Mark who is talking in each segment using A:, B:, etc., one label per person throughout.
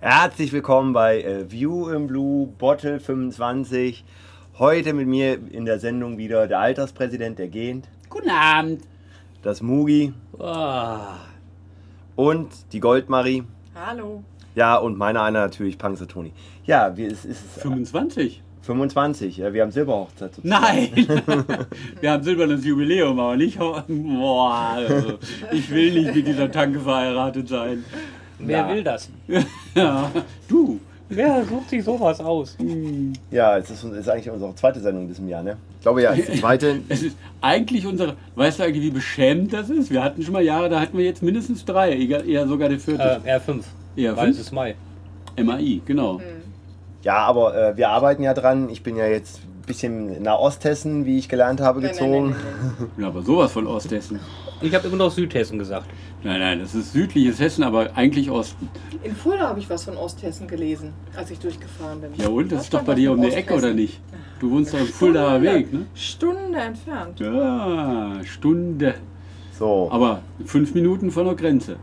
A: Herzlich willkommen bei äh, View im Blue, Bottle 25. Heute mit mir in der Sendung wieder der Alterspräsident der Gent,
B: Guten Abend.
A: das Mugi
C: Ah.
B: Oh,
A: und die Goldmarie.
C: Hallo.
A: Ja, und meiner einer natürlich Panzer Toni. Ja, wir, es ist
B: 25?
A: 25. Ja, wir haben Silberhochzeit. sozusagen.
B: Nein! Wir haben silbernes Jubiläum, aber nicht. ho- Boah, also, ich will nicht mit dieser Tanke verheiratet sein.
D: Wer
A: Na.
D: will das?
B: Ja, du!
D: Wer sucht sich sowas aus?
A: Ja, es ist, es ist eigentlich unsere zweite Sendung in diesem Jahr, ne? Ich glaube ja, es ist die zweite.
B: Es ist eigentlich unsere. Weißt du eigentlich, wie beschämend das ist? Wir hatten schon mal Jahre, da hatten wir jetzt mindestens drei, egal- eher sogar der
D: Äh,
B: vierte.
D: R5.
B: Ja,
D: Weil
B: fünf?
D: es ist Mai.
B: MAI, genau.
A: Ja, aber äh, wir arbeiten ja dran. Ich bin ja jetzt ein bisschen nach Osthessen, wie ich gelernt habe,
C: Nein, nein, nein,
A: gezogen.
C: nein, nein.
B: Ja, aber sowas von Osthessen.
D: Ich habe immer noch Südhessen gesagt.
B: Nein, nein, das ist südliches Hessen, aber eigentlich Osten.
C: In Fulda habe ich was von Osthessen gelesen, als ich durchgefahren bin.
B: Ja, und das ist
C: war
B: doch bei
C: was
B: dir
C: von
B: um die Ecke,
C: Osthessen.
B: oder nicht? Du wohnst doch im Fuldaer
C: Stunde-
B: Weg, ne?
C: Stunde entfernt.
B: Ja, Stunde.
A: So.
B: Aber fünf Minuten von der Grenze.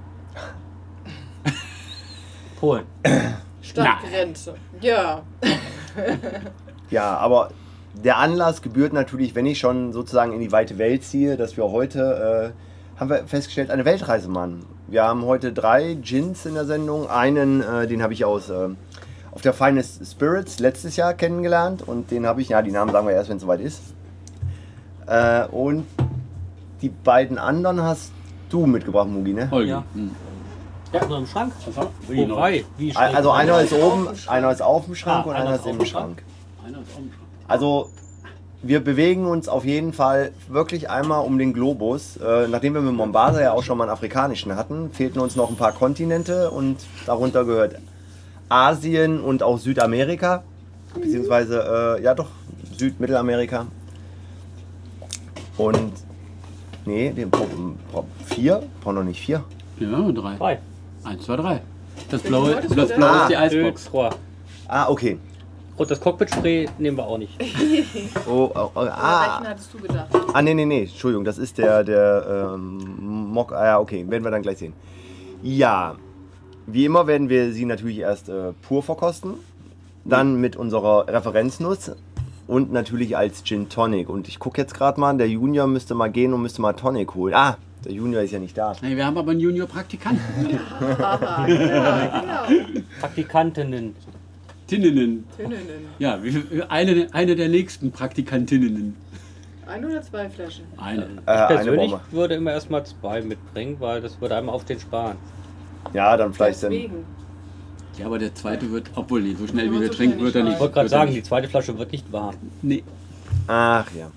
D: Polen.
C: Stadtgrenze. Ja.
A: Ja, aber der Anlass gebührt natürlich, wenn ich schon sozusagen in die weite Welt ziehe, dass wir heute, äh, haben wir festgestellt, eine Weltreise machen. Wir haben heute drei Gins in der Sendung. Einen, äh, den habe ich aus, äh, auf der Finest Spirits letztes Jahr kennengelernt und den habe ich, ja, die Namen sagen wir erst, wenn es soweit ist. Äh, und die beiden anderen hast du mitgebracht, Mugi, ne?
B: Holger.
D: Ja.
B: Hm.
D: Ja, nur im Schrank.
B: Wie noch?
D: Wobei, wie schlecht.
A: Also einer ist oben,
C: Auf dem Schrank.
A: einer ist auf dem Schrank
D: Ah,
A: und
D: einer
A: einer
D: ist
A: ist
D: auf
A: im
D: dem
A: Schrank.
B: Einer ist auch im Schrank.
A: Also, wir bewegen uns auf jeden Fall wirklich einmal um den Globus. Äh, nachdem wir mit Mombasa ja auch schon mal einen afrikanischen hatten, fehlten uns noch ein paar Kontinente und darunter gehört Asien und auch Südamerika, beziehungsweise, äh, ja doch, Südmittelamerika. Und, nee, den Pro, Pro, vier, brauchen noch nicht vier.
B: Ja, drei.
D: Drei.
B: Eins, zwei, drei. Das
C: Welche
B: blaue,
C: wolltest du
B: das
C: denn?
B: blaue ist die
A: Ah.
B: Eisbox.
D: Ölrohr.
A: Ah, okay.
D: Und das Cockpit-Spray nehmen wir auch nicht.
A: Oh, oh, oh,
C: Ah.
A: ah,
C: Welchen hattest du gedacht?
A: Ah, nee, nee, nee, Entschuldigung, das ist der, der ähm, Mock. Ah, ja, okay, werden wir dann gleich sehen. Ja, wie immer werden wir sie natürlich erst äh, pur verkosten, dann mit unserer Referenznuss und natürlich als Gin Tonic. Und ich gucke jetzt gerade mal, der Junior müsste mal gehen und müsste mal Tonic holen. Ah, der Junior ist ja nicht da.
B: Nee, wir haben aber einen Junior-Praktikanten.
C: Aha, ja, genau.
A: Äh,
D: Praktikantinnen.
B: Tinnen.
C: Tünnen.
B: Ja, wie- eine, eine der nächsten Praktikantinnen.
C: Ein oder zwei Flaschen?
B: Eine.
A: Äh,
D: Ich
A: eine
D: persönlich
A: Bombe.
D: würde immer erstmal zwei mitbringen, weil das würde einem auf den sparen.
A: Ja, dann vielleicht dann.
C: Deswegen.
B: Ja, aber der zweite wird, obwohl, nee, so schnell
C: Ja,
B: wie
C: aber
B: wir
C: so
B: trinken,
C: schnell
B: wird er
C: nicht
B: nicht.
D: Ich wollte gerade
B: wird er
D: sagen, die
B: nicht.
D: zweite Flasche wird nicht warm.
B: Nee.
A: Ach ja.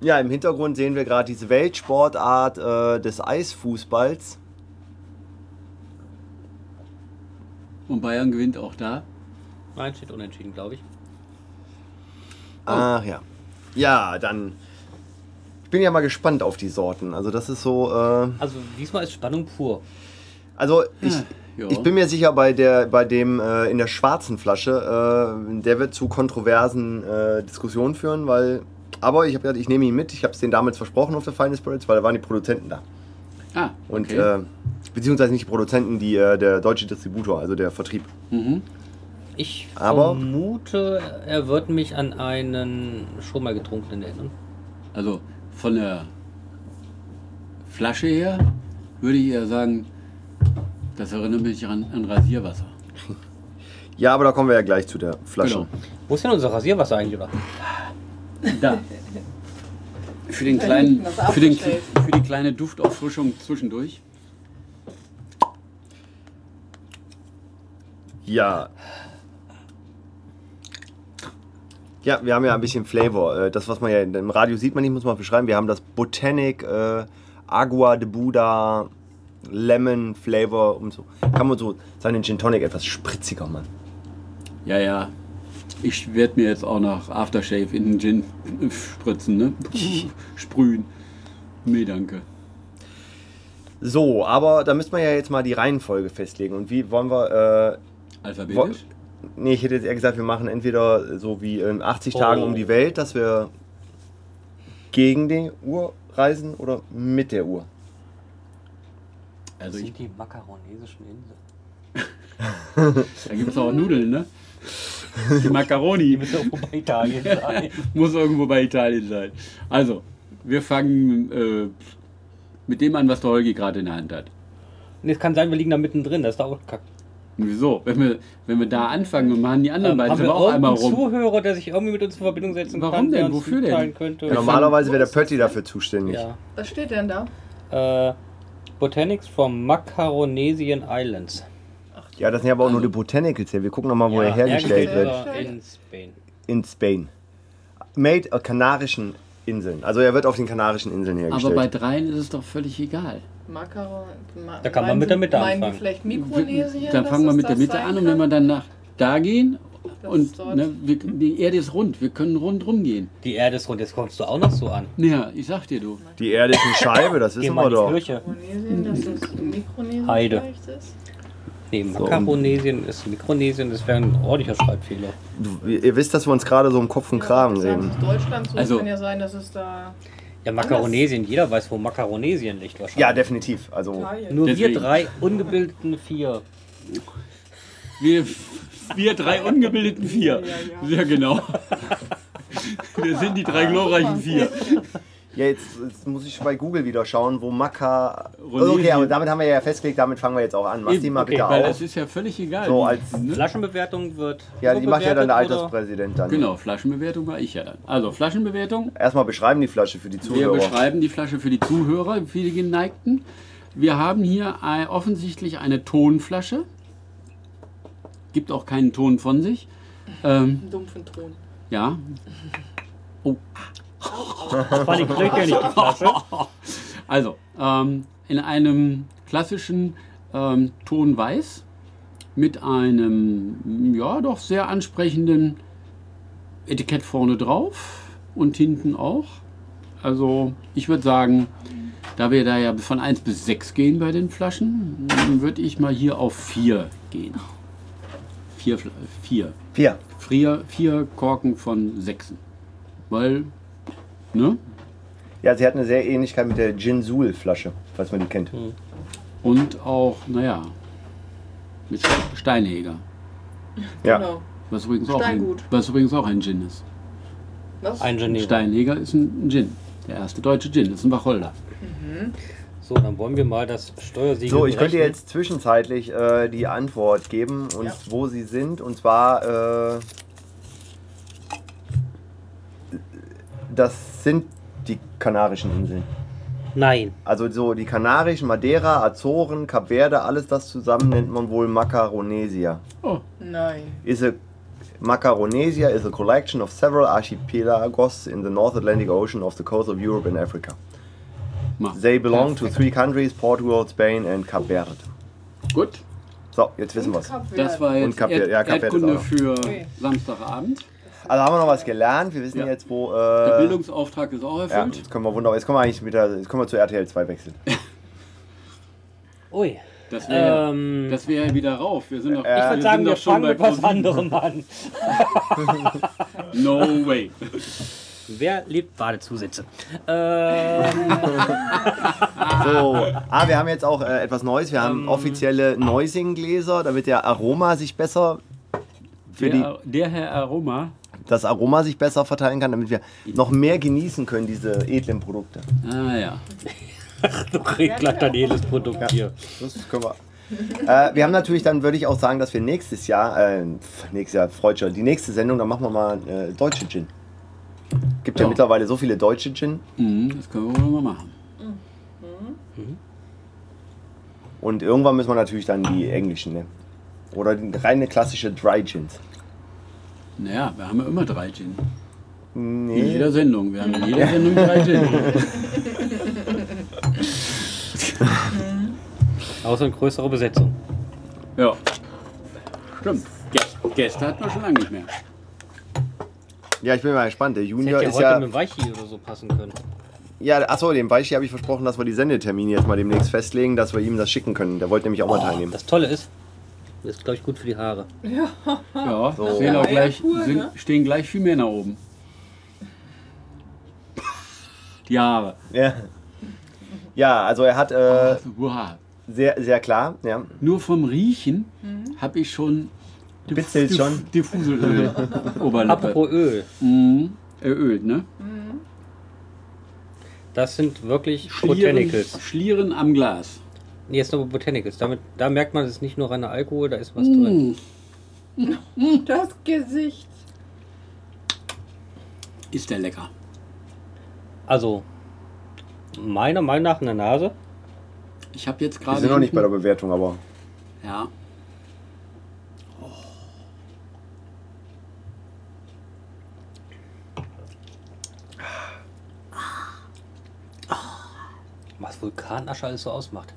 A: Ja, im Hintergrund sehen wir gerade diese Weltsportart äh, des Eisfußballs.
B: Und Bayern gewinnt auch da.
D: Nein, steht unentschieden, glaube ich.
B: Oh.
A: Ach ja. Ja, dann. Ich bin ja mal gespannt auf die Sorten. Also das ist so. Äh,
D: Also diesmal ist Spannung pur.
A: also ich,
B: Ja.
A: ich bin mir sicher, bei der, bei dem äh, in der schwarzen Flasche, äh, der wird zu kontroversen äh, Diskussionen führen, weil. Aber ich habe gesagt, ich nehme ihn mit. Ich habe es denen damals versprochen auf der Fine Spirits, weil da waren die Produzenten da.
B: ah,
A: Und
B: okay.
A: äh, beziehungsweise nicht die Produzenten, die äh, der deutsche Distributor, also der Vertrieb.
B: mhm.
D: Ich
A: Aber-
D: vermute, er wird mich an einen schon mal getrunkenen erinnern.
B: Also von der Flasche her würde ich eher sagen, das erinnert mich an, an Rasierwasser.
A: Ja, aber da kommen wir ja gleich zu der Flasche.
B: Genau.
D: Wo ist denn unser Rasierwasser eigentlich, oder?
B: Da. Für, den kleinen,
C: hinten ist
B: für, den,
C: abgestellt.
B: für die kleine Duftauffrischung zwischendurch.
A: Ja. Ja, wir haben ja ein bisschen Flavor. Äh, Das, was man ja im Radio sieht, man nicht, muss man beschreiben. Wir haben das Botanic äh, Agua de Buda Lemon Flavor und so. Kann man so seinen Gin Tonic etwas spritziger machen.
B: Ja, ja. Ich werde mir jetzt auch noch Aftershave in den Gin spritzen, ne? Sprühen. Nee, danke.
A: So, aber da müsste man ja jetzt mal die Reihenfolge festlegen. Und wie wollen wir. Äh, wo,
B: Alphabetisch?
A: nee, ich hätte jetzt eher gesagt, wir machen entweder so wie in 80 Tagen um die Welt, dass wir gegen die Uhr reisen oder mit der Uhr.
B: Also ich,
D: die makaronesischen Inseln.
B: Da gibt es auch Nudeln, ne? Die Macaroni.
E: Die müssen irgendwo bei Italien sein.
B: Muss irgendwo bei Italien sein. Also, wir fangen äh, mit dem an, was der Holgi gerade in der Hand hat.
D: Nee, es kann sein, wir liegen da mittendrin, das ist doch auch kack.
B: Und Wieso? Wenn wir, wenn wir da anfangen und machen die anderen beiden
D: Ähm,
B: sind
D: haben wir
B: wir auch einmal
D: irgendeinen
B: rum.
D: Zuhörer, der sich irgendwie mit uns in Verbindung setzen
B: Warum
D: kann,
B: denn?
D: der uns
B: Wofür denn?
D: mitteilen könnte?
A: Ja, normalerweise wäre der Pötti dafür zuständig.
D: Ja.
C: Was steht denn da?
D: Äh, Botanics from Macaronesian Islands.
A: Ja, das sind ja aber auch nur die Botanicals hier. Wir gucken nochmal, wo
D: Ja,
A: er hergestellt
C: hergestellt.
A: wird.
D: aber In Spain.
A: In Spain. Made auf Kanarischen Inseln. Also er wird auf den Kanarischen Inseln
B: Aber bei
A: hergestellt.
B: dreien ist es doch völlig egal.
C: Macaron. Ma
D: Da kann man
C: meinen
D: mit der
C: Sie-
D: Mitte
C: meinen
D: anfangen.
C: die vielleicht Mikronesien?
B: Dann
C: dass
B: fangen wir
C: es
B: mit der
C: das
B: Mitte
C: sein
B: an und wenn wir
C: kann?
B: dann nach da gehen
C: Das
B: und
C: ist dort.
B: ne, wir, die Erde ist rund, wir können rund rumgehen.
D: Die Erde ist rund, jetzt kommst du auch noch so an.
B: Ja, ich sag dir du.
A: Die Erde ist eine Scheibe, das
D: Geh
A: wissen wir
D: mal in die
A: doch.
D: Kirche.
C: Mikronesien, dass es Mikronesien
D: Heide.
C: vielleicht ist?
D: Nee, Makaronesien ist Mikronesien, das wäre ein ordentlicher Schreibfehler.
A: Du, ihr wisst, dass wir uns gerade so um Kopf und Kragen
C: Ja, das
A: reden.
C: ist Deutschland, so
B: Also-
C: es kann ja sein, dass es da.
D: Ja, Makaronesien, jeder weiß, wo Makaronesien liegt wahrscheinlich.
A: Ja, definitiv.
D: Oh.
A: Also
D: Nur
B: Deswegen.
D: wir drei ungebildeten vier.
B: Wir, wir drei ungebildeten vier. Ja, genau. Wir sind die drei glorreichen vier.
A: ja, jetzt, jetzt muss ich bei Google wieder schauen, wo Maka.
B: Ronesien.
A: Okay, aber damit haben wir ja festgelegt, damit fangen wir jetzt auch an. Mach die mal
D: okay,
A: bitte
B: Weil
A: auf.
B: das ist ja völlig egal.
A: So
B: wie-
A: als-
B: ne?
D: Flaschenbewertung wird.
A: Ja, die macht ja dann der
D: bewertet, oder?
A: Alterspräsident dann.
B: Genau, Flaschenbewertung war ich ja dann. Also Flaschenbewertung.
A: Erstmal beschreiben die Flasche für die
B: Wir
A: Zuhörer.
B: beschreiben die Flasche für die Zuhörer, für die Geneigten. Wir haben hier ein, offensichtlich eine Tonflasche. Gibt auch keinen Ton von sich. Ähm,
C: Einen dumpfen Ton.
B: ja.
D: Das war die Kirche, nicht die Flasche.
B: Also, ähm, in einem klassischen ähm, Ton weiß mit einem, ja, doch sehr ansprechenden Etikett vorne drauf und hinten auch. Also, ich würde sagen, da wir da ja von 1 bis 6 gehen bei den Flaschen, würde ich mal hier auf 4 gehen. 4, 4.
A: Vier.
B: Vier, vier Korken von 6. Weil, ne?
A: Ja, sie hat eine sehr Ähnlichkeit mit der Ginsul-Flasche, falls man die kennt.
C: Hm.
B: Und auch, naja, mit Ste- Steinheger.
A: Ja.
C: Genau.
B: Was übrigens, auch ein,
C: Steingut.
B: was übrigens auch ein Gin ist.
C: Was?
D: Ein Geneva.
B: Steinheger ist ein Gin. Der erste deutsche Gin ist ein Wacholder.
D: So, dann wollen wir mal das Steuersiegel.
A: So, ich könnte
D: berechnen.
A: jetzt zwischenzeitlich äh, die Antwort geben und
C: Ja.
A: wo sie sind. Und zwar, äh, das sind die Kanarischen Inseln.
D: Nein.
A: Also so die Kanarischen, Madeira, Azoren, Kap Verde, alles das zusammen nennt man wohl Macaronesia.
B: Oh,
C: Nein.
A: is a Macaronesia is a collection of several archipelagos in the North Atlantic Ocean off the coast of Europe and Africa.
B: ma.
A: They belong to three countries, Portugal, Spain and Cape Verde.
B: Gut.
A: So, jetzt wissen wir's.
C: Kap Verde.
B: Das war
A: Und
B: jetzt
A: Kap-
B: Erd
A: ja, Kap Verde ist
B: Erdkunde
A: auch.
B: für
C: Okay.
B: Samstagabend.
A: Also haben wir noch was gelernt. Wir wissen
B: Ja.
A: jetzt, wo...
B: Der
A: Äh,
B: Bildungsauftrag ist auch
A: ja,
B: erfüllt.
A: jetzt können wir wunderbar. Jetzt können wir eigentlich mit der, jetzt können wir zu RTL 2 wechseln.
D: Ui.
B: Das wäre
D: Ähm,
B: das wär ja wieder rauf. Wir sind doch,
A: Ich
D: Ich
B: wir
D: würde sagen,
B: sind
D: wir
B: doch schon
D: fangen
B: bei
D: mit was
B: Pro7.
D: anderem an.
B: No way.
D: Wer liebt Badezusätze? Ähm,
A: So, ah, wir haben jetzt auch äh, etwas Neues. Wir
B: Ähm,
A: haben
B: ah.
A: offizielle Neusing-Gläser, damit der Aroma sich besser für die,
B: Der, der Herr Aroma.
A: das Aroma sich besser verteilen kann, damit wir noch mehr genießen können, diese edlen Produkte.
B: Ah ja.
D: du kriegst gleich dein jedes Produkt hier.
A: Das können wir. äh, wir haben natürlich, dann würde ich auch sagen, dass wir nächstes Jahr, äh, pf, nächstes Jahr, freut schon, die nächste Sendung, dann machen wir mal äh, deutsche Gin. Gibt ja.
B: Ja.
A: mittlerweile so viele deutsche Gin
B: Mhm, das können wir wohl mal machen.
A: und irgendwann müssen wir natürlich dann die englischen nehmen. Oder die reine klassische Dry Gins.
B: Naja, wir haben ja immer drei Gin. In
A: Nee.
B: jeder Sendung. Wir haben in jeder Sendung drei Gin.
D: Außer in größerer Besetzung.
B: Ja. Stimmt. Gä- Gäste hatten wir schon lange nicht mehr.
A: Ja, ich bin mal gespannt. Der
D: Das
A: Junior
D: hätte ja
A: ist
D: heute
A: ja.
D: mit dem Weichi oder so passen können.
A: Ja, achso, dem Weichi habe ich versprochen, dass wir die Sendetermine jetzt mal demnächst festlegen, dass wir ihm das schicken können. Der wollte nämlich auch mal teilnehmen.
D: Oh, Das Tolle ist, das ist, glaube ich, gut für die Haare.
B: Ja, sehen auch
C: Ja,
B: gleich,
C: cool,
B: sind,
C: ne?
B: stehen gleich viel mehr nach oben. Die Haare.
A: Ja. ja, also er hat. Äh,
D: Oh.
B: Wow.
A: Sehr, sehr klar, ja.
B: Nur vom Riechen
C: Mhm.
B: habe ich schon die,
A: Bitzelt
B: die,
A: schon.
B: Diffuselöl. Oberlippe.
D: Apropos Öl.
B: Mhm. Erölt, ne?
D: Das sind wirklich
B: Schlieren,
D: Botanicals.
B: Schlieren am Glas.
D: Nee, jetzt nur Botanicals. Damit, da merkt man, es ist nicht nur reiner Alkohol, da ist was drin.
B: Mm.
C: Mm, Das Gesicht.
B: Ist der lecker.
D: Also, meiner Meinung nach eine Nase.
B: Ich habe jetzt
A: Wir
B: gerade.
A: sind noch nicht bei der
B: hinten-
A: Bewertung, aber
B: Ja.
D: Was Vulkanasche alles so ausmacht.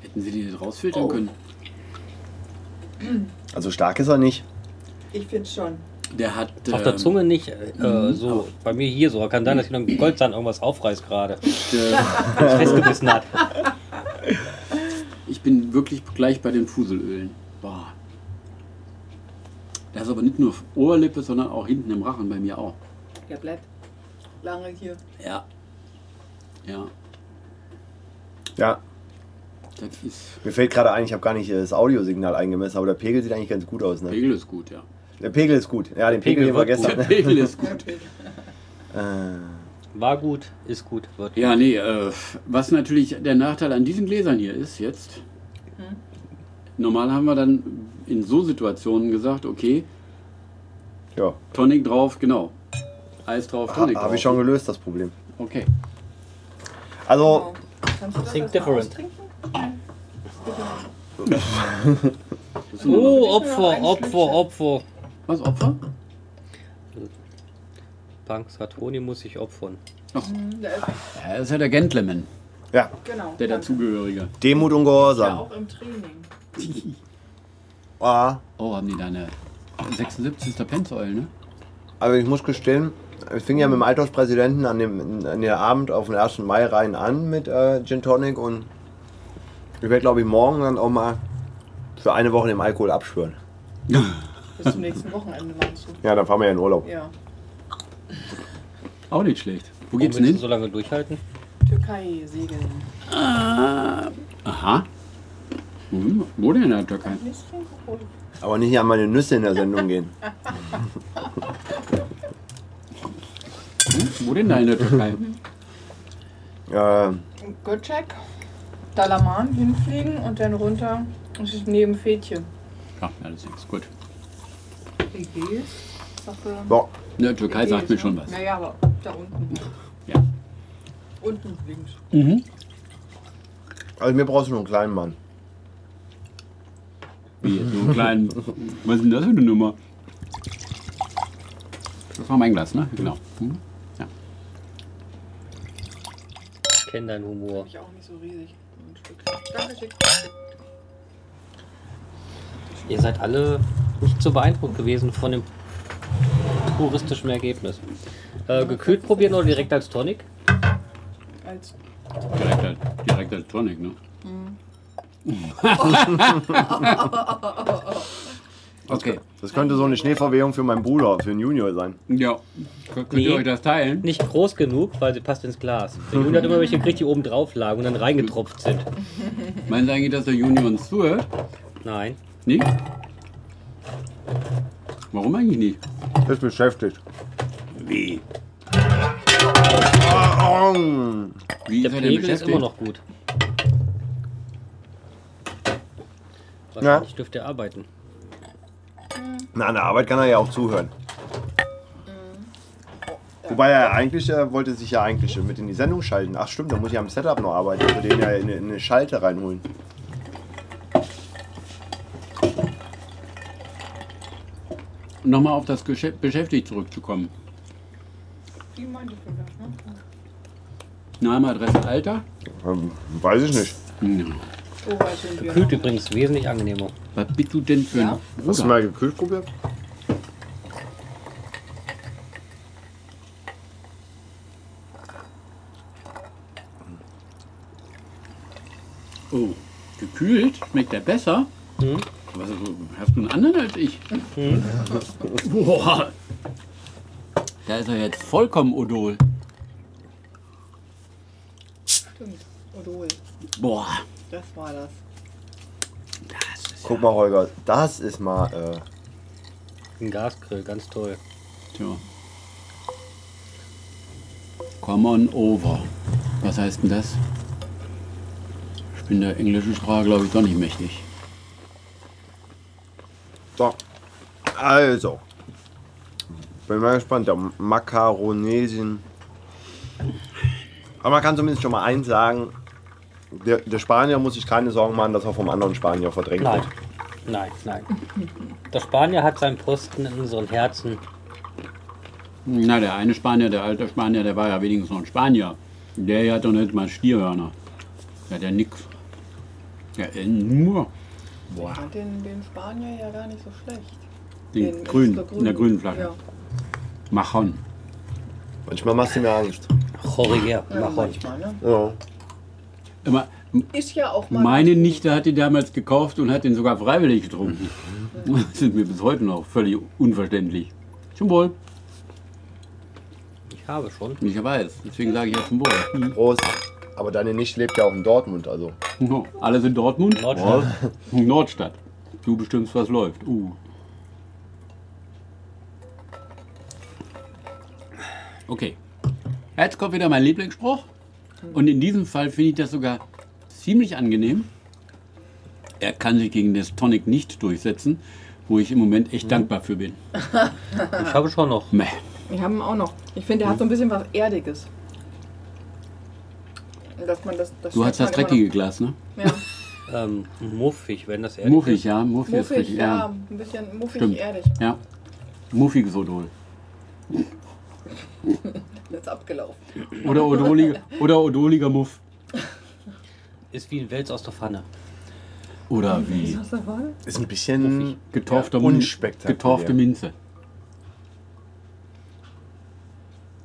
B: Hätten Sie die nicht rausfiltern
C: Oh.
B: können.
A: also stark ist er nicht.
C: Ich finde schon.
B: Der hat.
D: Auf der
B: ähm,
D: Zunge nicht äh, äh, so. Bei mir hier so. Kann sein, dass ich noch einen Goldzahn irgendwas aufreißt gerade.
B: äh,
D: Das festgebissen hat.
B: Ich bin wirklich gleich bei den Fuselölen. Boah. Das ist aber nicht nur auf Oberlippe, sondern auch hinten im Rachen bei mir auch.
C: Der bleibt lange hier.
B: Ja. Ja,
A: Ja,
B: das ist.
A: mir fällt gerade ein, ich habe gar nicht äh, das Audiosignal eingemessen, aber der Pegel sieht eigentlich ganz gut aus. Ne?
B: Pegel ist gut, ja.
A: Der Pegel ist gut. Ja, den Pegel,
D: Pegel
A: den wir
D: wird
A: gestern.
B: Der Pegel ist gut.
A: Äh,
D: War gut, ist gut, wird.
B: Ja, nee, äh, was natürlich der Nachteil an diesen Gläsern hier ist jetzt.
A: Hm.
B: Normal haben wir dann in so Situationen gesagt, okay,
A: ja,
B: Tonic drauf, genau. Eis drauf,
A: ha,
B: Tonic drauf.
A: habe Ah, ich schon gelöst, das Problem.
B: Okay.
A: Also,
C: Kannst du das
D: Think
C: erst mal
D: different.
C: austrinken?
B: Das ist nur noch-
D: Oh, Opfer, Opfer, Opfer.
B: Was, Opfer?
D: Punk Saturni muss sich opfern.
C: Hm, da ist-
B: Ja, Äh, das ist ja der Gentleman,
A: ja,
C: Genau.
B: der
C: danke.
B: Dazugehörige.
A: Demut und
C: Ja,
A: Gehorsam.
C: auch im Training.
A: Ah,
B: Oh, haben die deine 76. Pennsäule, ne?
A: aber ich muss gestehen, ich fing ja mit dem Alterspräsidenten an dem, an dem Abend auf den 1. Mai rein an mit äh, Gin Tonic und ich werde, glaube ich, morgen dann auch mal für eine Woche dem Alkohol abschwören.
C: Bis zum nächsten Wochenende meinst du?
A: Ja, dann fahren wir ja in Urlaub.
C: Ja.
B: Auch nicht schlecht. Wo
D: Warum
B: geht's denn
D: willst
B: hin?
D: du so lange durchhalten?
C: Türkei segeln.
B: Aha. Hm, wo denn in der Türkei?
C: Bisschen ruhig.
A: Aber nicht an meine Nüsse in der Sendung gehen.
B: Wo denn da in der Türkei?
A: Äh,
C: Göcek, Dalaman hinfliegen und dann runter. Das ist neben Fädchen.
B: Ja, alles nichts. Gut.
C: Ägäis? Sagt er?
A: so,
B: In der Türkei sagt mir schon was.
C: Naja, aber da unten. halt.
B: Ja.
C: Unten links.
B: Mhm.
A: also mir brauchst du nur einen kleinen Mann.
B: Wie jetzt so einen kleinen. Was ist denn das für eine Nummer? Das war mein Glas, ne? Genau. Mhm.
D: Ich kenn deinen Humor.
C: Ich auch nicht so riesig. Ein Stück. Danke, schick.
D: Ihr seid alle nicht so beeindruckt gewesen von dem puristischen Ergebnis. Äh, gekühlt probieren oder direkt als Tonic?
C: Als
B: Direkt als, direkt als Tonic, ne? okay.
A: Das könnte so eine Schneeverwehung für meinen Bruder, für den Junior sein.
B: Ja. Könnt ihr
D: Nee.
B: euch das teilen?
D: Nicht groß genug, weil sie passt ins Glas. Der Juni hat immer welche gekriegt, die oben drauf lagen und dann reingetropft sind.
B: Meinen Sie eigentlich, dass der Junior uns zuhört?
D: Nein.
B: Nicht? Warum eigentlich nicht?
A: Das ist beschäftigt.
B: Wie?
A: Aung.
B: Wie
D: Der
B: ist er denn
D: Pegel ist
B: beschäftigt?
D: immer noch gut. Wahrscheinlich dürfte er arbeiten.
A: Na, an der Arbeit kann er ja auch zuhören. Wobei er eigentlich äh, wollte sich ja eigentlich mit in die Sendung schalten. Ach stimmt, da muss ich am Setup noch arbeiten. Ich würde den ja in, in eine Schalte reinholen.
B: Nochmal auf das Geschä- Beschäftigt zurückzukommen.
C: die meinte ich vielleicht, ne?
B: Name, Adresse, Alter?
A: Ähm, weiß ich nicht.
B: Ja.
C: So weit sind Oh, wir.
D: Kühlt
C: noch.
D: übrigens wesentlich angenehmer.
B: Was bist du denn für ein
C: Ja?
A: Hast du
B: Bruder?
A: mal gekühlt probiert?
B: Oh, gekühlt schmeckt der besser.
D: Hm.
B: Was, hast du einen anderen als ich? Boah. Da ist er jetzt vollkommen odol.
C: Stimmt. Odol.
B: Boah.
A: Das war das. Guck mal, Holger, das ist mal. Äh,
D: Ein Gasgrill, ganz toll.
B: Tja. Come on over. Was heißt denn das? Ich bin der englischen Sprache, glaube ich, doch nicht mächtig.
A: so. Also. Bin mal gespannt. Der Makaronesien. Aber man kann zumindest schon mal eins sagen. Der, der Spanier muss sich keine Sorgen machen, dass er vom anderen Spanier verdrängt
D: Nein.
A: wird.
D: Nein, nein. Der Spanier hat seinen Posten in unseren Herzen.
B: Na, der eine Spanier, der alte Spanier, der war ja wenigstens noch ein Spanier. Der hier hat doch nicht mal Stierhörner. Der hat ja nix. Der hat nur
C: Ich fand den, den Spanier ja gar nicht so schlecht.
B: den grünen, in der grünen Flasche.
C: Ja,
B: Machon.
A: Manchmal machst du mir Angst.
D: Jorge,
C: ja
D: mach heute.
C: manchmal, ne?
A: Ja.
B: Immer,
C: Ist ja auch mal.
B: meine Nichte hat den damals gekauft und hat den sogar freiwillig getrunken. Das sind mir bis heute noch völlig unverständlich. Zum Wohl.
D: Ich habe schon.
B: Ich weiß, deswegen sage ich ja zum Wohl.
A: Prost. Aber deine Nichte lebt ja auch in Dortmund, also.
B: Hm. Alles in Dortmund?
D: Nordstadt.
B: Ja. Nordstadt. Du bestimmst, was läuft. Uh. Okay. Jetzt kommt wieder mein Lieblingsspruch. Und in diesem Fall finde ich das sogar ziemlich angenehm. Er kann sich gegen das Tonic nicht durchsetzen, wo ich im Moment
C: Mhm.
B: echt dankbar für bin.
D: Ich habe schon noch.
B: Meh.
C: Wir haben ihn auch noch. Ich finde, der
B: Hm.
C: hat so ein bisschen was Erdiges. Dass man das, das
B: Du hast das
C: schmeckt man immer
B: dreckige Glas, ne?
C: noch. Ja.
D: Ähm, muffig, wenn das ehrlich
B: Muffig, ja. Muffig, ist
C: Muffig,
B: richtig.
C: ja. Ein bisschen muffig
B: Stimmt.
C: erdig.
B: Ja. Muffiges Odol.
C: Das ist abgelaufen.
B: Oder odoliger, oder odoliger Muff.
D: ist. Ist wie ein Wels aus der Pfanne.
B: Oder wie
C: Was da war?
A: Ist ein bisschen.
B: getorfte,
A: Ja,
B: Min-
A: unspektakulär.
B: getorfte Minze.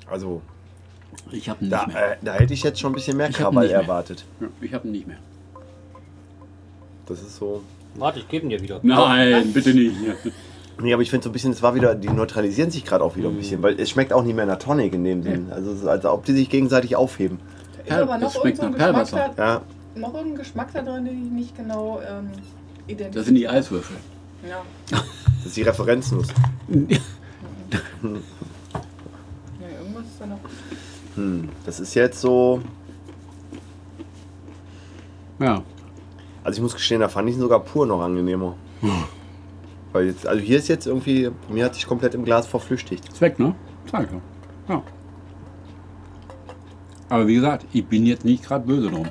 A: Also,
B: Ich habe
A: da,
B: nicht mehr.
A: äh, da hätte ich jetzt schon ein bisschen mehr
B: Ich hab
A: Krawall
B: nicht mehr.
A: erwartet.
B: Ja, Ich habe nicht mehr.
A: Das ist so.
D: Warte, ich gebe ihn dir wieder.
B: Nein, bitte nicht. Ja.
A: Nee, aber ich finde so ein bisschen, es war wieder, die neutralisieren sich gerade auch wieder
D: Mhm.
A: ein bisschen, weil es schmeckt auch nicht mehr nach Tonic in dem Sinn. Also, es ist, als ob die sich gegenseitig aufheben.
C: Ist
B: Perl-
C: aber
B: das
C: noch
B: schmeckt
C: irgendein
B: nach
C: Geschmack
B: Perlwasser.
C: da-
A: Ja,
C: Noch irgendein Geschmack da drin, den ich nicht genau ähm, identifiziere.
B: Das sind die Eiswürfel.
C: Ja.
A: das ist die Referenznuss.
C: ja, irgendwas ist da noch.
A: Hm, das ist jetzt so.
B: Ja.
A: Also, ich muss gestehen, da fand ich ihn sogar pur noch angenehmer.
D: Hm.
A: Weil jetzt, also hier ist jetzt irgendwie, bei mir hat sich komplett im Glas verflüchtigt.
B: Ist weg, ne? Zeig doch. Ja. Aber wie gesagt, ich bin jetzt nicht gerade böse drum.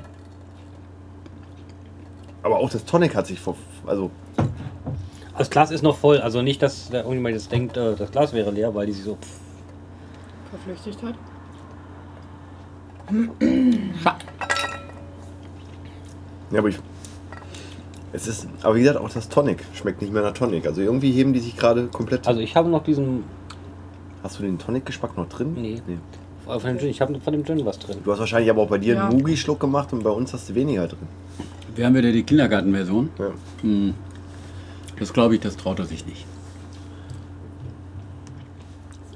A: Aber auch das Tonic hat sich ver. Also,
D: Das Glas ist noch voll, also nicht, dass da irgendjemand jetzt denkt, äh, das Glas wäre leer, weil die sich so. Pff,
C: verflüchtigt hat.
A: ja, aber ich. Es ist, aber wie gesagt, auch das Tonic schmeckt nicht mehr nach Tonic. Also irgendwie heben die sich gerade komplett.
D: Also ich habe noch diesen.
A: Hast du den Tonic-Geschmack noch drin?
D: Nee. äh, Von dem Gin, ich habe von dem Gin was drin.
A: Du hast wahrscheinlich aber auch bei dir
C: Ja.
A: einen Mugi-Schluck gemacht und bei uns hast du weniger drin.
B: Wir haben wieder die Kindergartenversion.
A: Ja.
B: Hm. Das glaube ich, das traut er sich nicht.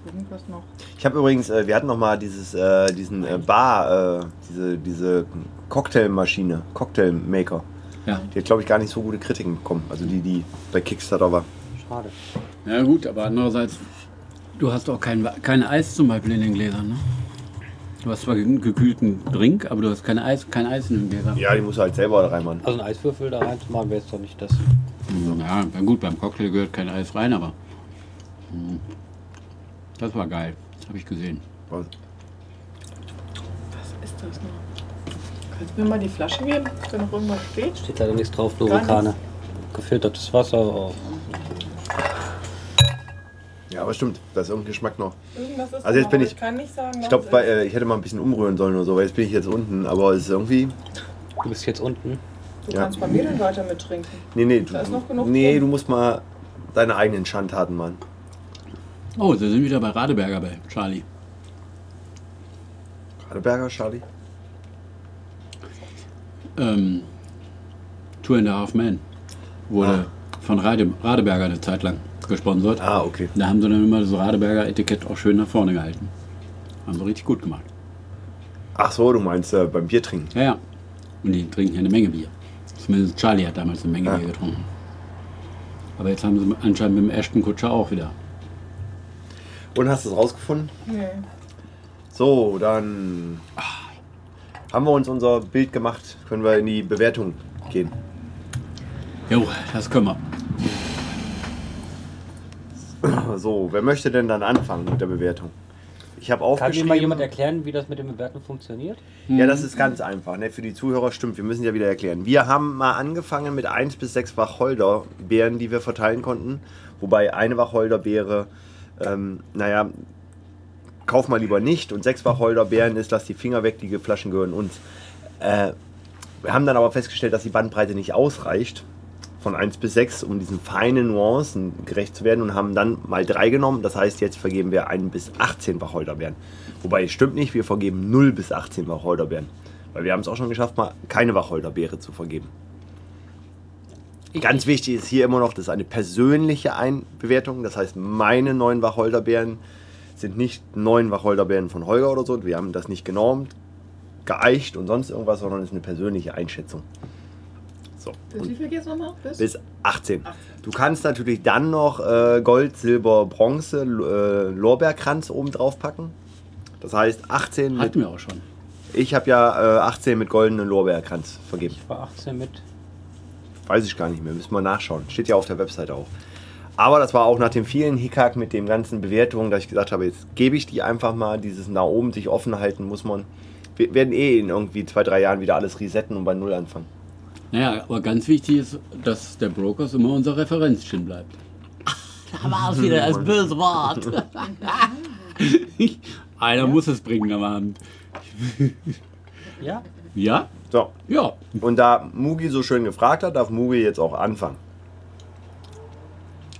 C: Irgendwas noch.
A: Ich habe übrigens, äh, wir hatten noch mal dieses, äh, diesen äh, Bar, äh, diese, diese Cocktailmaschine, Cocktailmaker.
B: Ja.
A: Die hat, glaube ich, gar nicht so gute Kritiken bekommen. Also die, die bei Kickstarter war.
D: Schade.
B: Ja gut, aber andererseits, du hast auch kein, kein Eis zum Beispiel in den Gläsern, ne? Du hast zwar einen gekühlten Drink, aber du hast kein Eis, kein Eis in den Gläsern.
A: Ja, die muss halt selber da reinmachen.
D: Also ein Eiswürfel da reinzumachen wäre jetzt doch nicht das.
B: Ja, na gut, beim Cocktail gehört kein Eis rein, aber hm, das war geil. Das habe ich gesehen.
A: Was?
C: Was ist das noch? Kannst du mir mal die Flasche geben, ob da noch irgendwas steht?
D: Steht leider nichts drauf, nur
C: Gar nichts.
D: Vulkane. Gefiltertes Wasser. oh.
A: Ja, aber stimmt, da ist irgendein Geschmack noch.
C: Irgendwas ist
A: Also jetzt
C: noch,
A: bin
C: aber
A: ich-
C: kann nicht sagen,
A: Ich
C: was
A: glaube,
C: es ist.
A: äh, ich hätte mal ein bisschen umrühren sollen oder so, weil jetzt bin ich jetzt unten, aber es ist irgendwie.
D: Du bist jetzt unten.
C: Du
A: ja.
C: kannst bei mir dann weiter mittrinken.
A: Nee, nee, du,
C: Da ist noch genug
A: nee,
C: drin.
A: du musst mal deine eigenen Schandtaten machen.
B: Oh, da sind wir wieder bei Radeberger bei Charlie.
A: Radeberger, Charlie?
B: Ähm, Two and a Half Men wurde von Rade, Radeberger eine Zeit lang gesponsert.
A: Ah, okay.
B: Da haben sie dann immer das Radeberger Etikett auch schön nach vorne gehalten. Haben sie richtig gut gemacht.
A: Ach so, du meinst äh, beim Bier trinken.
B: Ja, ja. Und die trinken ja eine Menge Bier. Zumindest Charlie hat damals eine Menge
A: Ja.
B: Bier getrunken. Aber jetzt haben sie anscheinend mit dem Ashton Kutscher auch wieder.
A: Und hast du es rausgefunden?
C: Nee.
A: So, dann haben wir uns unser Bild gemacht. Können wir in die Bewertung gehen.
B: Jo, das können wir.
A: So, wer möchte denn dann anfangen mit der Bewertung? Ich habe
D: Kann mir
A: aufgeschrieben.
D: mal jemand erklären, wie das mit dem Bewerten funktioniert?
A: Ja, das ist ganz einfach. Ne? Für die Zuhörer stimmt, wir müssen ja wieder erklären. Wir haben mal angefangen mit 1 bis 6 Wacholderbeeren, die wir verteilen konnten. Wobei eine Wacholderbeere, ähm, naja, kauf mal lieber nicht. Und sechs Wacholderbeeren ist, lass die Finger weg, die Flaschen gehören uns. Äh, wir haben dann aber festgestellt, dass die Bandbreite nicht ausreicht, von 1 bis 6, um diesen feinen Nuancen gerecht zu werden und haben dann mal 3 genommen. Das heißt, jetzt vergeben wir 1 bis 18 Wacholderbeeren. Wobei, stimmt nicht, wir vergeben 0 bis 18 Wacholderbeeren. Weil wir haben es auch schon geschafft, mal keine Wacholderbeere zu vergeben. Ganz wichtig ist hier immer noch, das ist eine persönliche Einbewertung. Das heißt, meine neuen Wacholderbeeren sind nicht neun Wacholderbeeren von Holger oder so. Wir haben das nicht genormt, geeicht und sonst irgendwas, sondern es ist eine persönliche Einschätzung. So.
C: Wie
A: Und
C: viel geht's nochmal?
A: bis 18. Du kannst natürlich dann noch äh, Gold, Silber, Bronze, L- äh, Lorbeerkranz oben drauf packen. Das heißt 18 mit.
B: Hatten wir auch schon.
A: Ich habe ja äh, 18 mit goldenen Lorbeerkranz vergeben.
D: Ich war 18 mit.
A: Weiß ich gar nicht mehr, müssen wir nachschauen. Steht ja auf der Webseite auch. Aber das war auch nach dem vielen Hickhack mit den ganzen Bewertungen, dass ich gesagt habe, jetzt gebe ich die einfach mal. Dieses nach oben sich offen halten muss man. Wir werden eh in irgendwie zwei, drei Jahren wieder alles resetten und bei Null anfangen.
B: Naja, aber ganz wichtig ist, dass der Brokers immer unser Referenzchen bleibt. Da war es wieder, das böse Wort. Einer muss es bringen am Abend.
D: Ja,
B: Ja?
A: So,
B: Ja.
A: und da Mugi so schön gefragt hat, darf Mugi jetzt auch anfangen.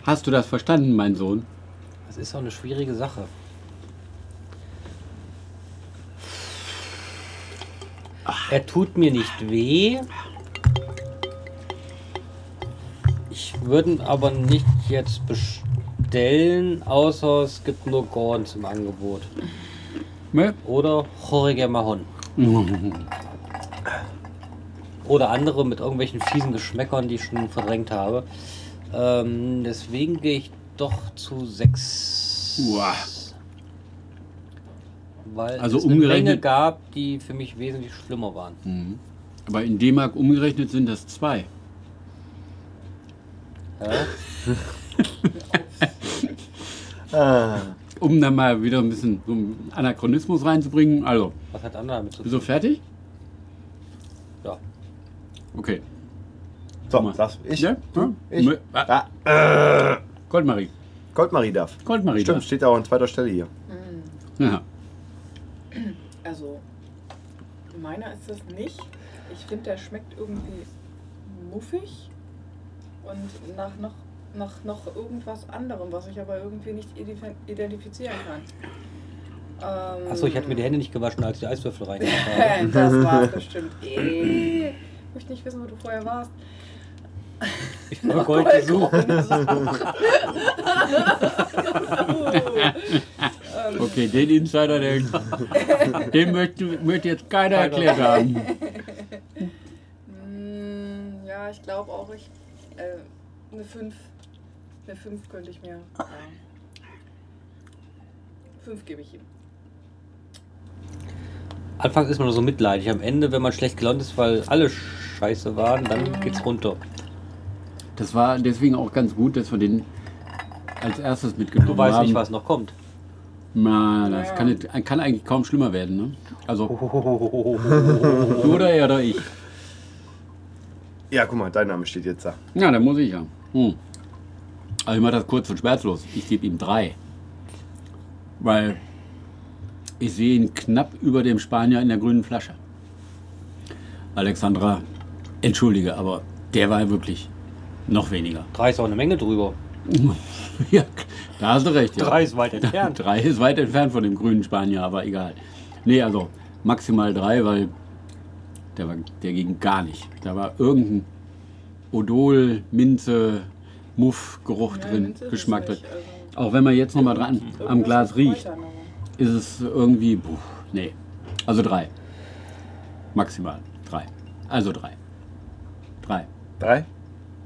B: Hast du das verstanden, mein Sohn?
D: das ist auch eine schwierige Sache. Er tut mir nicht weh. Ich würde ihn aber nicht jetzt bestellen, außer es gibt nur Gordons im Angebot.
B: Ne?
D: Oder Jorge Mahon. Oder andere mit irgendwelchen fiesen Geschmäckern, die ich schon verdrängt habe. Ähm, deswegen gehe ich doch zu 6.
B: Uah.
D: Weil
B: Also
D: es eine
B: umgerechnet- Hm.
D: Menge gab, die für mich wesentlich schlimmer waren.
B: Aber in D-Mark umgerechnet sind das zwei.
D: Ja?
B: Um dann mal wieder ein bisschen so einen Anachronismus reinzubringen. Also,
D: Was hat andere damit zu tun?
B: so fertig?
D: Ja.
B: Okay.
A: So,
B: Mal.
A: sagst ich.
B: Ja?
A: Du,
B: Ja?
A: ich.
B: Mö- Ah,
A: Ah,
B: Goldmarie.
A: Goldmarie darf.
B: Goldmarie.
A: Stimmt, steht auch an zweiter Stelle hier.
B: da. Ja.
C: Mm, Also, meiner ist das nicht. Ich finde, der schmeckt irgendwie muffig und nach noch, nach noch irgendwas anderem, was ich aber irgendwie nicht identif- identifizieren kann. Ähm,
D: Achso, ich hatte mir die Hände nicht gewaschen, als ich die Eiswürfel reingemacht habe.
C: Das war bestimmt. eh. Ich möchte nicht wissen, wo du vorher warst.
D: Ich habe Gold
C: Oh
D: gesucht.
B: Okay, den Insider, den, den möchte, möchte jetzt keiner erklärt haben.
C: Mm, ja, ich glaube auch, ich. Äh, eine 5. Eine 5 könnte ich mir. 5 gebe ich ihm.
D: Anfangs ist man nur so mitleidig. Am Ende, wenn man schlecht gelaunt ist, weil alle scheiße waren, dann geht's runter.
B: Das war deswegen auch ganz gut, dass wir den als erstes mitgenommen
D: Du weißt
B: haben.
D: nicht, was noch kommt.
B: Na, das
C: Ja.
B: kann, nicht- kann eigentlich kaum schlimmer werden, ne? Also, du oder er oder ich.
A: Ja, guck mal, dein Name steht jetzt da.
B: Ja, dann muss ich ja. Hm. Also ich mache das kurz und schmerzlos. Ich gebe ihm drei. Weil ich sehe ihn knapp über dem Spanier in der grünen Flasche. Alexandra, entschuldige, aber der war wirklich noch weniger.
D: Drei ist auch eine Menge drüber.
B: ja, da hast du recht. Ja.
D: Drei ist weit entfernt.
B: Drei ist weit entfernt von dem grünen Spanier, aber egal. Nee, also maximal drei, weil der, war, der ging gar nicht. Da war irgendein Odol, Minze, Muff, Geruch
C: Ja,
B: drin,
C: Minze ist
B: Geschmack
C: es
B: drin.
C: nicht, also-
B: Auch wenn man jetzt nochmal dran am
C: Irgendwas
B: Glas
C: mit
B: riecht,
C: Kräutern, aber-
B: ist es irgendwie, puh, nee. Also drei. Maximal drei. Also drei. Drei.
A: Drei?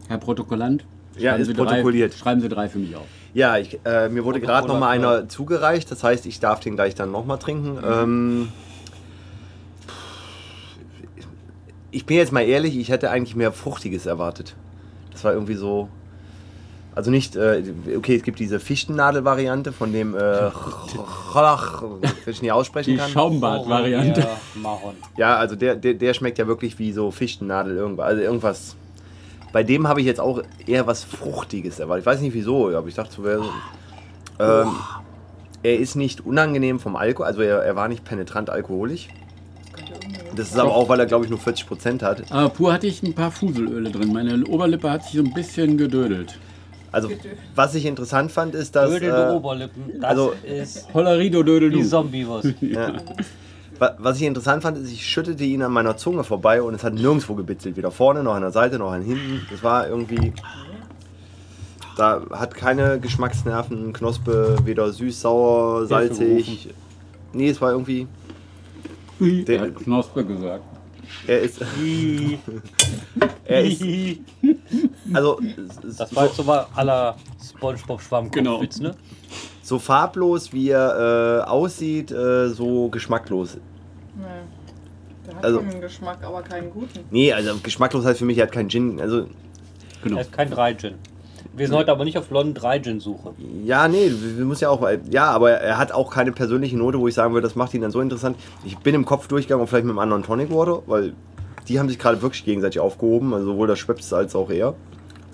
B: Herr Protokollant,
A: Ja, ist
B: Sie
A: protokolliert.
B: Drei, schreiben Sie drei für mich auf.
A: Ja, ich, äh, mir wurde gerade noch mal
D: Coca-Cola,
A: einer zugereicht. Das heißt, ich darf den gleich dann noch mal trinken. Ähm, ich bin jetzt mal ehrlich, ich hätte eigentlich mehr Fruchtiges erwartet. Das war irgendwie so... Also nicht, äh, okay, es gibt diese Fichtennadel-Variante von dem äh, Cholach, wenn ich nicht aussprechen
B: Die
A: kann.
B: Schaumbad-Variante.
E: Ja, Mahon.
A: Ja, also der, der, der schmeckt ja wirklich wie so Fichtennadel irgendwas. Also irgendwas. Bei dem habe ich jetzt auch eher was Fruchtiges erwartet. Ich weiß nicht wieso, aber ich dachte, so wäre. Ähm, er ist nicht unangenehm vom Alkohol, also er, er war nicht penetrant alkoholisch.
C: Könnte irgendwie-
A: Das ist aber auch, weil er glaube ich nur 40% hat.
B: Aber pur hatte ich ein paar Fuselöle drin. Meine Oberlippe hat sich so ein bisschen gedödelt.
A: Also, was ich interessant fand, ist, dass.
D: Ödelnde
A: Äh,
D: Oberlippen, das
A: also-
D: ist
B: Hollerido dödel
D: die
B: du.
D: Zombie-Wurst.
A: wa- was ich interessant fand, ist, ich schüttete ihn an meiner Zunge vorbei und es hat nirgendwo gebitzelt. Weder vorne, noch an der Seite, noch an hinten. Das war irgendwie. Da hat keine Geschmacksnerven, Knospe, weder süß, sauer, salzig. Nee, es war irgendwie.
B: Der hat Knospe gesagt.
A: Er ist. er ist. Also,
D: Das war jetzt so mal aller spongebob
B: Genau.
D: schwammkopfwitz ne?
A: so farblos wie er äh, aussieht, äh, so geschmacklos.
C: Nee. Da hat
A: Also-
C: man einen Geschmack, aber keinen guten.
A: Nee, also geschmacklos heißt für mich, er hat keinen Gin. Also,
B: Genau.
D: Er ist kein Dreijin. Wir sind heute aber nicht auf London Dreijin-Suche.
A: Ja, nee, wir wir müssen ja auch. Ja, aber er hat auch keine persönliche Note, wo ich sagen würde, das macht ihn dann so interessant. Ich bin im Kopf durchgegangen, ob vielleicht mit einem anderen Tonic Water, weil die haben sich gerade wirklich gegenseitig aufgehoben, also sowohl das Schweppes als auch er.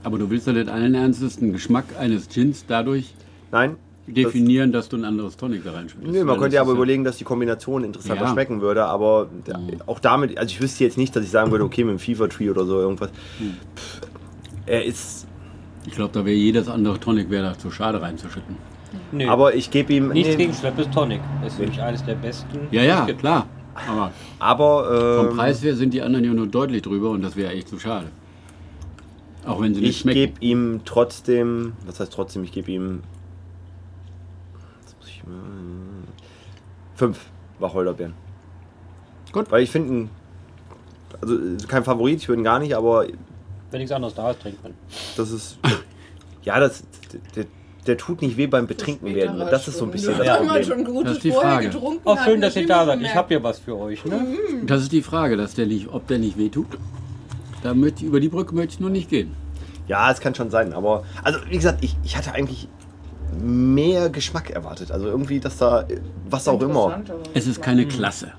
B: Aber du willst ja nicht allen Ernstes den Geschmack eines Gins dadurch
A: Nein.
B: definieren, dass du ein anderes Tonic da
A: Das,
B: reinschmeißt.
A: nee, man
B: Weil
A: könnte
B: das
A: ja aber
B: ist
A: überlegen, dass die Kombination interessanter
B: Ja.
A: schmecken würde, aber d- auch damit, also ich wüsste jetzt nicht, dass ich sagen würde, okay, mit dem Fever Tree oder so irgendwas. Pff, er ist.
B: Ich glaube, da wäre jedes andere Tonic wäre da zu schade reinzuschütten.
D: Nö.
A: Aber ich gebe ihm.
D: nichts
A: nee,
D: gegen Schweppes Tonic. Ist für mich eines der besten.
B: Ja, ja,
D: Es gibt-
B: klar. Aber
A: aber.
B: vom
A: Ähm,
B: Preis her sind die anderen ja nur deutlich drüber und das wäre echt zu schade. Auch wenn sie nicht
A: Ich
B: schmecken.
A: gebe ihm trotzdem, was heißt trotzdem, ich gebe ihm. Jetzt muss ich mal, fünf Wacholderbeeren.
B: Gut.
A: Weil ich finde, ihn- also äh, kein Favorit, ich würde ihn gar nicht, aber
D: Wenn nichts anderes da ist, trinkt man.
A: das ist. ja, das. Der, der tut nicht weh beim Betrinken werden.
C: Späterer
A: Das ist so ein bisschen
C: Stunde.
A: das
C: Wenn man
A: Problem.
C: halt schon
B: Das
C: gutes
B: ist die
C: vorher
B: Frage.
C: getrunken
D: Auch
C: hat,
D: Oh, schön, dass ihr
C: bestimmt
D: da seid. Ich
C: gemerkt.
D: habe hier was für euch. Ne?
B: Das ist die Frage, dass der nicht, ob der nicht wehtut. Da möchte, über die Brücke möchte ich nur nicht gehen.
A: Ja, es kann schon sein, aber. Also, wie gesagt, ich, ich hatte eigentlich mehr Geschmack erwartet. Also irgendwie, dass da. äh, Was auch immer.
C: Interessant, aber
B: Es ist keine Klasse.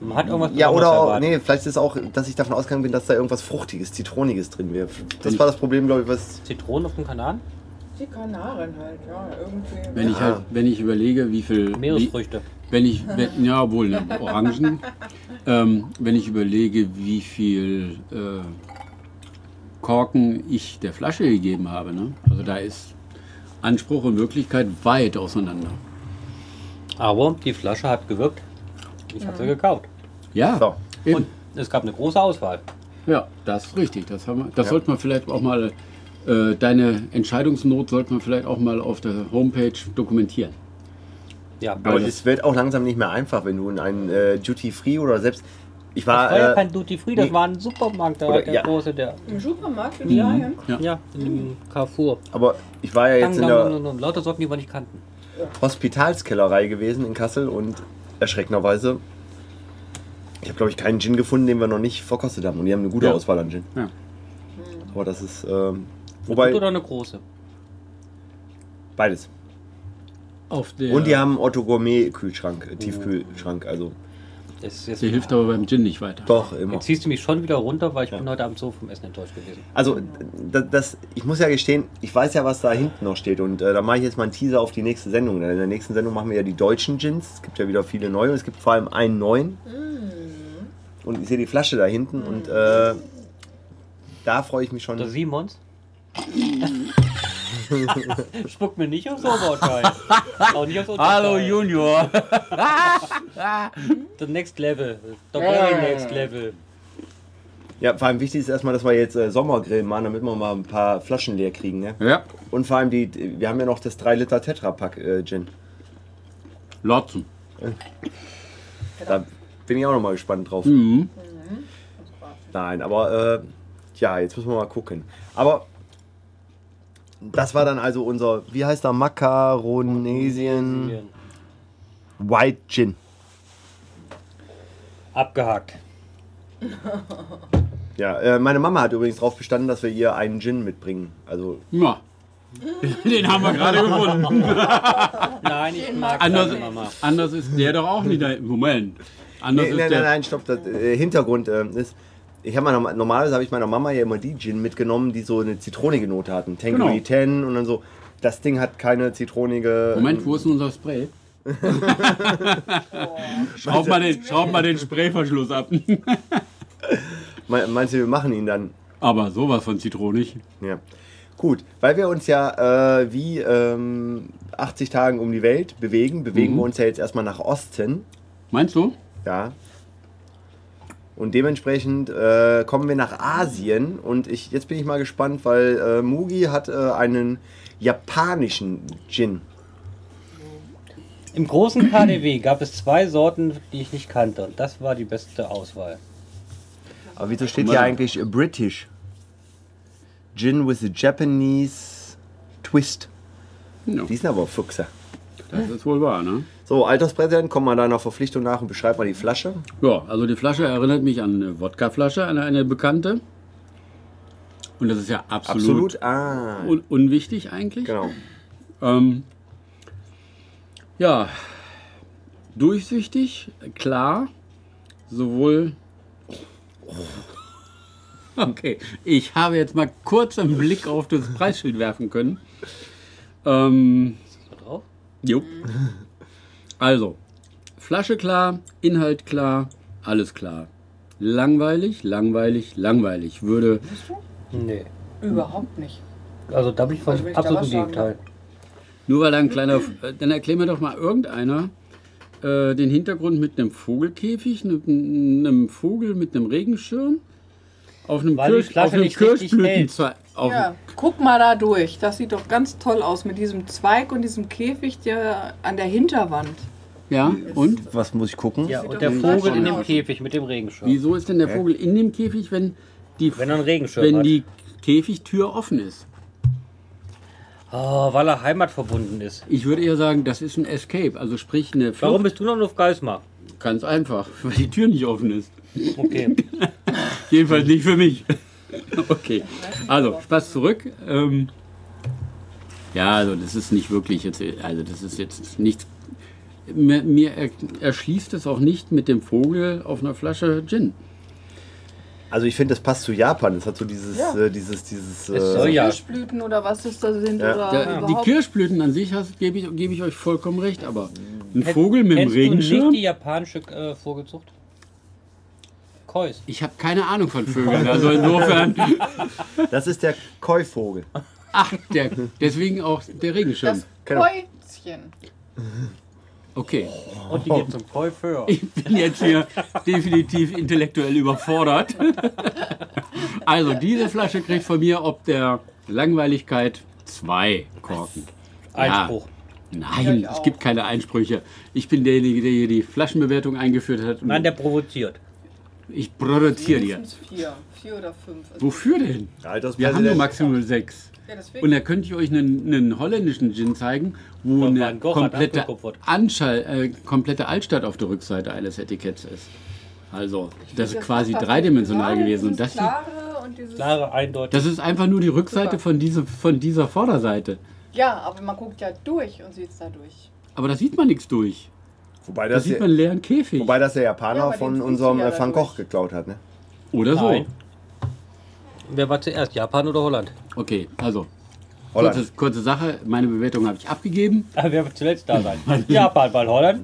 D: Man hat irgendwas
A: Ja,
D: Besonderes
A: oder auch,
D: erwartet.
A: nee, vielleicht ist auch, dass ich davon ausgegangen bin, dass da irgendwas Fruchtiges, Zitroniges drin wäre. Das
B: ich-
A: war das Problem, glaube ich, was.
D: Zitronen auf dem Kanal?
C: Die Kanaren halt, ja, irgendwie.
B: Wenn ich halt, wenn ich überlege, wie viel. wie-
D: Meeresfrüchte.
B: Wenn ich, wenn, ja, obwohl, ne, Orangen. ähm, wenn ich überlege, wie viel äh, Korken ich der Flasche gegeben habe, ne? also da ist Anspruch und Wirklichkeit weit auseinander.
D: Aber die Flasche hat gewirkt. Ich habe sie gekauft.
B: Ja,
A: So.
B: eben.
D: Und es gab eine große Auswahl.
B: ja, das ist richtig. Das, haben wir, das sollte man vielleicht auch mal, äh, deine Entscheidungsnot sollte man vielleicht auch mal auf der Homepage dokumentieren.
D: Ja,
A: Aber
B: das-
A: es wird auch langsam nicht mehr einfach, wenn du in einen äh, Duty Free oder selbst. Ich
D: das war ja
A: war. Äh,
D: kein Duty Free, das
A: nee.
D: war ein Supermarkt, da
A: Oder-
D: der
A: ja.
D: große, der.
C: Im Supermarkt
B: Mhm.
C: in Italien.
B: Ja.
D: Ja, im Carrefour.
A: äh, aber ich war ja
D: Dang,
A: jetzt in
D: dang,
A: der
D: dang, dang. Lauter Sorten, die wir nicht kannten.
A: Hospitalskellerei gewesen in Kassel und erschreckenderweise. Ich habe, glaube ich, keinen Gin gefunden, den wir noch nicht verkostet haben. Und die haben eine gute
B: Ja.
A: Auswahl an Gin.
B: Ja.
A: Aber das ist. Ähm,
D: Gut oder
A: wobei.
D: eine große?
A: Beides.
B: Auf der,
A: Und die haben Otto Gourmet Kühlschrank, äh, Tiefkühlschrank. Also
D: Das ist jetzt
B: die hilft aber beim Gin nicht weiter.
A: doch immer.
D: Jetzt ziehst du mich schon wieder runter, weil ich bin heute Abend so vom Essen enttäuscht gewesen.
A: Also, das, das, ich muss ja gestehen, ich weiß ja, was da hinten noch steht. Und äh, da mache ich jetzt mal einen Teaser auf die nächste Sendung. Denn in der nächsten Sendung machen wir ja die deutschen Gins. Es gibt ja wieder viele neue. Und es gibt vor allem einen neuen. Und ich sehe die Flasche da hinten. Und äh, da freue ich mich schon.
D: Der Simons? Spuck mir nicht aufs Oberteil. Auch nicht aufs Unterteil.
B: Junior!
D: The next level. The very next level.
A: Ja, vor allem wichtig ist erstmal, dass wir jetzt äh, Sommergrill machen, damit wir mal ein paar Flaschen leer kriegen. Ne?
B: Ja,
A: Und vor allem, die, wir haben ja noch das 3-Liter Tetra-Pack äh, Gin.
B: Lotsen.
A: Da bin ich auch nochmal gespannt drauf.
B: Mhm.
A: Nein, aber äh, Tja, jetzt müssen wir mal gucken. Aber das war dann also unser, wie heißt er, Makaronesien White Gin.
E: Abgehakt.
A: Ja, äh, meine Mama hat übrigens darauf bestanden, dass wir ihr einen Gin mitbringen. Also
B: Ja. Den haben wir gerade gefunden.
E: Nein, ich mag
B: Anders,
E: deine Mama.
B: anders ist der doch auch nicht da. Moment. Anders
A: Nee,
B: ist
A: nein,
B: der.
A: nein, nein, stopp. Der äh, Hintergrund ähm, ist, ich habe meiner, normalerweise habe ich meiner Mama ja immer die Gin mitgenommen, die so eine zitronige Note hatten. Tangerine
B: Genau.
A: 10 und dann so. Das Ding hat keine zitronige.
B: Moment, wo ist denn unser Spray? schraub, mal den, schraub mal den Sprayverschluss ab.
A: Me meinst du, wir machen ihn dann?
B: Aber sowas von zitronig.
A: Ja. Gut, weil wir uns ja äh, wie ähm, 80 Tagen um die Welt bewegen, bewegen
B: Mhm.
A: wir uns ja jetzt erstmal nach Osten.
B: Meinst du?
A: Ja. Und dementsprechend äh, kommen wir nach Asien. Und ich, jetzt bin ich mal gespannt, weil äh, Mugi hat äh, einen japanischen Gin.
E: Im großen KDW gab es zwei Sorten, die ich nicht kannte. Und das war die beste Auswahl.
A: Aber wieso steht
B: Mal.
A: hier eigentlich äh, British? Gin with a Japanese Twist.
B: Ja,
A: Die sind aber Fuchse.
B: das ist wohl wahr, ne?
A: So, Alterspräsident, komm mal deiner Verpflichtung nach und beschreib mal die Flasche.
B: Ja, also die Flasche erinnert mich an eine Wodkaflasche, an eine bekannte. Und das ist ja
A: Absolut.
B: absolut,
A: Ah,
B: Un unwichtig eigentlich.
A: genau.
B: Ähm, ja, durchsichtig, klar, sowohl. Okay, ich habe jetzt mal kurz einen Blick auf das Preisschild werfen können. Ähm,
D: Mal drauf.
B: jo. Also, Flasche klar, Inhalt klar, alles klar. Langweilig, langweilig, langweilig. Würde
D: Nee.
C: Überhaupt nicht.
D: Also da bin ich
C: Also, wenn
D: von
C: ich da
D: absolut
C: was
D: im
C: sagen
D: Gegenteil.
B: Nur weil da ein kleiner. äh, Dann erklär mir doch mal irgendeiner äh, den Hintergrund mit einem Vogelkäfig, ne- einem Vogel mit einem Regenschirm, auf einem,
D: Weil die
B: Kirsch,
D: Flasche
B: auf einem
D: nicht richtig
B: Kirschblütenzweig. Auf,
C: Ja, guck mal da durch. Das sieht doch ganz toll aus mit diesem Zweig und diesem Käfig der an der Hinterwand.
B: ja, und?
A: Was muss ich gucken?
D: Ja,
C: sieht
D: und
C: doch
D: der
C: nicht
D: Vogel
C: so
D: in dem
C: aus.
D: Käfig mit dem Regenschirm.
B: Wieso ist denn der Vogel in dem Käfig, wenn die,
D: Wenn er einen Regenschirm
B: wenn
D: hat.
B: die Käfigtür offen ist?
D: Ah, weil er heimatverbunden ist.
B: Ich würde eher sagen, das ist ein Escape, also sprich eine Flucht.
D: Warum bist du noch auf Geismar?
B: Ganz einfach, weil die Tür nicht offen ist.
D: Okay.
B: Jedenfalls nicht für mich. Okay, also Spaß zurück. Ähm, ja, also das ist nicht wirklich jetzt, also das ist jetzt nichts. Mir, mir er, erschließt es auch nicht mit dem Vogel auf einer Flasche Gin.
A: Also ich finde, das passt zu Japan. Es hat so dieses,
C: Ja.
A: äh, dieses, dieses.
D: Es soll ja-
C: Kirschblüten oder was es da sind
A: Ja.
C: oder
B: Da, die
C: überhaupt.
B: Kirschblüten an sich hast- gebe ich, gebe ich euch vollkommen recht, aber ein Vogel mit dem
D: Kennst du nicht die
B: Regenschirm?
D: japanische äh, Vogelzucht? Kois.
B: Ich habe keine Ahnung von Vögeln, also insofern.
A: das ist der Koi-Vogel.
B: Ach, der, deswegen auch der Regenschirm.
C: das
A: Genau.
C: Käuzchen.
B: Okay.
D: Und die geht zum Käufer.
B: Ich bin jetzt hier definitiv intellektuell überfordert. Also, diese Flasche kriegt von mir ob der Langweiligkeit zwei Korken.
D: Einspruch.
B: Nein,
C: Ich
B: es
C: auch.
B: gibt keine Einsprüche. Ich bin derjenige, der hier die Flaschenbewertung eingeführt hat. und
D: Nein, der provoziert.
B: ich produziere hier.
C: Mindestens vier. Vier oder fünf. Also-
B: Wofür denn? Wir haben nur
A: Alterspräsident.
B: maximal sechs.
C: Ja, deswegen.
B: Und da könnte ich euch einen, einen holländischen Gin zeigen, wo
D: Von
B: eine
D: Van Gogh hat
B: komplette,
D: abgekupfert.
B: Anschall, äh, komplette Altstadt auf der Rückseite eines Etiketts ist. Also, das ist quasi
C: Papppapier
B: dreidimensional
C: Klare,
B: gewesen. Und das,
C: dieses Klare und dieses
D: Klare, eindeutig.
B: das ist einfach nur die Rückseite
C: Super.
B: von, diese, von dieser Vorderseite.
C: Ja, aber man guckt ja durch und sieht es da durch.
B: Aber da sieht man nichts durch.
A: Wobei
B: Da
A: das,
B: sieht man einen leeren Käfig.
A: wobei das der
C: Ja,
A: Japaner
C: aber den
A: von
C: ziehst du
A: unserem
C: ja
A: äh, Van
C: da
A: Gogh
C: durch.
A: geklaut hat, ne?
B: Oder so.
D: Nein. Wer war zuerst, Japan oder Holland?
B: Okay, also, kurze,
A: Holland.
B: kurze Sache. Meine Bewertung habe ich abgegeben.
E: Aber wer wird zuletzt da sein? Japan, weil Holland.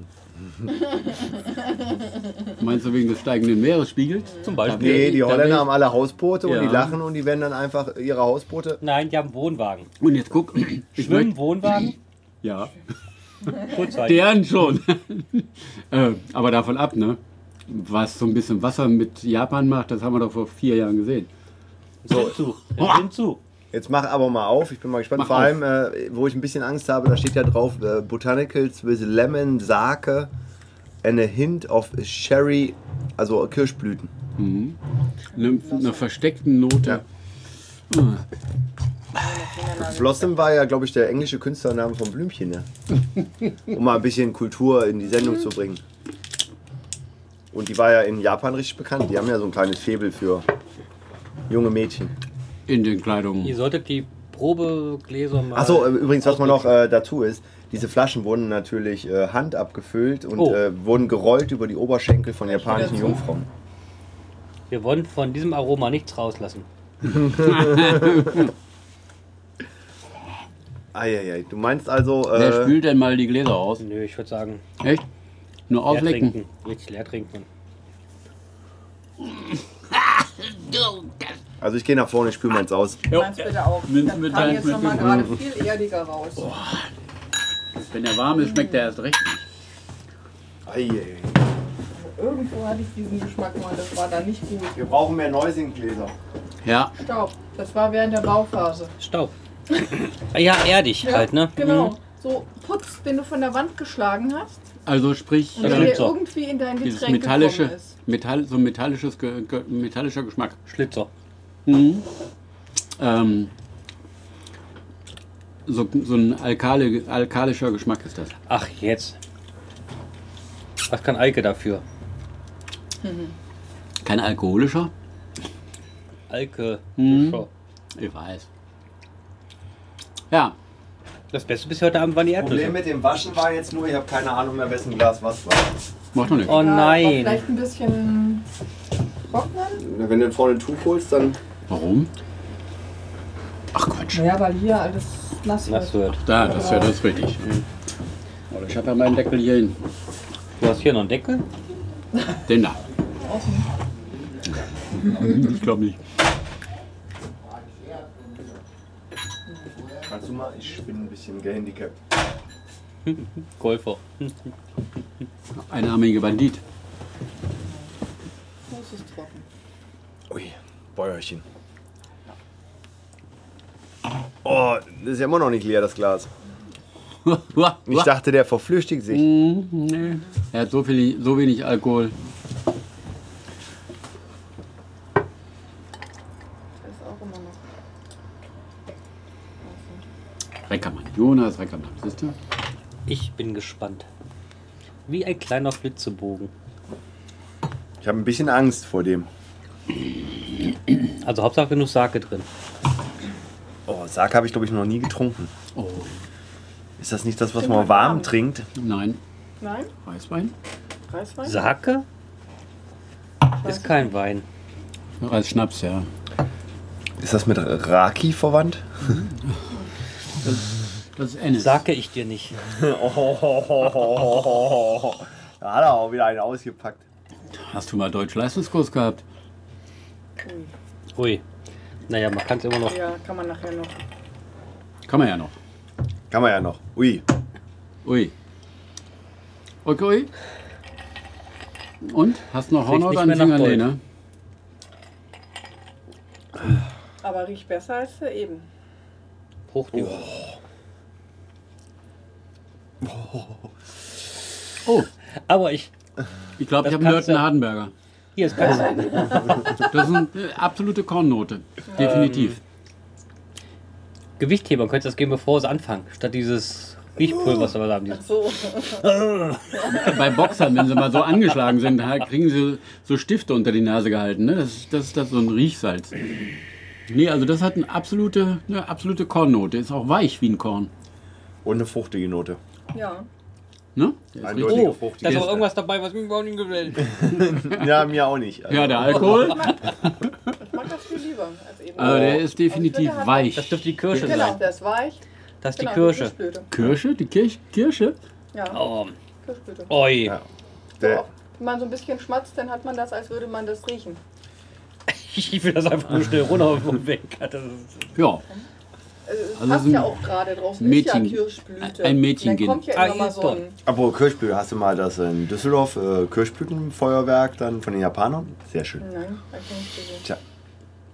B: Meinst du wegen des steigenden Meeresspiegels?
D: Zum Beispiel.
A: Nee, die
B: Da bin ich-
A: Holländer haben alle Hausboote
B: Ja.
A: und die lachen und die werden dann einfach ihre Hausboote.
E: Nein, die haben Wohnwagen.
B: Und jetzt guck. Ich
E: Schwimmen,
B: möchte,
E: Wohnwagen,
B: ja.
E: Kurzweil.
B: Deren schon. äh, aber davon ab, ne? Was so ein bisschen Wasser mit Japan macht, das haben wir doch vor vier Jahren gesehen.
E: So. Zu. Hinzu.
A: Jetzt mach aber mal auf, ich bin mal gespannt.
B: Mach
A: Vor
B: auf.
A: allem, äh, wo ich ein bisschen Angst habe, da steht ja drauf: äh, Botanicals with Lemon, Sake and a hint of Sherry, also Kirschblüten.
B: Mhm. Eine, eine versteckte Note. Ah,
A: Blossom war ja, glaube ich, der englische Künstlername von Blümchen, ne? Um mal ein bisschen Kultur in die Sendung zu bringen. Und die war ja in Japan richtig bekannt. Die haben ja so ein kleines Faible für junge Mädchen.
B: In den Kleidungen.
D: Ihr solltet die Probegläser mal.
B: Also,
A: Achso,
B: ähm,
A: übrigens, was man noch äh, dazu ist, diese Flaschen wurden natürlich äh, handabgefüllt und
D: Oh.
A: äh, wurden gerollt über die Oberschenkel von japanischen Jungfrauen.
D: Wir wollen von diesem Aroma nichts rauslassen.
A: Eieiei, du meinst also,
B: Wer
A: äh,
B: spült denn mal die Gläser aus?
D: Nö, ich würde sagen,
B: Echt? Nur
D: leer
B: auflecken.
D: trinken. Richtig leer trinken.
A: also ich gehe nach vorne, ich spüle meins aus.
C: Meins bitte auch.
B: Mit-
C: Dann
B: mit
C: kam
B: deinem-
C: jetzt nochmal
B: mit-
C: gerade viel erdiger raus.
B: Wenn der warm ist, schmeckt er erst recht. nicht.
A: Eieiei.
C: Irgendwo hatte ich diesen Geschmack mal, das war da nicht gut.
A: Wir brauchen mehr Neusinggläser.
B: Ja,
C: Staub. Das war während der Bauphase.
D: Staub. Ah, Ja, erdig halt, ne?
C: Genau. So Putz, den du von der Wand geschlagen hast
B: also sprich,
C: und
D: Das
C: der
B: äh,
D: stimmt
C: dir
D: so.
C: irgendwie in dein
B: dieses
C: Getränk gekommen
B: metallische,
C: ist.
B: Metall, so ein metallisches, Ge- Ge- metallischer Geschmack.
D: Schlitzer.
B: Mhm. Ähm, so, so ein alkali, alkalischer Geschmack ist das.
D: Ach, jetzt. Was kann Eike dafür?
B: Kein alkoholischer?
D: Alke.
B: Mhm.
D: Schau.
B: Ich weiß. Ja,
D: Das Beste bis heute Abend waren die
A: Problem
D: Erdnüsse.
A: mit dem Waschen war jetzt nur, ich habe keine Ahnung mehr, wessen Glas was war.
B: macht doch nichts.
D: Oh
C: Ja, aber
D: nein.
C: Vielleicht ein bisschen trocknen?
A: Wenn du vorne ein Tuch holst, dann.
B: Warum? Ach Quatsch.
C: Ja, weil hier alles nass
D: Das
C: wird.
D: wird.
B: Da, das ist ja das ist richtig. Oder ich habe ja meinen Deckel hier hin.
D: Du hast hier noch einen Deckel?
B: Den da. Ich glaube nicht.
A: Kannst du mal, ich bin ein bisschen gehandicapt.
D: Golfer.
B: Einarmiger Bandit.
C: Fuß ist trocken.
A: Ui, Bäuerchen. Oh, das ist ja immer noch nicht leer, das Glas. Ich dachte, der verflüchtigt sich.
B: Mhm, nee. Er hat so, viel, so wenig Alkohol.
C: Das ist auch immer noch.
B: Reckermann. Jonas Reckermann. Siehst du?
D: Ich bin gespannt. Wie ein kleiner Flitzebogen.
A: Ich habe ein bisschen Angst vor dem.
D: Also Hauptsache genug Sake drin.
A: Oh, Sarg habe ich, glaube ich, noch nie getrunken.
B: Oh,
A: Ist das nicht das, was
C: Immer
A: man warm
C: warm.
A: trinkt?
B: nein.
C: Nein?
B: Weißwein?
C: Reiswein?
D: Sake? Ist kein Wein.
B: Als Schnaps, ja.
A: Ist das mit Raki verwandt?
B: Das ist Ennis.
D: Sake ich dir nicht.
A: Oh, da hat er auch wieder einen ausgepackt.
B: Hast du mal Deutsch-Leistungskurs gehabt?
C: Ui.
D: Ui. Naja, man kann es immer noch.
C: Ja, kann man nachher noch.
B: Kann man ja noch.
A: Kann man ja noch. Ui.
B: Ui. Okay, ui. Und? Hast noch Hornhaut
D: nicht
B: an den
D: mehr nach
B: Fingern? Nee, ne?
C: Aber riecht besser als der eben.
D: Hochniveau.
B: Oh,
D: Aber ich.
B: ich glaube,
D: Das
B: ich habe einen
D: kannst
B: Hörten
D: du-
B: Hardenberger.
D: Hier ist kein.
B: Das ist eine absolute Kornnote. Definitiv.
D: Gewichtheber könntest du das geben, bevor sie anfangen. Statt dieses Riechpulver, was wir da haben. Dieses
C: So.
B: Bei Boxern, wenn sie mal so angeschlagen sind, ha- kriegen sie so Stifte unter die Nase gehalten. Ne? Das, ist- das ist das ist so ein Riechsalz. Nee, also das hat eine absolute, eine absolute Kornnote. Ist auch weich wie ein Korn.
A: Und eine fruchtige Note.
C: Ja.
B: Ne? Der ist
A: Eindeutig.
B: richtig-
A: Oh,
D: oh,
A: fruchtige
D: da ist
B: Geste.
D: auch irgendwas dabei, was mir überhaupt nicht gefällt.
A: Ja, mir auch nicht.
B: Ja, der Alkohol,
C: Ich mag das viel lieber als eben.
B: also der ist
C: Ich
B: definitiv
C: finde, der hat-
D: Das
B: weich.
D: dürfte die Kirsche
C: genau,
D: sein.
C: der ist weich.
D: Das ist die
C: genau,
D: Kirsche.
C: Kirschblüte.
B: Kirsche, die Kirsch, Kirsche?
C: Ja,
D: Oh,
C: Kirschblüte.
D: oi.
A: Ja.
C: So,
A: Der,
C: wenn man so ein bisschen schmatzt, dann hat man das, als würde man das riechen.
D: Ich will das einfach nur schnell runter und weg. Das ist
B: Ja,
C: Also, es
B: Also
C: passt
B: so ein
C: ja auch gerade drauf. Es
B: Mädchen-
C: ist ja Kirschblüte.
B: ein Mädchen
C: Dann kommt ja
D: gehen.
C: immer
D: Ah,
C: mal so ein.
A: apropos Kirschblüte, hast du mal das in Düsseldorf äh, Kirschblütenfeuerwerk dann von den Japanern? Sehr schön.
C: Nein, hab ich nicht gesehen.
A: Tja,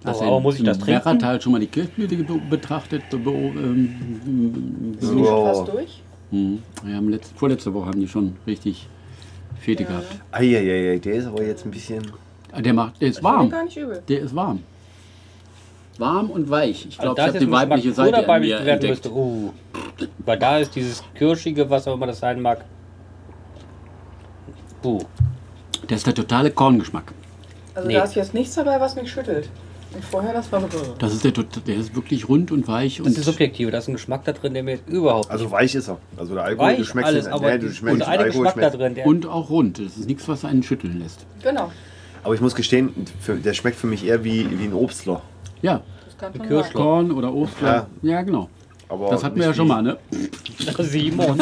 B: Hast du
D: Oh,
B: Hm.
D: aber
B: in-
D: muss ich das
B: im
D: trinken?
B: Werratal schon mal die Kirchblüte be- betrachtet? Be ähm,
C: Sind die schon
A: So.
C: fast durch?
B: mhm. wir haben letzt, vorletzte Woche haben die schon richtig Fete gehabt.
A: Ah, Eieiei, der ist aber jetzt ein bisschen.
B: Ah, Der, macht, der ist
C: War
B: warm.
C: gar nicht übel.
B: Der ist warm. Warm und weich. Ich glaube, ich
D: das
B: habe die weibliche Seite
D: dabei
B: an mir
D: werden
B: entdeckt.
D: müsste. Uh. Weil da ist dieses kirschige, was auch immer das sein mag. Uh.
B: Das ist der totale Korngeschmack.
C: Also
D: Nee.
C: da ist jetzt nichts dabei, was mich schüttelt. Und vorher, das war so.
B: Das ist der, tot- der ist wirklich rund und weich
D: Das
B: und
D: ist subjektiv, da ist ein Geschmack da drin, der mir jetzt überhaupt
A: Also
D: nicht
A: weich ist er. Also der Alkohol, du
D: weich
A: schmeckst
D: alles,
A: den,
D: aber
A: nee,
D: nee,
A: du schmeckst den
D: ein
A: Alkohol.
D: Geschmack da
A: Schmeckt,
D: drin, der
B: und auch rund. Das ist nichts, was einen schütteln lässt.
C: Genau.
A: aber ich muss gestehen, für, der schmeckt für mich eher wie, wie ein Obstler.
B: Ja,
C: Das kann
D: Eine
C: man
D: Kirschloch.
C: sagen.
B: Korn oder Obst. Ja,
A: Ja.
B: genau.
A: Aber
B: Das hatten
A: nicht
B: wir ja schon
A: wie-
B: mal, ne?
D: Simon.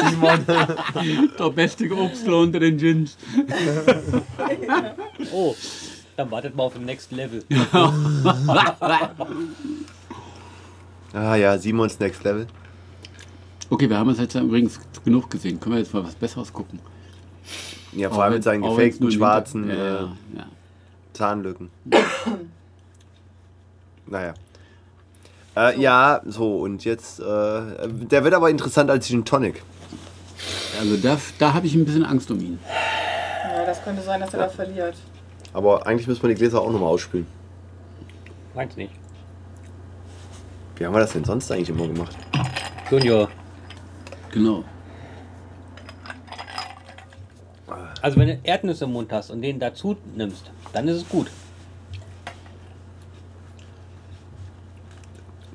B: Der beste Obstler unter den Gins.
D: Oh, dann wartet mal auf dem nächsten Level.
A: Ah ja, Simons Next Level.
B: Okay, wir haben es jetzt ja übrigens genug gesehen. Können wir jetzt mal was Besseres gucken?
A: Ja, vor
B: Auch
A: allem
B: wenn-
A: mit seinen
B: auch wenn's nur
A: gefakten schwarzen
B: im Winter-
A: äh,
B: Ja, ja, ja.
A: Zahnlücken. naja. Äh, ja, so, und jetzt, äh, der wird aber interessant als Gin Tonic.
B: Also da, da habe ich ein bisschen Angst um ihn.
C: Ja, das könnte sein, dass er da verliert.
A: Aber eigentlich müssen wir die Gläser auch nochmal ausspülen.
D: Meins nicht.
A: Wie haben wir das denn sonst eigentlich immer gemacht?
D: Junior.
B: Genau.
D: Also wenn du Erdnüsse im Mund hast und den dazu nimmst, dann ist es gut.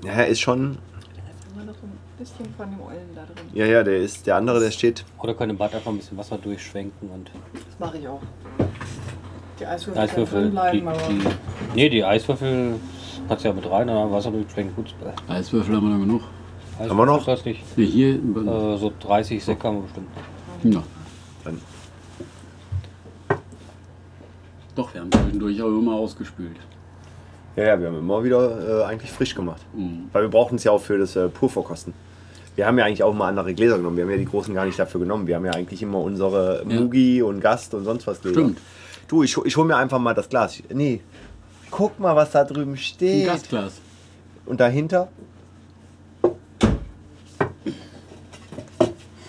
A: Ja, ist schon.
C: Jetzt haben wir noch so ein bisschen von dem Eulen da drin.
A: Ja, ja, der ist. Der andere, der steht.
D: Oder können im Bad einfach ein bisschen Wasser durchschwenken und
C: Das mache ich auch. Die Eiswürfel,
D: Eiswürfel.
C: können
D: Die,
C: bleiben, aber
D: die, nee, die Eiswürfel kannst du ja mit rein, dann Wasser durchschwenken. Gut, äh,
B: Eiswürfel haben wir noch genug.
D: Eiswürfel
A: wir noch?
D: ist Das nicht.
B: Nee, hier.
D: Also Äh, so 30 Säcke haben wir bestimmt.
B: Ja.
A: Dann.
B: Doch, wir haben zwischendurch auch immer ausgespült.
A: Ja, ja, wir haben immer wieder äh, eigentlich frisch gemacht.
B: Mhm.
A: Weil wir brauchen es ja auch für das äh, Purvorkosten. Wir haben ja eigentlich auch mal andere Gläser genommen. Wir haben ja die großen gar nicht dafür genommen. Wir haben ja eigentlich immer unsere Mugi und Gast und sonst was Gläser.
B: Stimmt.
A: Du, ich, hol- ich hole mir einfach mal das Glas. Ich- Nee, guck mal, was da drüben
B: Ein
A: steht.
B: Gastglas.
A: Und dahinter?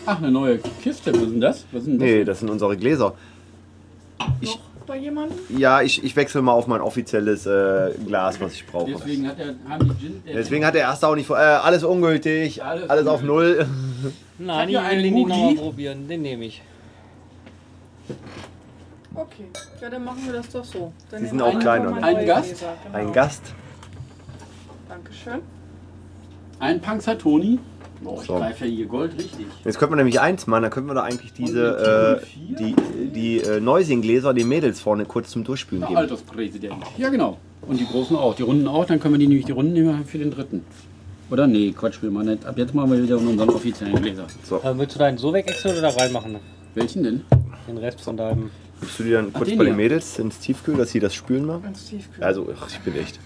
B: Ach, eine neue Kiste. Was ist denn das? Was ist denn das?
A: Nee, das sind unsere Gläser.
C: noch bei jemandem?
A: Ja, ich, ich wechsle mal auf mein offizielles äh, Glas, was ich brauche.
B: Deswegen hat der haben die Gin. Der
A: Deswegen hat der erste auch nicht. vor- Äh, alles ungültig,
B: Alles
A: alles, auf Null.
D: Nein,
B: ich
D: ich
B: hab hier
D: will
B: einen
D: den nicht nochmal
B: Mugi.
D: probieren. Den nehme ich.
C: Okay. Ja, dann machen wir das doch so. Dann
A: Die
C: nehmen
A: sind
C: wir
A: auch
C: einfach
A: kleiner,
C: mal
A: ne?
B: Ein
C: neue
B: Gast?
C: Gläser, Genau.
A: Ein Gast.
C: Dankeschön.
B: Ein Panzertoni. Boah, ich
A: So.
B: greife ja hier Gold richtig.
A: Jetzt könnten wir nämlich eins machen, dann könnten wir da eigentlich diese äh,
B: Und
A: die,
B: mit
A: die äh, Neusing-Gläser den Mädels vorne kurz zum Durchspülen
B: Der
A: geben.
B: Alterspräsident. Ja, genau. Und die großen auch. Die Runden auch. Dann können wir die nämlich die Runden nehmen für den dritten. Oder? Nee, Quatsch, will man nicht. Ab jetzt machen wir wieder unseren offiziellen Gläser.
D: Äh, willst du deinen so wegexeln oder da reinmachen?
B: Welchen denn?
D: Den Rest von deinem.
A: Gibst du die dann kurz
B: den
A: bei
B: hier.
A: den Mädels ins Tiefkühl, dass sie das spülen machen?
C: Ganz tiefkühl.
A: Also, ach, ich bin echt.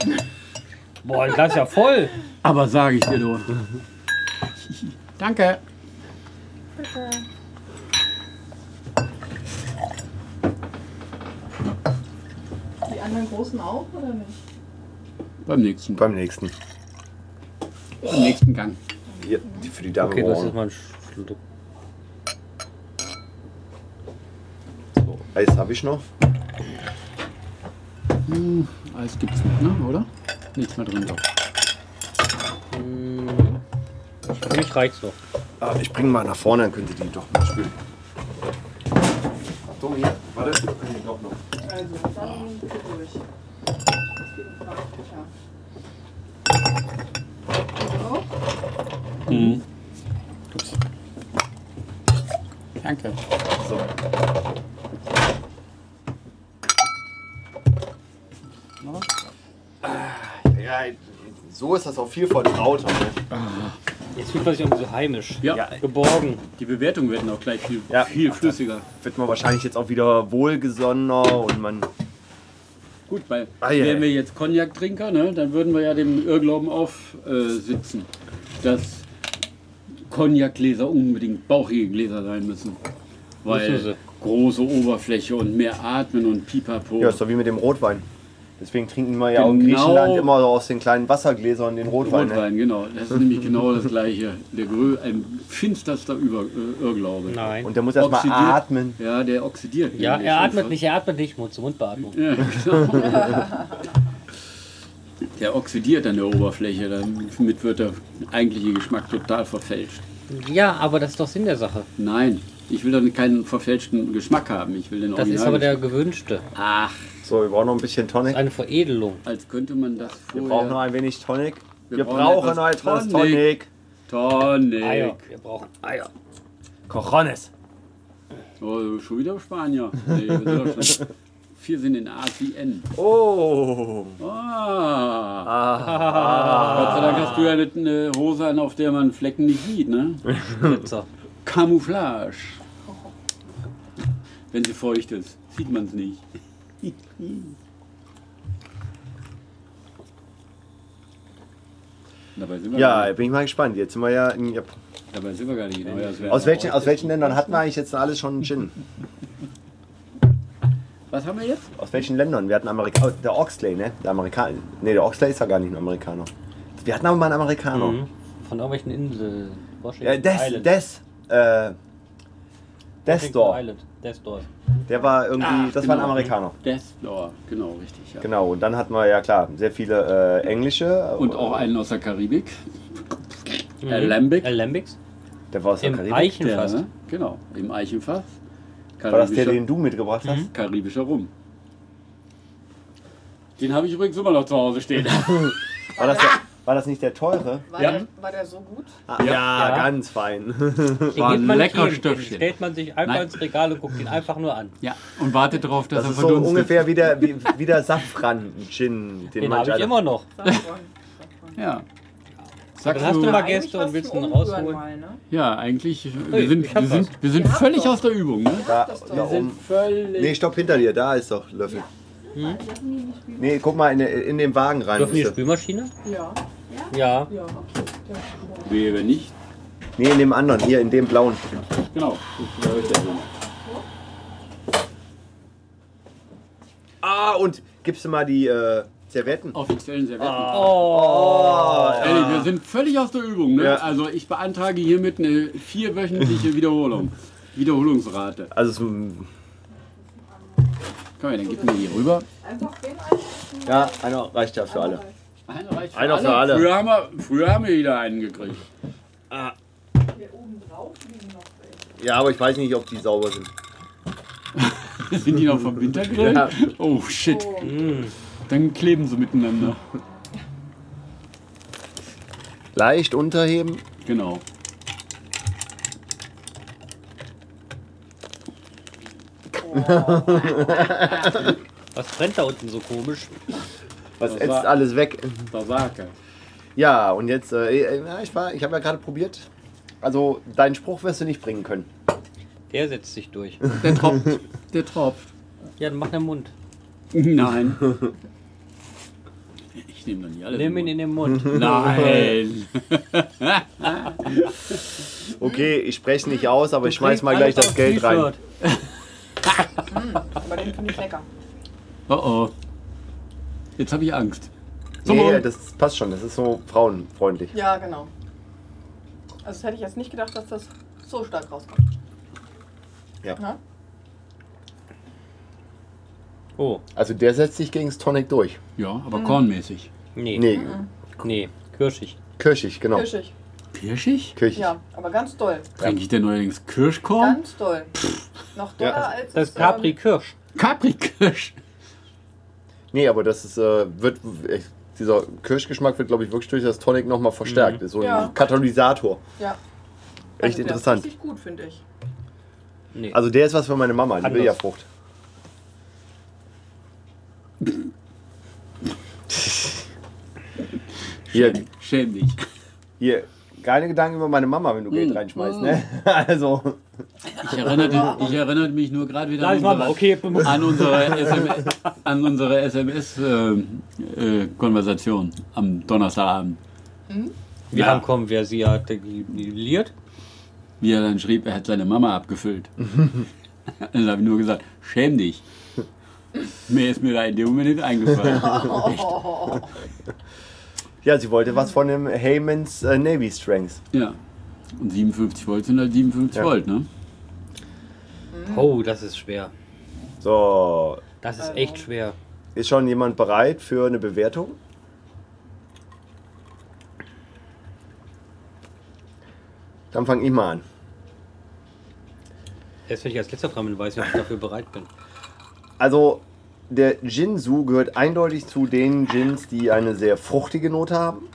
D: Boah, das ist ja voll.
B: Aber sage ich dir doch. Danke.
C: Bitte. Die anderen großen auch, oder nicht?
B: Beim nächsten.
A: Beim nächsten.
B: Beim nächsten Gang.
A: Ja, die- für die Dame
D: Okay, das
A: brauchen.
D: ist mal ein Schluck.
A: So, Eis habe Ah, ich noch.
B: Hm, Eis gibt's nicht, ne? Oder? Nichts mehr drin. Doch.
D: Hm, Für mich reicht's noch.
A: Ah, ich bringe mal nach vorne, dann könnt ihr die doch mal spülen. Tommy, warte, wir können die doch noch.
C: Also, dann geht durch. Das geht in Frage, ja. Also auch?
B: Danke.
A: So. Ah, Ja, so ist das auch viel vertrauter. Ne?
D: Jetzt fühlt man sich irgendwie so heimisch.
B: Ja.
D: Geborgen.
B: Die Bewertungen werden auch gleich viel,
A: Ja.
B: viel flüssiger.
A: Wird man wahrscheinlich jetzt auch wieder wohlgesonnener und man.
B: Gut, weil
A: Ah, ja.
B: wären wir jetzt Cognac-Trinker, ne, dann würden wir ja dem Irrglauben aufsitzen, äh, dass Cognac-Gläser unbedingt bauchige Gläser sein müssen. Weil
D: Müssen sie.
B: große Oberfläche und mehr atmen und pipapo.
A: Ja, ist doch wie mit dem Rotwein. Deswegen trinken wir ja auch in
B: Genau.
A: Griechenland immer so aus den kleinen Wassergläsern den Rotwein. Ne?
B: Rotwein, genau. Das ist nämlich genau das gleiche. Der Grö, ein finsterster Über äh, Irrglaube.
D: Nein.
A: Und der muss erstmal
B: Oxidiert.
A: atmen.
B: Ja, der oxidiert.
D: ja,
B: nämlich
D: er
B: schon
D: atmet
B: fast.
D: nicht, er atmet nicht, Mund zu Mundbeatmung.
B: Ja, genau. der oxidiert an der Oberfläche. Damit wird der eigentliche Geschmack total verfälscht.
D: Ja, aber das ist doch Sinn der Sache.
B: Nein, ich will dann keinen verfälschten Geschmack haben. Ich will den
D: Das ist
B: Original-
D: aber der gewünschte.
B: Ach,
A: So, wir brauchen noch ein bisschen Tonic.
D: Eine Veredelung.
B: als könnte man das
A: Wir
B: vorher...
A: brauchen noch ein wenig Tonic. Oh, Wir,
B: Wir
A: brauchen
B: brauchen
A: noch
B: etwas
A: etwas Tonic.
B: Tonic. Tonic.
D: Eier. Wir brauchen Eier.
A: Cojones.
B: Oh, schon wieder Spanier. Nee, wir sind doch schon- Vier sind in ATN.
A: Oh.
B: Ah.
A: Ah.
B: Gott sei Dank hast du ja eine, eine Hose an, auf der man Flecken nicht sieht, ne?
D: Glitzer.
B: Camouflage. Wenn sie feucht ist, sieht man es nicht. Dabei sind wir, gar,
A: Ja,
B: nicht,
A: bin ich mal gespannt. Jetzt sind wir ja in Japan.
B: dabei sind wir gar nicht. in Hoyerswerda.
A: Aus welchen, aus welchen Ländern hatten wir eigentlich jetzt alles schon einen Gin?
B: Was haben wir jetzt?
A: Aus welchen Ländern? Wir hatten Amerika der Oxley, ne? Der Amerikaner. Ne, der Oxley ist ja gar nicht ein Amerikaner. Wir hatten aber mal einen Amerikaner.
D: Mhm. Von irgendwelchen Inseln. Washington
A: Ja, Des,
D: Island.
A: Des, äh,
D: Washington
A: Destor.
D: Island. Destor.
A: Der war irgendwie, das war ein
B: genau.
A: Amerikaner.
B: Deathlower, genau, richtig. Ja.
A: Genau, und dann hatten wir ja klar sehr viele äh, Englische.
B: Und auch einen aus der Karibik.
D: Mhm.
B: Mhm.
A: Äh,
B: Alembic.
D: Alembics.
A: Der war aus der
D: Im
A: Karibik.
D: Eichenfass.
B: ne? Genau, im Eichenfass.
A: War das der,
B: Karibischer-
A: den du mitgebracht hast?
B: Mhm. karibischer Rum. Den habe ich übrigens immer noch zu Hause stehen.
A: War das, der, war das nicht der teure?
C: War,
B: Ja.
C: der, war der so gut?
A: Ah, ja,
D: Ja.
A: ganz fein.
D: Den
B: War
D: geht
B: ein
D: man
B: lecker
D: nicht hin. Den
B: Stöpfchen.
D: stellt man sich einfach
B: Nein.
D: ins Regal und guckt ihn einfach nur an.
B: Ja, und wartet darauf, dass
A: Das
B: er
A: ist so
B: verdunstet.
A: ungefähr wie der, wie, wie der Safran-Gin, den,
D: Den
A: manche
D: habe ich
A: alle-
D: immer noch.
C: Safran. Safran.
B: Ja. Sagst
D: Dann hast
B: du,
D: du mal-
C: Eigentlich
D: Gäste und
C: was
D: willst
C: zum
D: ihn
C: Umrühren
D: rausholen?
C: Mal, ne?
B: ja, eigentlich, äh, wir
D: Hey,
B: sind,
D: ich hab
B: wir sind, wir sind
C: Ihr habt
B: völlig
C: doch.
B: aus der Übung. Ne?
A: Da,
C: Das doch.
A: da oben.
B: Völlig. Hm?
A: Nee, stopp, hinter dir, da ist doch Löffel. Nee, guck mal in, in den Wagen rein.
D: Dürfen die
A: bitte.
D: Spülmaschine?
C: Ja,
D: Ja.
C: ja. ja.
B: Wäre nicht.
A: Nee, in dem anderen, hier, in dem blauen.
B: Genau. das war der Rum.
A: Ah, und gibst du mal die äh, Servetten?
B: Offiziellen Servietten.
A: Oh,
B: Ehrlich, wir sind völlig aus der Übung. Ne?
A: Ja.
B: Also ich beantrage hiermit eine vierwöchentliche Wiederholung. Wiederholungsrate.
A: Also, es- mm,
B: Komm her, dann gib mir hier rüber.
A: ja, einer reicht ja für alle.
B: Einer reicht für
A: Einer für alle.
B: Früher haben, wir, früher haben wir wieder einen gekriegt.
A: Ja, aber ich weiß nicht, ob die sauber sind.
B: Sind die noch vom Wintergrill?
A: Ja.
B: Oh shit. Dann kleben sie miteinander.
A: Leicht unterheben.
B: Genau.
D: Was brennt da unten so komisch?
A: Was
B: Das
A: ätzt
B: war-
A: alles weg?
B: Basake.
A: Ja, und jetzt, äh, ja, ich, war- ich habe ja gerade probiert. Also, deinen Spruch wirst du nicht bringen können.
D: Der setzt sich durch.
B: Der tropft. Der tropft.
D: Ja, dann mach den Mund.
B: Nein. Ich nehme doch nicht alles.
D: Nimm ihn in den Mund.
B: Nein.
A: Okay, ich spreche nicht aus, aber ich schmeiß
D: Kriegt
A: mal gleich
D: alles
A: das
D: aufs
A: Geld rein.
D: T-Shirt.
C: Aber den finde ich lecker.
B: Oh oh. Jetzt habe ich Angst. Zum
A: Nee,
B: Wohl.
A: das passt schon, das ist so frauenfreundlich.
C: Ja, genau. Also das hätte ich jetzt nicht gedacht, dass das so stark rauskommt.
A: Ja.
C: Na?
D: Oh,
A: Also, der setzt sich gegen das Tonic durch.
B: Ja, aber kornmäßig.
D: nee. Nee.
A: Nee,
D: Kirschig.
A: kirschig, genau.
C: Ah. Kirschig.
B: Kirschig?
A: Kirschig.
C: Ja, aber ganz doll.
B: Trinke ich denn neuerdings Kirschkorn?
C: Ganz doll. Noch doller
A: Ja,
C: als
D: Das ist
C: es, ähm,
D: Capri Kirsch.
B: Capri-Kirsch.
A: Nee, aber das ist, äh, wird, äh, dieser Kirschgeschmack wird, glaube ich, wirklich durch das Tonic nochmal verstärkt. Ist so ein
C: Ja.
A: Katalysator.
C: Ähm, ja.
A: Echt
C: der ist
A: interessant.
C: Richtig gut, finde ich.
D: Nee.
A: Also der ist was für meine Mama, die
D: Anders.
A: will ja Frucht. hier,
B: Schäm dich.
A: hier, keine Gedanken über meine Mama, wenn du
C: Mm.
A: Geld reinschmeißt, ne? Also,
B: Ich erinnerte, ich erinnerte mich nur gerade wieder
D: Sag ich mal,
B: unsere-
D: okay.
B: an unsere, SM, an unsere SMS-Konversation äh, am Donnerstagabend.
D: Wie lang kommen wir? Sie hat nivelliert.
B: Wie er dann schrieb, er hat seine Mama abgefüllt. dann habe ich nur gesagt, schäm dich. Mehr ist mir da in dem Moment nicht eingefallen.
C: Oh,
A: Ja, sie wollte was von dem Heyman's äh, Navy Strength.
B: ja. Und 57 Volt sind halt 57
A: Ja.
B: Volt, ne?
D: Oh, das ist schwer.
A: So,
D: Das ist
C: Also.
D: echt schwer.
A: ist schon jemand bereit für eine Bewertung? Dann fange ich mal an.
D: Erst wenn ich als letzter dran bin, weiß ich, ob ich dafür bereit bin.
A: Also, der Jinsu gehört eindeutig zu den Gins, die eine sehr fruchtige Note haben,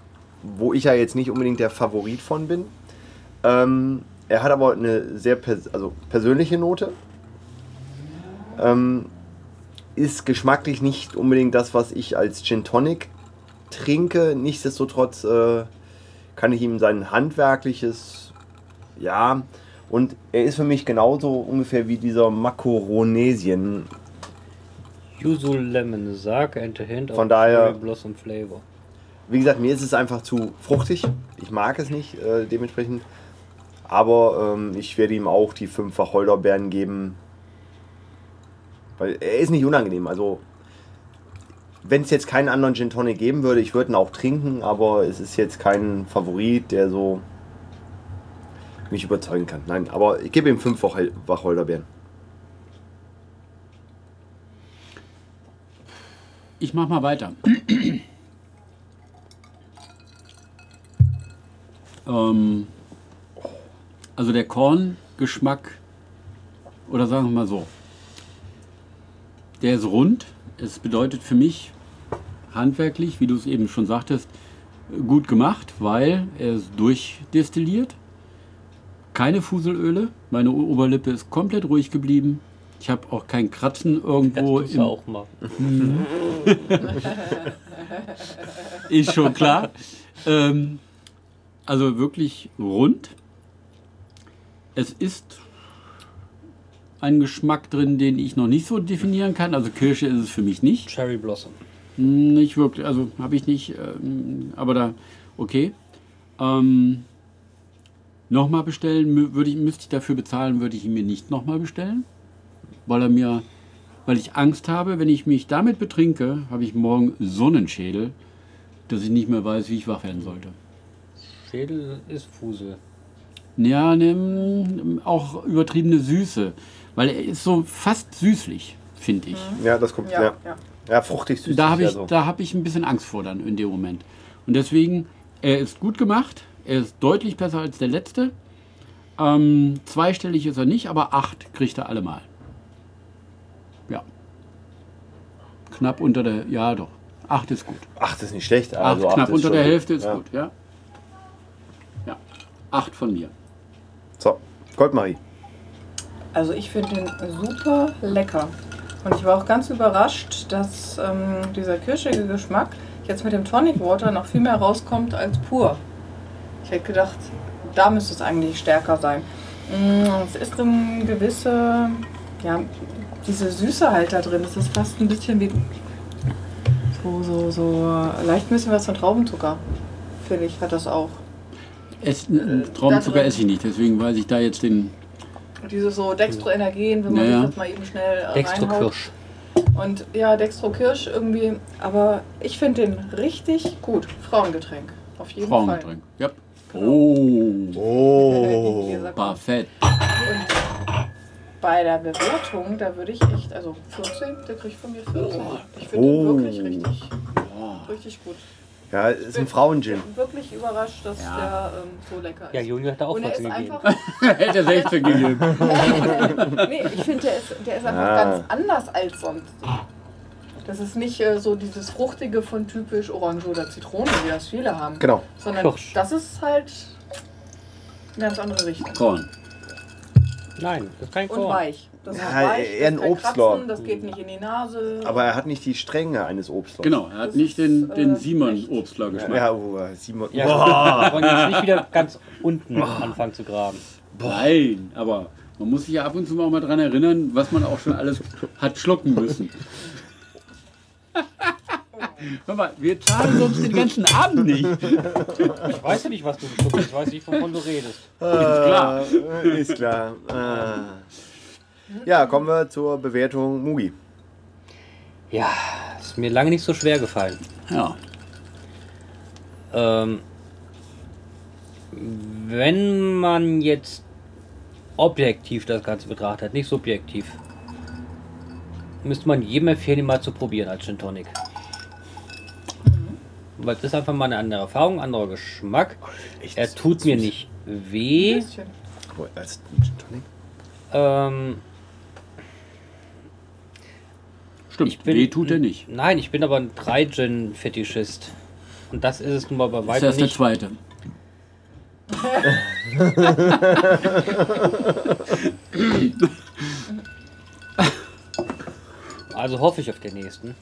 A: wo ich ja jetzt nicht unbedingt der Favorit von bin. Ähm, er hat aber eine sehr pers also persönliche Note. Ähm, ist geschmacklich nicht unbedingt das, was ich als Gin Tonic trinke. Nichtsdestotrotz äh, kann ich ihm sein handwerkliches, ja, und er ist für mich genauso ungefähr wie dieser Makoronesien
D: Yuzu Lemon, Sake and a Hint
A: Von daher-
D: Cherry Blossom Flavor.
A: Wie gesagt, mir ist es einfach zu fruchtig. Ich mag es nicht, äh, dementsprechend. Aber ähm, ich werde ihm auch die fünf Wacholderbeeren geben. Weil er ist nicht unangenehm. Also, wenn es jetzt keinen anderen Gin Tonic geben würde, ich würde ihn auch trinken. Aber es ist jetzt kein Favorit, der so mich überzeugen kann. Nein, aber ich gebe ihm fünf Wachol- Wacholderbeeren.
B: Ich mach mal weiter. ähm, also der Korngeschmack, oder sagen wir mal so, der ist rund. Es bedeutet für mich handwerklich, wie du es eben schon sagtest, gut gemacht, weil er ist durchdestilliert. Keine Fuselöle. Meine O- Oberlippe ist komplett ruhig geblieben. Ich habe auch kein Kratzen
D: Das
B: irgendwo
D: muss
B: im,
D: auch mal.
B: Ist schon klar. ähm, also wirklich rund. Es ist ein Geschmack drin, den ich noch nicht so definieren kann. Also Kirsche ist es für mich nicht.
D: Cherry Blossom.
B: Hm, Nicht wirklich. Also habe ich nicht. Ähm, aber da, okay. Ähm, nochmal bestellen, mü- würde ich, müsste ich dafür bezahlen, würde ich ihn mir nicht nochmal bestellen. Weil er mir, weil ich Angst habe, wenn ich mich damit betrinke, habe ich morgen Sonnenschädel, dass ich nicht mehr weiß, wie ich wach werden sollte.
D: Schädel ist Fusel.
B: Ja, ne, mm, auch übertriebene Süße. Weil er ist so fast süßlich, finde ich.
A: Ja, das kommt. Ja,
C: ja,
A: ja.
C: ja.
A: fruchtig süß.
B: da habe ich,
A: ja so.
B: da hab ich ein bisschen Angst vor dann in dem Moment. Und deswegen, er ist gut gemacht. Er ist deutlich besser als der letzte. Ähm, zweistellig ist er nicht, aber acht kriegt er allemal. Ja. Knapp unter der, ja doch. Acht ist gut.
A: Ach, das ist nicht schlecht.
B: Acht,
A: Also
B: knapp
A: ist
B: unter
A: schon
B: der
A: gut.
B: Hälfte ist
A: ja.
B: gut, ja. Ja. Acht von mir.
A: So, Goldmarie.
C: Also ich finde den super lecker. Und ich war auch ganz überrascht, dass ähm, dieser kirschige Geschmack jetzt mit dem Tonic Water noch viel mehr rauskommt als pur. Ich hätte gedacht, da müsste es eigentlich stärker sein. Mm, Es ist eine gewisse, ja, diese Süße halt da drin. Es ist fast ein bisschen wie so, so, so leicht ein bisschen was von Traubenzucker. Finde ich, hat das auch.
B: Es,
C: Äh,
B: Traubenzucker
C: drin-
B: esse ich nicht, deswegen weiß ich da jetzt den.
C: Und Diese so Dextroenergien, wenn man
B: Ja, ja.
C: sich das mal eben schnell äh,
D: Extra
C: reinhaut.
D: Kirsch.
C: Und ja, Dextro Kirsch irgendwie, aber ich finde den richtig gut. Frauengetränk. Auf jeden Fall.
B: Frauengetränk. Ja.
C: Genau.
B: Oh,
A: Oh.
C: Wie gesagt,
B: Buffett.
C: Und bei der Bewertung, da würde ich echt, also 14, der kriegt von mir 14. Ich finde den
A: Oh.
C: wirklich richtig, richtig gut.
A: Ja, ist ein Frauengin.
C: Wirklich überrascht, dass
B: Ja.
C: der ähm, so lecker ist.
D: Ja, Junior hat da auch
C: Und er ist
D: 14 gegeben.
C: einfach
B: Hätte 16 gegeben.
C: nee, ich finde, der ist, der ist einfach
A: Ah.
C: ganz anders als sonst. Das ist nicht äh, so dieses Fruchtige von typisch Orange oder Zitrone, wie das viele haben.
A: Genau.
C: Sondern
D: Kirsch.
C: das ist halt eine ganz andere Richtung.
B: Korn.
D: Nein, das ist kein
C: Und
D: Korn.
C: weich. Das ist
A: Ja,
C: weich,
A: eher ein
C: das kann
A: Obstler.
C: kratzen, das geht nicht in die Nase.
A: Aber er hat nicht die Strenge eines Obstlochs.
B: Genau, er hat
C: Das
B: nicht
C: ist,
B: den, den
C: äh,
B: Simon
C: echt.
B: Obstler Geschmack.
A: Ja, oh, Simon.
D: Ja,
A: Boah.
D: wir wollen jetzt nicht wieder ganz unten anfangen zu graben.
B: Nein, aber man muss sich ja ab und zu mal auch mal dran erinnern, was man auch schon alles hat schlucken müssen. Hör mal, wir zahlen uns den ganzen Abend nicht.
D: Ich weiß ja nicht, was du geschluckt hast. Ich weiß nicht, wovon du redest.
B: klar.
A: Äh, ist Äh. klar. Ah. Ja, kommen wir zur Bewertung Mugi.
D: Ja, ist mir lange nicht so schwer gefallen.
B: Ja.
D: Ähm, wenn man jetzt objektiv das Ganze betrachtet, nicht subjektiv, müsste man jedem empfehlen, ihn mal zu probieren als Gin Tonic. Weil das ist einfach mal eine andere Erfahrung, anderer Geschmack.
A: Echt
D: Er tut mir
A: süß.
D: nicht weh.
C: Bisschen.
A: Oh, als Gin Tonic?
D: Ähm,
B: Stimmt.
D: bin-
B: Weh tut er nicht.
D: nein, ich bin aber ein 3-Gin-Fetischist. Und das ist es nun mal bei
B: Ist
D: weitem
B: das der
D: nicht.
B: zweite?
D: Also hoffe ich auf den nächsten.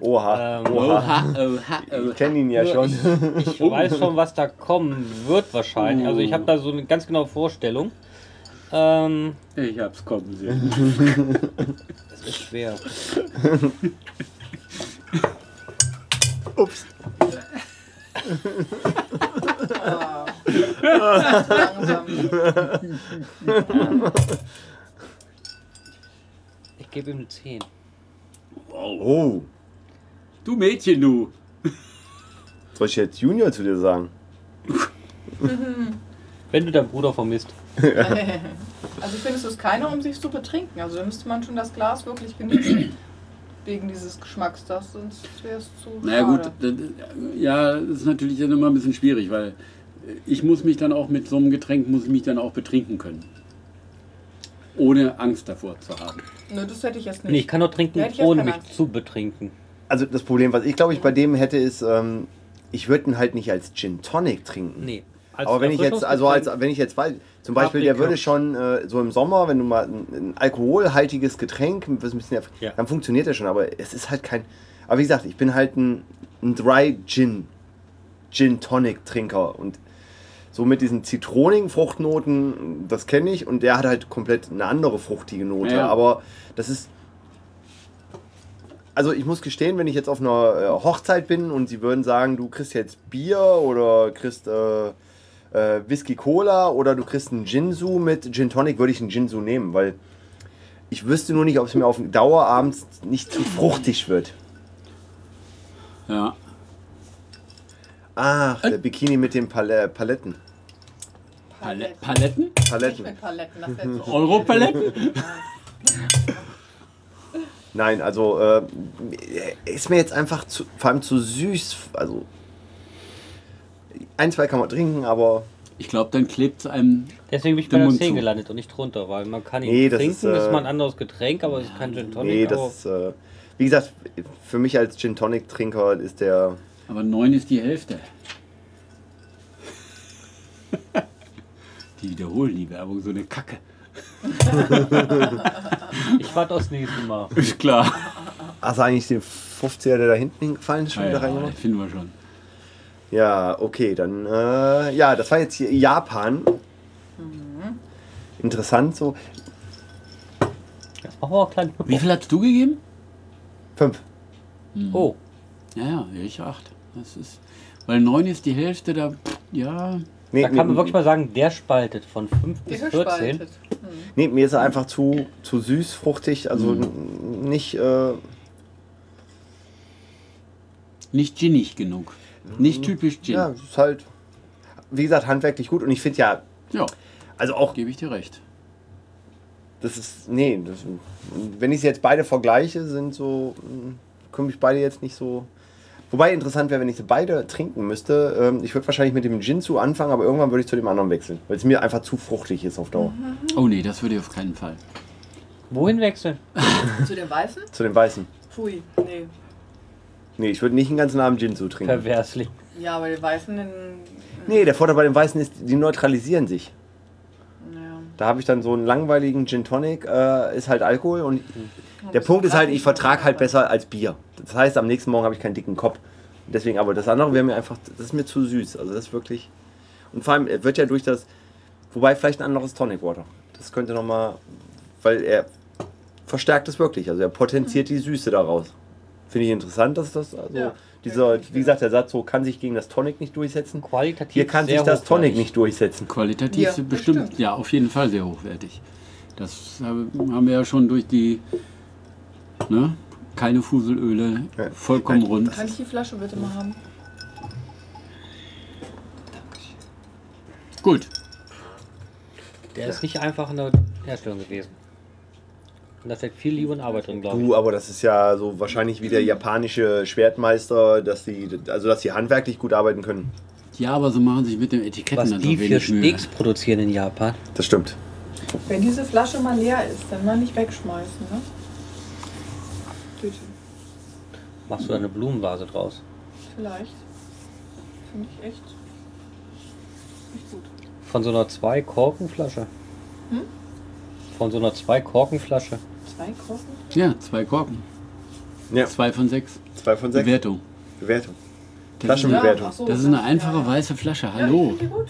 A: Oha.
D: Ähm,
A: Oha.
B: Oha, oha,
A: Ich kenne ihn ja
D: Nur
A: schon. Oh.
D: Ich, ich weiß schon, was da kommen wird wahrscheinlich. Also ich habe da so eine ganz genaue Vorstellung. Ähm,
B: Ich hab's kommen sehen.
D: das ist schwer.
C: Ah. Langsam.
D: Ich gebe ihm eine 10.
A: Oh.
B: Du Mädchen, du.
A: Soll ich jetzt Junior zu dir sagen?
D: Wenn du deinen Bruder vermisst.
C: Also ich finde, es ist keiner, um sich zu betrinken. Also da müsste man schon das Glas wirklich genießen. Wegen dieses Geschmacks. Das sonst wäre es zu
B: Na ja, gut,
C: schade.
B: das, ja, das ist natürlich dann immer ein bisschen schwierig, weil ich muss mich dann auch mit so einem Getränk, muss ich mich dann auch betrinken können. Ohne Angst davor zu haben.
C: Nö, das hätte ich jetzt
D: Nee,
C: nicht.
D: ich kann doch trinken,
C: Ja, hätte ich auch
D: ohne
C: keine
D: mich
C: Angst.
D: zu betrinken.
A: Also das Problem, was ich glaube ich bei dem hätte, ist, ähm, ich würde ihn halt nicht als Gin Tonic trinken.
D: Nee. Als
A: Aber wenn ich jetzt, also als, wenn ich jetzt weiß, zum Beispiel, der
D: Paprika.
A: würde schon äh, so im Sommer, wenn du mal ein, ein alkoholhaltiges Getränk, was ein bisschen, erf-
D: Ja.
A: dann funktioniert der schon, aber es ist halt kein, aber wie gesagt, ich bin halt ein, ein Dry Gin, Gin Tonic Trinker und so mit diesen zitronigen Fruchtnoten, das kenne ich und der hat halt komplett eine andere fruchtige Note,
B: Ja.
A: aber das ist, also ich muss gestehen, wenn ich jetzt auf einer äh, Hochzeit bin und sie würden sagen, du kriegst jetzt Bier oder kriegst äh, äh, Whisky Cola oder du kriegst einen Ginsu mit Gin Tonic, würde ich einen Ginsu nehmen, weil ich wüsste nur nicht, ob es mir auf Dauer abends nicht zu fruchtig wird.
B: Ja.
A: Ach, der Bikini mit den Pal äh, Paletten.
B: Pale Paletten?
C: Nicht
A: Paletten.
C: mit Paletten. Das wäre zu
B: Europaletten?
A: Nein, also äh, ist mir jetzt einfach zu, vor allem zu süß. Also ein, zwei kann man trinken, aber
B: Ich glaube, dann klebt es einem.
D: Deswegen bin ich
B: Den
D: bei der
B: Mund
D: 10
B: zu.
D: gelandet und nicht drunter, weil man kann ihn
A: Nee, das
D: trinken,
A: ist,
D: ist, ist
A: äh,
D: mal ein anderes Getränk, aber es ist kein Gin Tonic.
A: nee, das
D: aber
A: ist, äh, wie gesagt, für mich als Gin Tonic Trinker ist der
B: Aber neun ist die Hälfte. Die wiederholen die Werbung, so eine Kacke.
D: ich warte aufs nächste Mal.
B: Ist klar.
A: Hast du also eigentlich den 50er, der da hinten hingefallen ist, schon
D: Ah,
A: wieder
B: Ah ja,
A: reingemacht?
B: finden wir schon.
A: Ja, okay, dann, äh, ja, das war jetzt hier Japan.
D: Mhm.
A: Interessant, so.
D: Jetzt machen wir auch klein.
B: Wie viel hast du gegeben?
A: Fünf.
D: Oh,
B: Ja, ja, ich acht. Das ist, weil neun ist die Hälfte, da, pff, ja,
A: Nee,
D: da kann man
A: mir,
D: wirklich mal sagen, der spaltet von 5 bis 14.
C: gespaltet.
A: nee, mir ist er einfach zu, zu süß, fruchtig, also
D: Mhm.
A: n- nicht, äh,
B: nicht ginnig genug. Nicht typisch gin.
A: ja,
B: Ja,
A: es ist halt, wie gesagt, handwerklich gut und ich finde ja, also auch,
B: gebe ich dir recht.
A: das ist, nee, das, wenn ich sie jetzt beide vergleiche, sind so, mh, können mich beide jetzt nicht so. Wobei interessant wäre, wenn ich sie beide trinken müsste. Ähm, ich würde wahrscheinlich mit dem Gin zu anfangen, aber irgendwann würde ich zu dem anderen wechseln, weil es mir einfach zu fruchtig ist auf Dauer.
B: Oh nee, das würde ich auf keinen Fall.
D: Wohin wechseln?
C: Zu den Weißen?
A: Zu dem Weißen.
C: Pfui, nee.
A: Nee, ich würde nicht den ganzen Abend Gin zu trinken.
D: Perversling.
C: Ja, aber die Weißen, den,
A: Nee, der Vorteil bei den Weißen ist, die neutralisieren sich.
C: ja.
A: Da habe ich dann so einen langweiligen Gin Tonic, äh, ist halt Alkohol und der
C: das
A: Punkt ist halt, ich
C: vertrag ich nicht
A: vertrage
C: mehr.
A: halt besser als Bier. Das heißt, am nächsten Morgen habe ich keinen dicken Kopf. Deswegen, aber das andere wäre mir einfach, das ist mir zu süß. Also das ist wirklich, und vor allem er wird ja durch das, wobei vielleicht ein anderes Tonic Water. Das könnte nochmal, weil er verstärkt es wirklich, also er potenziert die Süße daraus. Finde ich interessant, dass das, also
C: Ja,
A: dieser,
C: definitiv.
A: wie gesagt, der Satz so, kann sich gegen das Tonic nicht durchsetzen.
D: Qualitativ
A: Hier kann
D: sehr
A: sich das
D: hochwertig.
A: Tonic nicht durchsetzen.
B: Qualitativ
C: Ja,
B: sind
C: das
B: bestimmt,
C: stimmt.
B: ja, auf jeden Fall sehr hochwertig. Das habe- haben wir ja schon durch die ne, keine Fuselöle,
A: Ja.
B: vollkommen rund.
C: Kann ich die Flasche bitte mal haben?
B: Gut,
D: Der ist nicht einfach in der Herstellung gewesen. Und da steckt viel Liebe und Arbeit drin, glaube ich.
A: Du, aber das ist ja so wahrscheinlich wie der japanische Schwertmeister, dass die, also dass die handwerklich gut arbeiten können.
B: ja, aber so machen sie sich mit dem Etiketten
D: Was
B: dann
D: die
B: so
D: für
B: wenig Mühe.
D: Steaks produzieren in Japan.
A: Das stimmt.
C: Wenn diese Flasche mal leer ist, dann mal nicht wegschmeißen, ne? Bitte.
D: Machst du da eine Blumenvase draus?
C: Vielleicht. Finde ich echt nicht gut.
D: Von so einer zwei Korkenflasche.
C: Hm?
D: Von so einer zwei Korkenflasche.
C: Zwei Korken?
B: Ja, zwei Korken,
A: Ja,
B: zwei von sechs.
A: zwei von sechs.
B: Bewertung.
A: Bewertung.
B: Das ist,
A: Flaschen- Bewertung.
C: ach so,
B: das ist eine
C: ja,
B: einfache
C: ja.
B: weiße Flasche.
C: Ja,
B: Hallo.
C: ich finde die gut.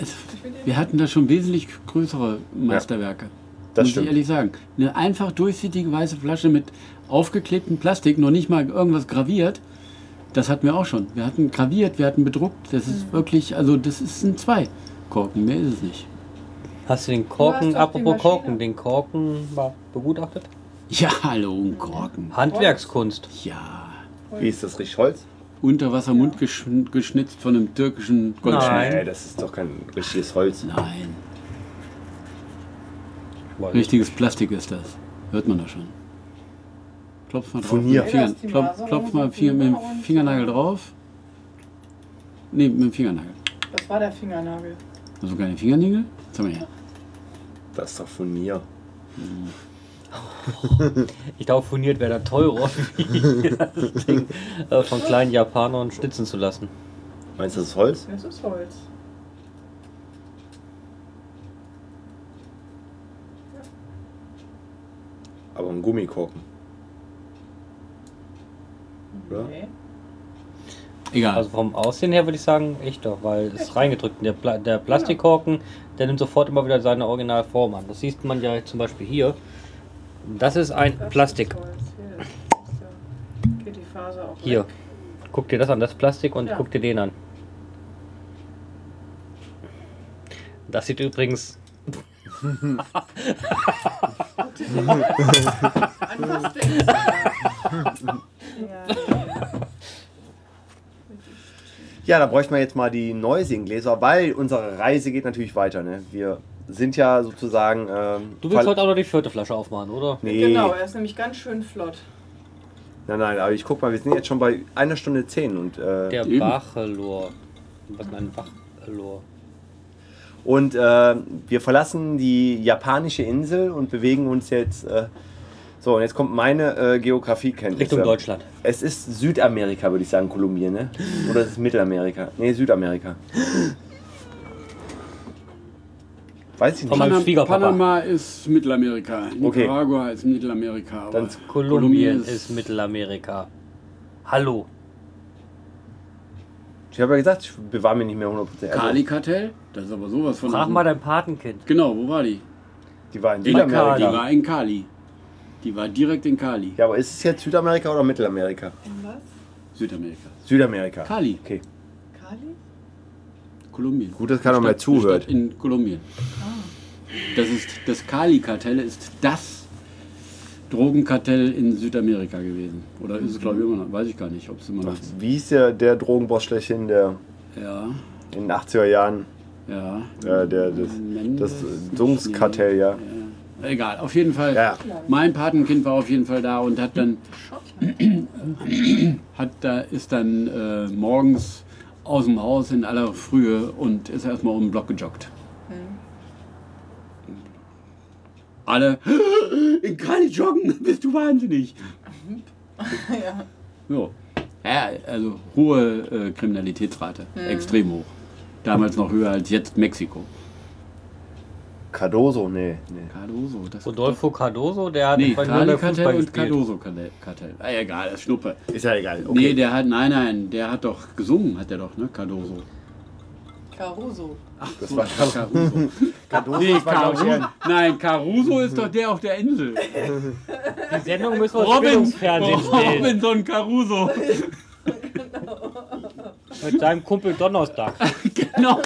B: Es-
C: Ich finde die
B: Wir hatten da schon wesentlich größere Meisterwerke.
A: Das
B: muss
A: stimmt.
B: ich ehrlich sagen. Eine einfach durchsichtige weiße Flasche mit aufgeklebtem Plastik, noch nicht mal irgendwas graviert. Das hatten wir auch schon. Wir hatten graviert, wir hatten bedruckt. Das ist wirklich, also das ist ein zwei Korken, mehr ist es nicht.
D: Hast du den
C: hast
D: Korken,
C: doch die
D: apropos
C: Maschine.
D: Korken, den Korken mal begutachtet?
B: Ja, hallo, ein Korken.
D: Handwerkskunst.
B: Ja.
A: Wie ist das, richtig Holz?
B: Unter Wassermund geschn- geschnitzt von einem türkischen Goldschmied.
A: Nee, das ist doch kein richtiges Holz.
B: Nein.
D: Weiß ich.
B: Richtiges Plastik ist das. Hört man doch schon. Klopf mal drauf.
A: Furnier.
B: Mit dem Finger,
C: Ja,
B: klopf, klopf mal Finger, mit dem Fingernagel drauf. Nee, mit dem Fingernagel.
C: Das war der Fingernagel.
B: Also keine Fingernägel? Zeig mal her.
A: Das ist doch von mir.
D: Ich glaube, furniert wäre da teurer, wie das Ding äh, von kleinen Japanern schnitzen zu lassen.
A: Meinst du, das ist Holz?
C: Das ist Holz.
A: Aber ein Gummikorken. Oder?
C: Nee.
B: Egal.
D: Also vom Aussehen her würde ich sagen, echter, weil es ist reingedrückt. Der, Pla der Plastikkorken, der nimmt sofort immer wieder seine Originalform an. Das sieht man ja zum Beispiel hier. Das ist ein
C: Das ist
D: Plastik.
C: Holz. Hier, das ist ja- Geht die Faser auch
D: Hier.
C: Weg.
D: Guck dir das an, das ist Plastik und
C: Ja.
D: guck dir den an. Das sieht übrigens
C: An was denkst du? Hm. ja.
A: Ja, da bräuchten wir jetzt mal die Neusinggläser, weil unsere Reise geht natürlich weiter. Ne? Wir sind ja sozusagen. Ähm,
D: Du willst
A: Fall-
D: heute auch noch die vierte Flasche aufmachen, oder?
A: Nee,
C: Genau, er ist nämlich ganz schön flott.
A: nein, nein, aber ich guck mal, wir sind jetzt schon bei einer Stunde zehn und, äh,
D: Der
B: Eben.
D: Bachelor. Was ist ein Bachelor?
A: und äh, wir verlassen die japanische Insel und bewegen uns jetzt. Äh, so, und jetzt kommt meine äh, Geografiekenntnis.
D: Richtung Deutschland.
A: Es ist Südamerika, würde ich sagen, Kolumbien, ne? Oder ist es Mittelamerika? Nee, Südamerika. Weiß ich nicht.
D: Komm mal. Mein
B: Panam-
D: Schwiegerpapa.
B: Panama ist Mittelamerika. Nicaragua ist Mittelamerika. aber
A: Dann
D: Kolumbien ist Mittelamerika. Hallo.
A: Ich habe ja gesagt, ich bewahre mir nicht mehr 100%. Also,
B: Kali-Kartell? Das ist aber sowas von.
D: Frag mal dein Patenkind.
B: Genau, wo war die?
A: die war in
D: Die war
A: Südamerika.
B: Die war in Kali. Die war direkt in Kali.
A: Ja, aber ist es jetzt Südamerika oder Mittelamerika?
C: In was?
B: Südamerika.
A: Südamerika.
B: Cali.
A: Okay.
C: Kali?
B: Kolumbien.
A: Gut, dass keiner mehr
B: Stadt- eine
A: zuhört.
B: Stadt in Kolumbien. Das ist das Kali-Kartell ist das Drogenkartell in Südamerika gewesen. Oder ist es glaube
A: Mhm.
B: ich immer noch, weiß ich gar nicht, ob es immer noch ist.
A: Wie hieß der, der Drogenboss schlechthin, der
B: Ja,
A: in den 80er Jahren,
B: ja.
A: äh, der, das, das
B: Mendes-
A: Dungskartell, ja.
B: Egal, auf jeden Fall.
A: Ja.
B: Mein Patenkind war auf jeden Fall da und hat dann hat da ist dann äh, morgens aus dem Haus in aller Frühe und ist erstmal um den Block gejoggt. Alle in Kali joggen, bist du wahnsinnig.
C: Ja.
B: So. Ja, also hohe äh, Kriminalitätsrate, extrem hoch. Damals noch höher als jetzt Mexiko.
A: Cardoso, nee. nee.
B: Cardoso, das
D: Rodolfo Cardoso, der hat
B: Nee,
D: bei Nürnberg
B: Kali-Kartell und Cardoso-Kartell. Ah, egal, das Schnuppe.
A: Ist ja egal.
B: Nee,
A: Okay.
B: der hat, nein, nein, der hat doch gesungen, hat er doch, ne? Cardoso.
C: Caruso.
A: das war
B: Caruso.
A: Cardoso.
B: Nee,
A: das war, glaub ich,
B: Caruso. Nein, Caruso ist doch der auf der Insel.
D: Die Sendung müssen wir ins
B: Robin,
D: Bildungsfernsehen stellen.
B: Robinson Caruso.
D: Mit seinem Kumpel Donnerstag.
B: Genau.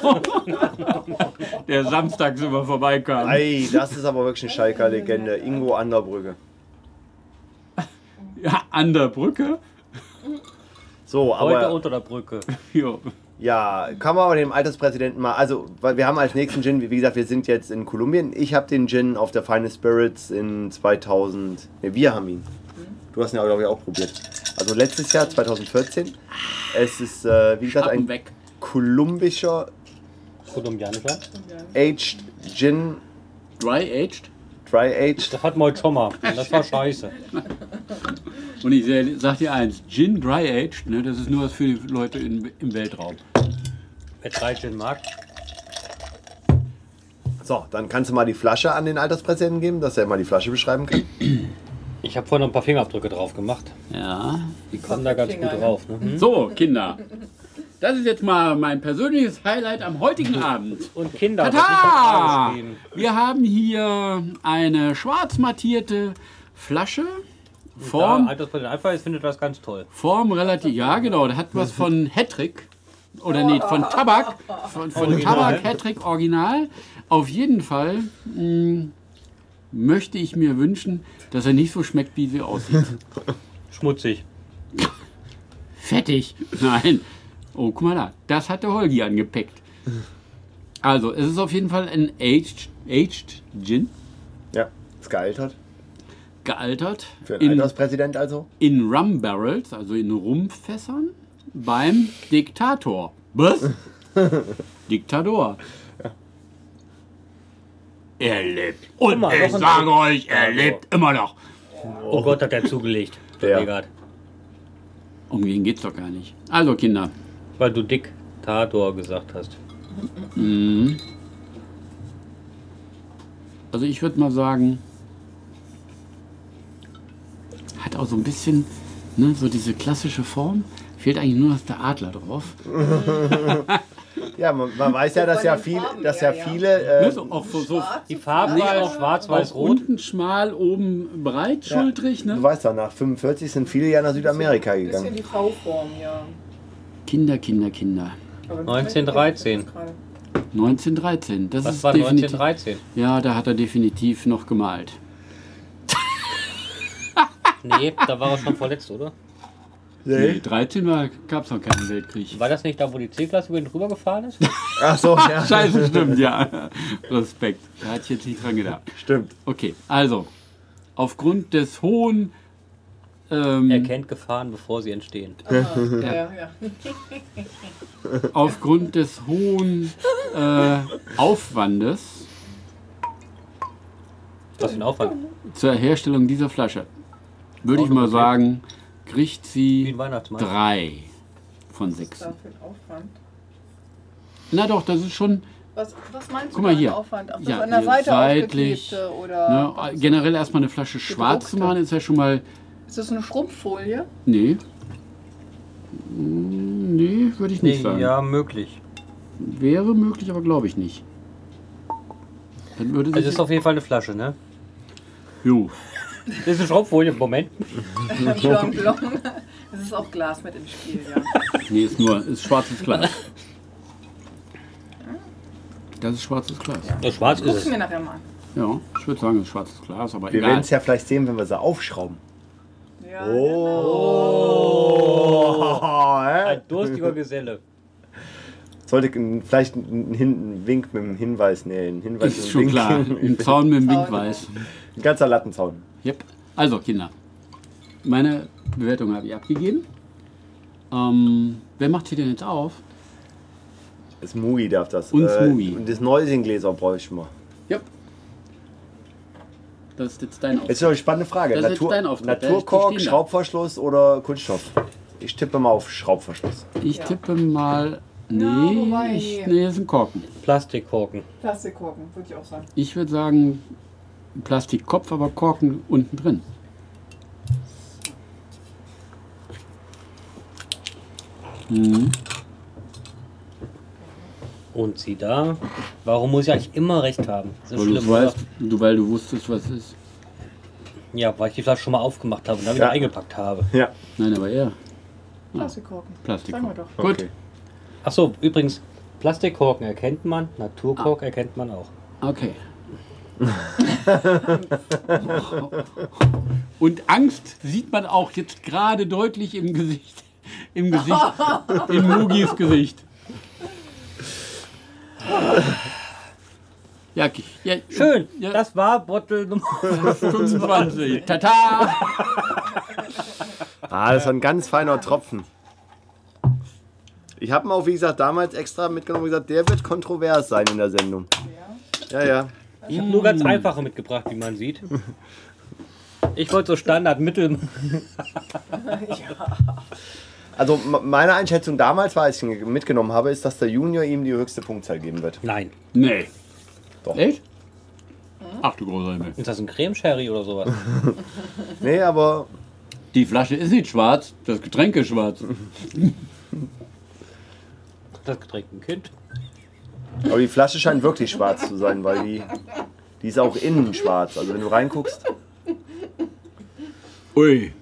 B: Der samstags immer vorbeikam.
A: Ei, das ist aber wirklich eine Schalker Legende. Ingo Anderbrügge.
B: Ja, an der Brücke.
A: So,
F: Heute
A: aber
F: unter der Brücke.
B: Jo.
A: ja, kann man aber dem Alterspräsidenten mal, also weil wir haben als nächsten Gin, wie wie gesagt, wir sind jetzt in Kolumbien. Ich habe den Gin auf der Finest Spirits in 2000, ne, wir haben ihn. Du hast ihn ja, glaube ich, auch probiert. Also letztes Jahr, 2014. Es ist, äh, wie gesagt,
B: Schatten
A: ein
B: weg.
A: kolumbischer
D: Kolumbianischer.
A: Aged Gin,
B: Dry aged.
A: Dry Aged.
D: Das hatten wir heute schon mal. Und das war scheiße.
B: Und ich seh- sag dir eins, Gin dry aged, ne, das ist nur was für die Leute in, im Weltraum.
D: Wer drei Gin mag.
A: So, dann kannst du mal die Flasche an den Alterspräsidenten geben, dass er mal die Flasche beschreiben kann.
D: Ich habe vorhin noch ein paar Fingerabdrücke drauf gemacht.
B: Ja.
D: Die kommen da ganz
C: Finger,
D: gut
C: ja.
D: drauf. Ne?
B: So, Kinder. Das ist jetzt mal mein persönliches Highlight am heutigen Abend.
D: Und Kinder. das
B: Tada!
D: nicht mit A geschrieben.
B: Wir haben hier eine schwarz mattierte Flasche.
D: Ja,
B: Form,
D: Alterspräsident Alpha ist, findet das ganz toll.
B: Form relativ. Ja, genau. Da hat was von Hattrick. Oder nee, von Tabak. Von, von
D: Original.
B: Tabak, Hattrick, Original. Auf jeden Fall mh, möchte ich mir wünschen, dass er nicht so schmeckt, wie sie aussieht.
D: Schmutzig.
B: Fettig. Nein. Oh, guck mal da. Das hat der Holgi angepackt. Also, es ist auf jeden Fall ein aged, aged Gin,
A: Ja, ist gealtert.
B: gealtert.
A: Für den
B: in,
A: Alterspräsident also.
B: in Rum Barrels, also in Rumpfässern, beim Diktator. Was? Diktator. Er lebt. Und
D: mal,
B: ich
D: noch ein
B: sage euch, er
D: Diktator.
B: lebt immer noch.
D: Oh Gott, hat er zugelegt.
A: Ja.
D: Egal.
B: Um ihn geht's doch gar nicht. Also, Kinder.
D: Weil du Diktator gesagt hast.
B: Also ich würde mal sagen, hat auch so ein bisschen ne, so diese klassische Form. Fehlt eigentlich nur noch der Adler drauf.
A: Ja, man, man weiß ja, dass
C: Von
A: ja,
C: den
A: viel,
C: Farben
A: dass ja
C: her, ja.
A: viele
B: Ne,
A: äh,
B: so, auch so, so
D: Die Farben waren auch schwarz-weiß-rot.
B: unten schmal, oben breit, schultrig.
A: Du
B: Ne?
A: weißt doch, nach 45 sind viele ja nach Südamerika
C: Ein bisschen
A: gegangen.
C: die V-Form, ja.
B: Kinder, Kinder, Kinder.
C: Aber das
D: 1913.
C: weiß ich jetzt gerade.
B: 1913. Das
D: Was
B: ist
D: war
B: definitiv.
D: 1913?
B: Ja, da hat er definitiv noch gemalt.
D: Nee, da war er schon verletzt, oder?
B: Nee, 13 war, gab es noch keinen Weltkrieg.
D: War das nicht da, wo die C-Klasse über ihn drüber gefahren
B: Mhm.
D: ist?
A: Ach so, ja,
B: Scheiße, stimmt, ja. Respekt. Da hatte ich jetzt nicht dran gedacht.
A: stimmt.
B: Okay, also, aufgrund des hohen. Ähm,
D: Er kennt Gefahren, bevor sie entstehen.
B: Äh,
C: Ah, ja, ja, ja.
B: aufgrund des hohen äh, Aufwandes
D: Was für ein Aufwand.
B: zur Herstellung dieser Flasche, würde ich mal sagen, kriegt
D: Wie
B: sie
D: ein Weihnachtsmann.
B: drei von
C: Was
B: sechs.
C: da für ein Aufwand?
B: Na doch, das ist schon
C: Was, was meinst du
B: Guck mal
C: mit
B: hier.
C: Aufwand? Ach, das
B: Ja,
C: an der
B: hier
C: Seite
B: seitlich,
C: aufgeklebte oder
B: ne, generell erstmal eine Flasche schwarz zu machen, ist ja schon mal.
C: ist das eine Schrumpffolie?
B: Nee. Mm, Nee, würde ich nicht sagen.
D: ja, möglich.
B: Wäre möglich, aber glaube ich nicht. Dann würde
D: Also es
B: sich.
D: ist auf jeden Fall eine Flasche, ne?
B: jo.
D: Das ist eine Schraubfolie. Moment.
C: Blanc, blanc. Es ist auch Glas mit im Spiel, ja.
B: Nee, ist nur ist schwarzes Glas. Das ist schwarzes Glas. Ja,
D: Ja, schwarz
C: Guck's
D: ist
C: mir
D: es.
C: nachher mal an.
B: ich würde sagen, es ist schwarzes Glas, aber
A: Wir
B: egal.
A: werden es ja vielleicht sehen, wenn wir sie aufschrauben.
C: Ja,
A: Oh, hä?
D: Ein durstiger Geselle.
A: Sollte n- vielleicht einen Hin- Wink mit dem Hinweis, nee, ein Hinweis mit
B: ist
A: dem
B: schon
A: Wink.
B: klar. Im Zaun mit dem
C: Zaun.
B: Winkweiß.
A: Ein ganzer Lattenzaun.
B: Yep. Also, Kinder. Meine Bewertung habe ich abgegeben. Ähm, wer macht hier denn jetzt auf?
A: Das Mugi darf das. äh,
B: Und Smoothie.
A: Und das Neusengläser brauche ich mal.
B: Yep. Das ist jetzt dein Auftrag.
A: Jetzt ist noch eine spannende Frage.
B: Das ist jetzt dein Auftritt. Da
A: Naturkork,
B: stehen da.
A: Schraubverschluss oder Kunststoff? Ich tippe mal auf Schraubverschluss.
B: Ich
C: Ja.
B: tippe mal. Nee,
C: Ja, wobei-
B: ich, nee, das ist ein Korken.
D: Plastikkorken.
C: Plastikkorken, würde ich auch sagen.
B: Ich würde sagen, Plastikkopf, aber Korken unten drin. Mhm.
D: Und sieh da. Warum muss ich eigentlich immer recht haben? Das ist
B: Weil, du
D: schlimm.
B: weißt,
D: oder?
B: du, weil du wusstest, was ist.
D: Ja, weil ich die Flasche schon mal aufgemacht habe und dann
A: Ja.
D: wieder eingepackt habe.
A: Ja.
B: Nein, aber er.
C: Plastikkorken.
B: Plastik.
C: Sagen wir doch.
B: Gut.
A: Okay.
D: Achso, übrigens, Plastikkorken erkennt man, Naturkork erkennt man auch.
B: Okay. Und Angst sieht man auch jetzt gerade deutlich im Gesicht. Im Gesicht. In Mugis Gesicht. Ja, ki- ja,
D: Schön,
B: Ja, das
D: das war Bottle Nummer
B: 25. Tata!
A: Ah, das war ein ganz feiner Tropfen. Ich habe ihn auch, wie gesagt, damals extra mitgenommen und gesagt, der wird kontrovers sein in der Sendung.
C: Ja.
A: Ja, ja.
D: Ich habe nur ganz einfache mitgebracht, wie man sieht. Ich wollte so Standardmittel.
A: Also m- meine Einschätzung damals war, als ich ihn mitgenommen habe, ist, dass der Junior ihm die höchste Punktzahl geben wird.
D: Nein.
B: Nee.
A: Doch.
B: Echt? Ach du großer Himmel.
D: Ist das ein Creme Sherry oder sowas?
A: Nee, aber
B: Die Flasche ist nicht schwarz, das Getränk ist schwarz.
D: Das Getränk ein Kind.
A: Aber die Flasche scheint wirklich schwarz zu sein, weil die, die ist auch innen schwarz. Also wenn du reinguckst,
B: Ui.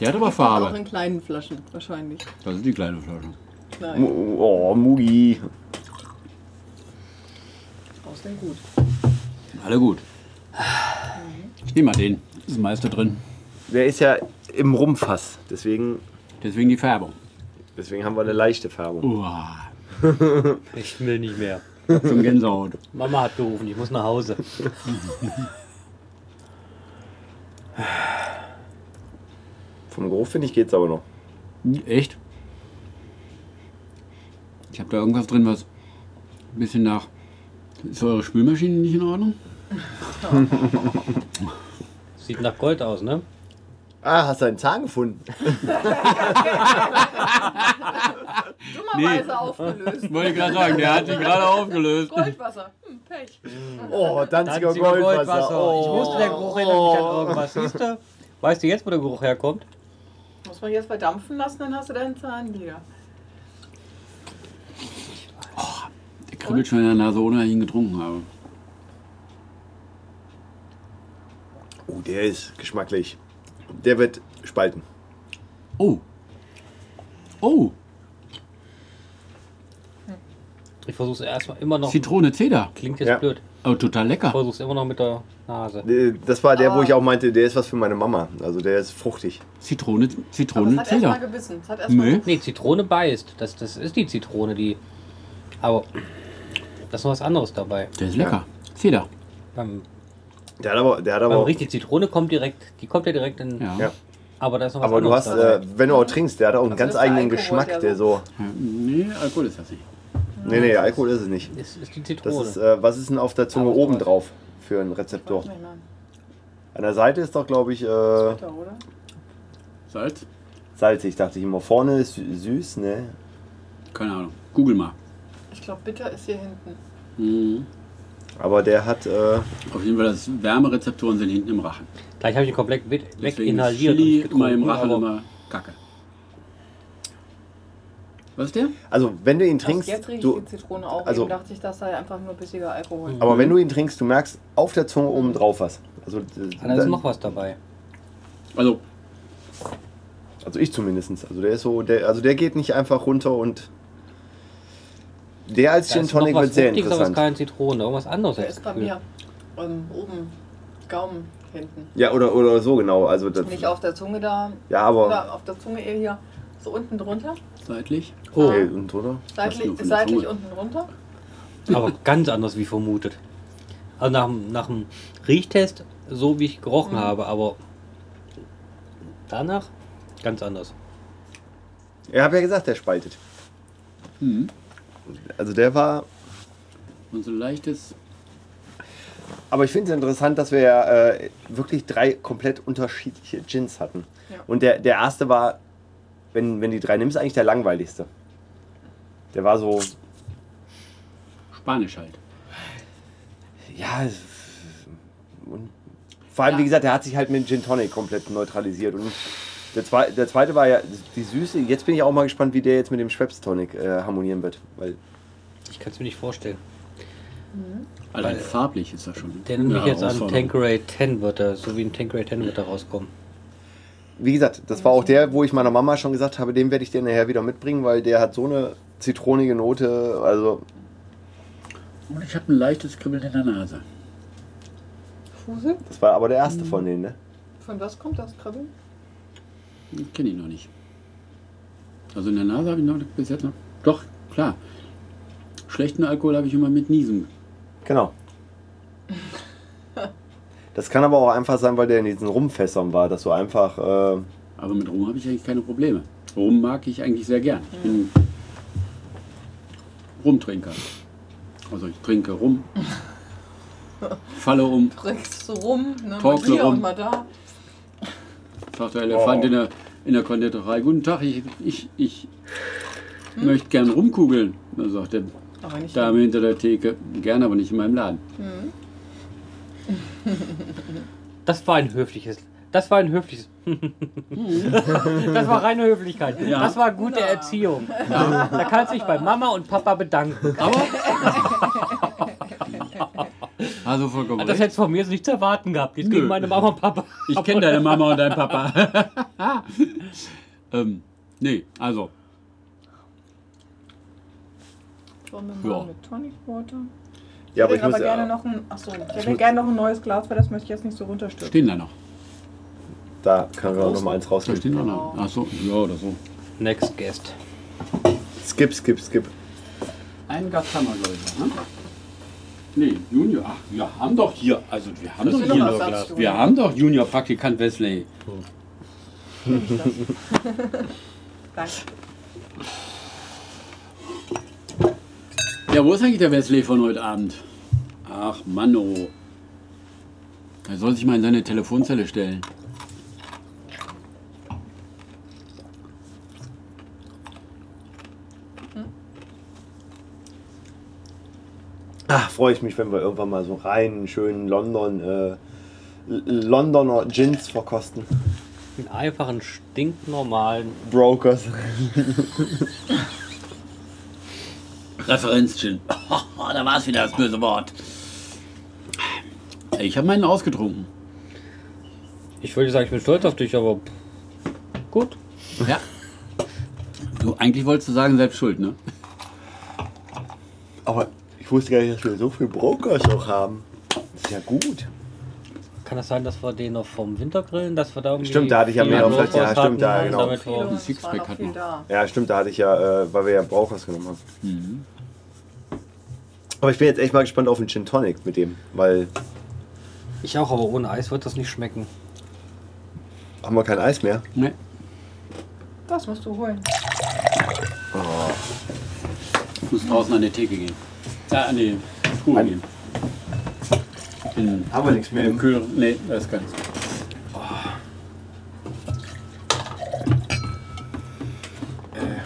B: Der hat aber
G: Auch
B: Farbe.
G: in kleinen Flaschen, wahrscheinlich.
B: Das ist die kleine Flasche.
A: Mu-
G: Nein,
A: oh, Mugi.
C: Aus dem Gut.
B: Alle gut. Ich nehme mal den. Ist ein Meister drin.
A: Der ist ja im Rumfass, deswegen,
B: Deswegen die Färbung.
A: deswegen haben wir eine leichte Färbung.
B: Uah.
D: Ich will nicht mehr.
B: Zum Gänsehaut.
D: Mama hat gerufen, ich muss nach Hause.
A: Vom Geruch finde ich geht's aber noch.
B: Echt? Ich habe da irgendwas drin, was ein bisschen nach. Ist eure Spülmaschine nicht in Ordnung?
D: Sieht nach Gold aus, ne?
A: Ah, hast du einen Zahn gefunden?
G: dummerweise aufgelöst.
B: Wollte ich gerade sagen, der hat sich gerade aufgelöst.
G: Goldwasser. Hm, Pech.
A: Oh, Danziger
D: Danziger
A: Goldwasser.
D: Ich
A: Oh.
D: wusste, der Geruch erinnert mich an irgendwas. Siehst du? Weißt du jetzt, wo der Geruch herkommt?
C: Muss man jetzt verdampfen lassen, dann hast du deinen Zahn wieder.
B: Der kribbelt schon in der Nase, ohne dass ich ihn getrunken habe.
A: oh, der ist geschmacklich. Der wird spalten.
B: Oh. Oh.
D: Ich versuche es erstmal immer noch.
B: Zitrone, Zeder.
D: Klingt jetzt
A: Ja.
D: blöd.
B: Oh, total
D: Ich
B: lecker.
D: versuche es immer noch mit der Nase.
A: Äh, Das war
D: Ah.
A: der, wo ich auch meinte, der ist was für meine Mama. Also der ist fruchtig.
B: Zitrone,
G: Aber es
B: Zitrone,
G: hat erstmal
B: Zeder.
G: gebissen. Es hat erstmal
B: Nö.
D: Nee, Zitrone beißt. Das, das ist die Zitrone, die. Aber. Das ist noch was anderes dabei.
B: Der ist lecker. Zeder.
D: Beim,
A: Der hat aber, der hat
D: beim
A: aber
D: richtig Zitrone kommt direkt. Die kommt ja direkt in.
B: Ja.
A: Ja.
D: Aber da ist noch was
A: aber du
D: anderes Also
A: hast, äh, wenn du auch trinkst, der hat auch einen
G: ist
A: ganz
G: der
A: eigenen
G: Alkohol,
A: Geschmack,
G: der
A: der so.
B: Ja, Nee, Alkohol ist das nicht.
A: Nee, nee, Alkohol ist es nicht.
D: ist, ist die
A: Das
D: Zitrone.
A: ist, äh, was ist denn auf der Zunge
D: Aber
A: oben
D: sowas.
A: drauf für einen Rezeptor?
C: Warte mal,
A: An der Seite ist doch, glaube ich, äh,
C: Da, oder?
B: Salz?
A: salzig, dachte ich immer. Vorne ist sü- süß, ne?
B: Keine Ahnung. Google mal.
C: Ich glaube, bitter ist hier hinten.
B: Mhm.
A: Aber der hat, äh,
B: Auf jeden Fall, das Wärmerezeptoren sind hinten im Rachen.
D: Gleich habe ich ihn komplett we-
B: Deswegen ist
D: weginhaliert. und
B: Chili
D: nicht
B: immer im
D: getrunken,
B: Rachen
D: aber
B: immer Kacke. Was ist der?
A: also wenn du ihn
C: Erst
A: trinkst,
C: jetzt rieche ich
A: du,
C: die Zitrone auch.
A: also-
C: Also, Eben dachte ich, das sei einfach nur bissiger Alkohol.
A: aber
D: Mhm.
A: wenn du ihn trinkst, du merkst auf der Zunge oben drauf was. Also, äh,
D: Ah, da ist
A: dann-
D: noch was dabei.
B: Also,
A: also ich zumindest. Also der ist so, der, also der geht nicht einfach runter und der als
D: Da
A: Gin
D: ist noch
A: Tonic wird
D: was
A: sehr
D: Fruchtiges, aber es ist
A: interessant.
D: keine Zitrone. Irgendwas anderes.
C: Der
D: hab ich
C: ist bei
D: Gefühl.
C: mir ähm, oben, Gaumen hinten.
A: Ja, oder, oder so genau. Also das,
C: Nicht auf der Zunge da,
A: ja, aber
C: oder auf der Zunge eher hier, so unten drunter,
B: seitlich.
A: oh. nee, und drunter.
B: nur
C: seitlich,
B: von der
C: seitlich
B: Zunge.
C: unten drunter.
D: Aber ganz anders wie vermutet. Also nach, dem- nach dem Riechtest, so wie ich gerochen
C: Mhm.
D: habe, aber danach ganz anders.
A: Ich habe ja gesagt, der spaltet.
D: Mhm.
A: Also der war
B: Und so ein leichtes.
A: Aber ich finde es interessant, dass wir ja äh, wirklich drei komplett unterschiedliche Gins hatten.
C: Ja.
A: Und der, der erste war, wenn, wenn die drei nimmst, eigentlich der langweiligste. Der war so,
B: Spanisch halt.
A: ja. es- Und vor allem,
B: Ja.
A: wie gesagt, der hat sich halt mit Gin Tonic komplett neutralisiert. Und der, zwe der zweite war ja die Süße. Jetzt bin ich auch mal gespannt, wie der jetzt mit dem Schweppes Tonic äh, harmonieren wird. Weil
D: Ich kann es mir nicht vorstellen.
B: Allein Also farblich ist das schon.
D: Der nimmt
B: eine
D: mich jetzt an
B: Herausforderung.
D: Tankeray 10 wird er, so wie ein Tankeray 10 wird er rauskommen.
A: Wie gesagt, das war auch der, wo ich meiner Mama schon gesagt habe, den werde ich dir nachher wieder mitbringen, weil der hat so eine zitronige Note. Also
B: Und ich habe ein leichtes Kribbeln in der Nase.
C: Fusel?
A: Das war aber der erste
H: Mhm.
A: von denen, ne?
C: Von was kommt das Krabbeln?
B: Kenne ich noch nicht. Also in der Nase habe ich noch bis jetzt noch. Doch, klar. Schlechten Alkohol habe ich immer mit Niesen.
A: Genau. Das kann aber auch einfach sein, weil der in diesen Rumfässern war, dass du einfach. Äh,
B: Aber mit Rum habe ich eigentlich keine Probleme. Rum mag ich eigentlich sehr gern. Ich bin Rumtrinker. Also ich trinke Rum. Falle um.
C: Trickst du rum, ne? Mal
B: Talkst du
C: hier
B: rum.
C: und mal da.
B: Sagt der Elefant in, der, in der Konditorei. Guten Tag, ich, ich, ich
D: Hm?
B: möchte gern rumkugeln. Dann sagt der
C: Aber nicht.
B: Dame hinter der Theke. Gerne, aber nicht in meinem Laden.
D: Das war ein höfliches. Das war ein höfliches. das war reine Höflichkeit.
B: Ja.
D: Das war gute Erziehung. Da kannst du dich bei Mama und Papa bedanken.
B: Aber. Also vollkommen
D: Ah, Das
B: recht.
D: hättest du von mir so nicht zu erwarten gehabt. Jetzt
B: Nö.
D: gegen meine Mama und Papa.
B: Ich kenne deine Mama und deinen Papa. ähm, nee, also,
C: Wollen wir mal
B: Ja.
C: mit Tonic Water?
A: ja,
H: ich hätte aber
A: muss-
H: gerne noch ein. Achso, ich hätte
A: muss-
H: gerne noch ein neues Glas, weil das möchte ich jetzt nicht so runterstürzen.
B: stehen da noch.
A: Da können wir auch noch mal eins
B: Da
A: rausnehmen.
B: stehen da noch. Ach so, ja oder so.
D: Next guest.
A: Skip, skip, skip.
B: Einen Gast haben wir, glaube ich, noch, ne? Nee, Junior. Ach, wir haben doch hier. Also, wir haben doch
C: sind doch
B: Junior.
C: Ersatzstudien.
B: Wir haben doch Junior-Praktikant Wesley.
H: Danke.
B: Ja, wo ist eigentlich der Wesley von heute Abend? Ach, Manno. Er soll sich mal in seine Telefonzelle stellen.
A: Ach, Ah, freue ich mich, wenn wir irgendwann mal so reinen, schönen London, äh, L- Londoner Gins verkosten.
D: Einen einfachen, stinknormalen.
A: Brokers.
B: Referenzchen. da war es wieder, das böse Wort. Ich habe meinen ausgetrunken.
D: Ich würde sagen, ich bin stolz auf dich, aber pff, gut.
B: Ja. Du, eigentlich wolltest du sagen, selbst schuld, ne?
A: Aber ich wusste gar nicht, dass wir so viel Brokers noch haben. Das ist ja gut.
D: Kann das sein, dass wir den noch vom Winter grillen? Dass wir da irgendwie
A: Stimmt, da hatte ich ja
D: viel
A: mehr auf-
D: Locust
A: ja, stimmt,
D: hatten
A: da,
D: und
A: genau.
D: damit
C: Viele
D: wir-
C: und es
B: Oh, Sixpack
C: war noch
B: hat
C: viel
B: man.
C: da.
A: Ja, stimmt, da hatte ich ja, äh, weil wir ja Brokers genommen haben. Mhm. Aber ich bin jetzt echt mal gespannt auf den Gin Tonic mit dem, weil
D: Ich auch, aber ohne Eis wird das nicht schmecken.
A: haben wir kein Eis mehr.
B: Ne.
C: Das musst du holen.
B: Ich muss draußen an die Theke gehen. Ah, an die Truhe
A: An-
B: gehen. In,
A: Haben wir nichts
B: in dem Kühl. Nee, das ist keins. Oh. Äh.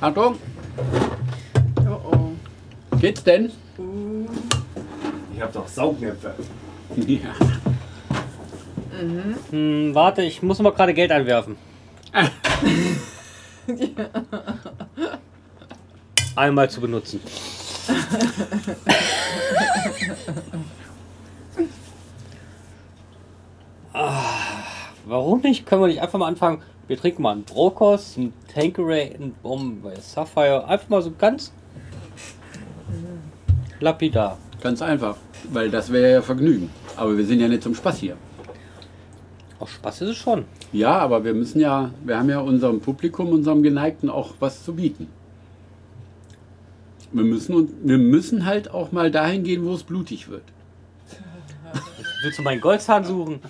B: Achtung,
C: Oh oh.
B: geht's denn?
A: Ich hab doch Saugnäpfe.
B: Ja.
D: Hm, warte, ich muss mal gerade Geld einwerfen. Einmal zu benutzen. ah, warum nicht? Können wir nicht einfach mal anfangen? Wir trinken mal einen Brokos, einen Tanqueray, einen Bombay Sapphire. Einfach mal so ganz lapidar.
B: Ganz einfach, weil das wäre ja Vergnügen. Aber wir sind ja nicht zum Spaß hier.
D: Auch Spaß ist es schon.
B: Ja, aber wir müssen ja, wir haben ja unserem Publikum, unserem Geneigten auch was zu bieten. Wir müssen, und, wir müssen halt auch mal dahin gehen, wo es blutig wird.
D: Willst du meinen Goldzahn suchen?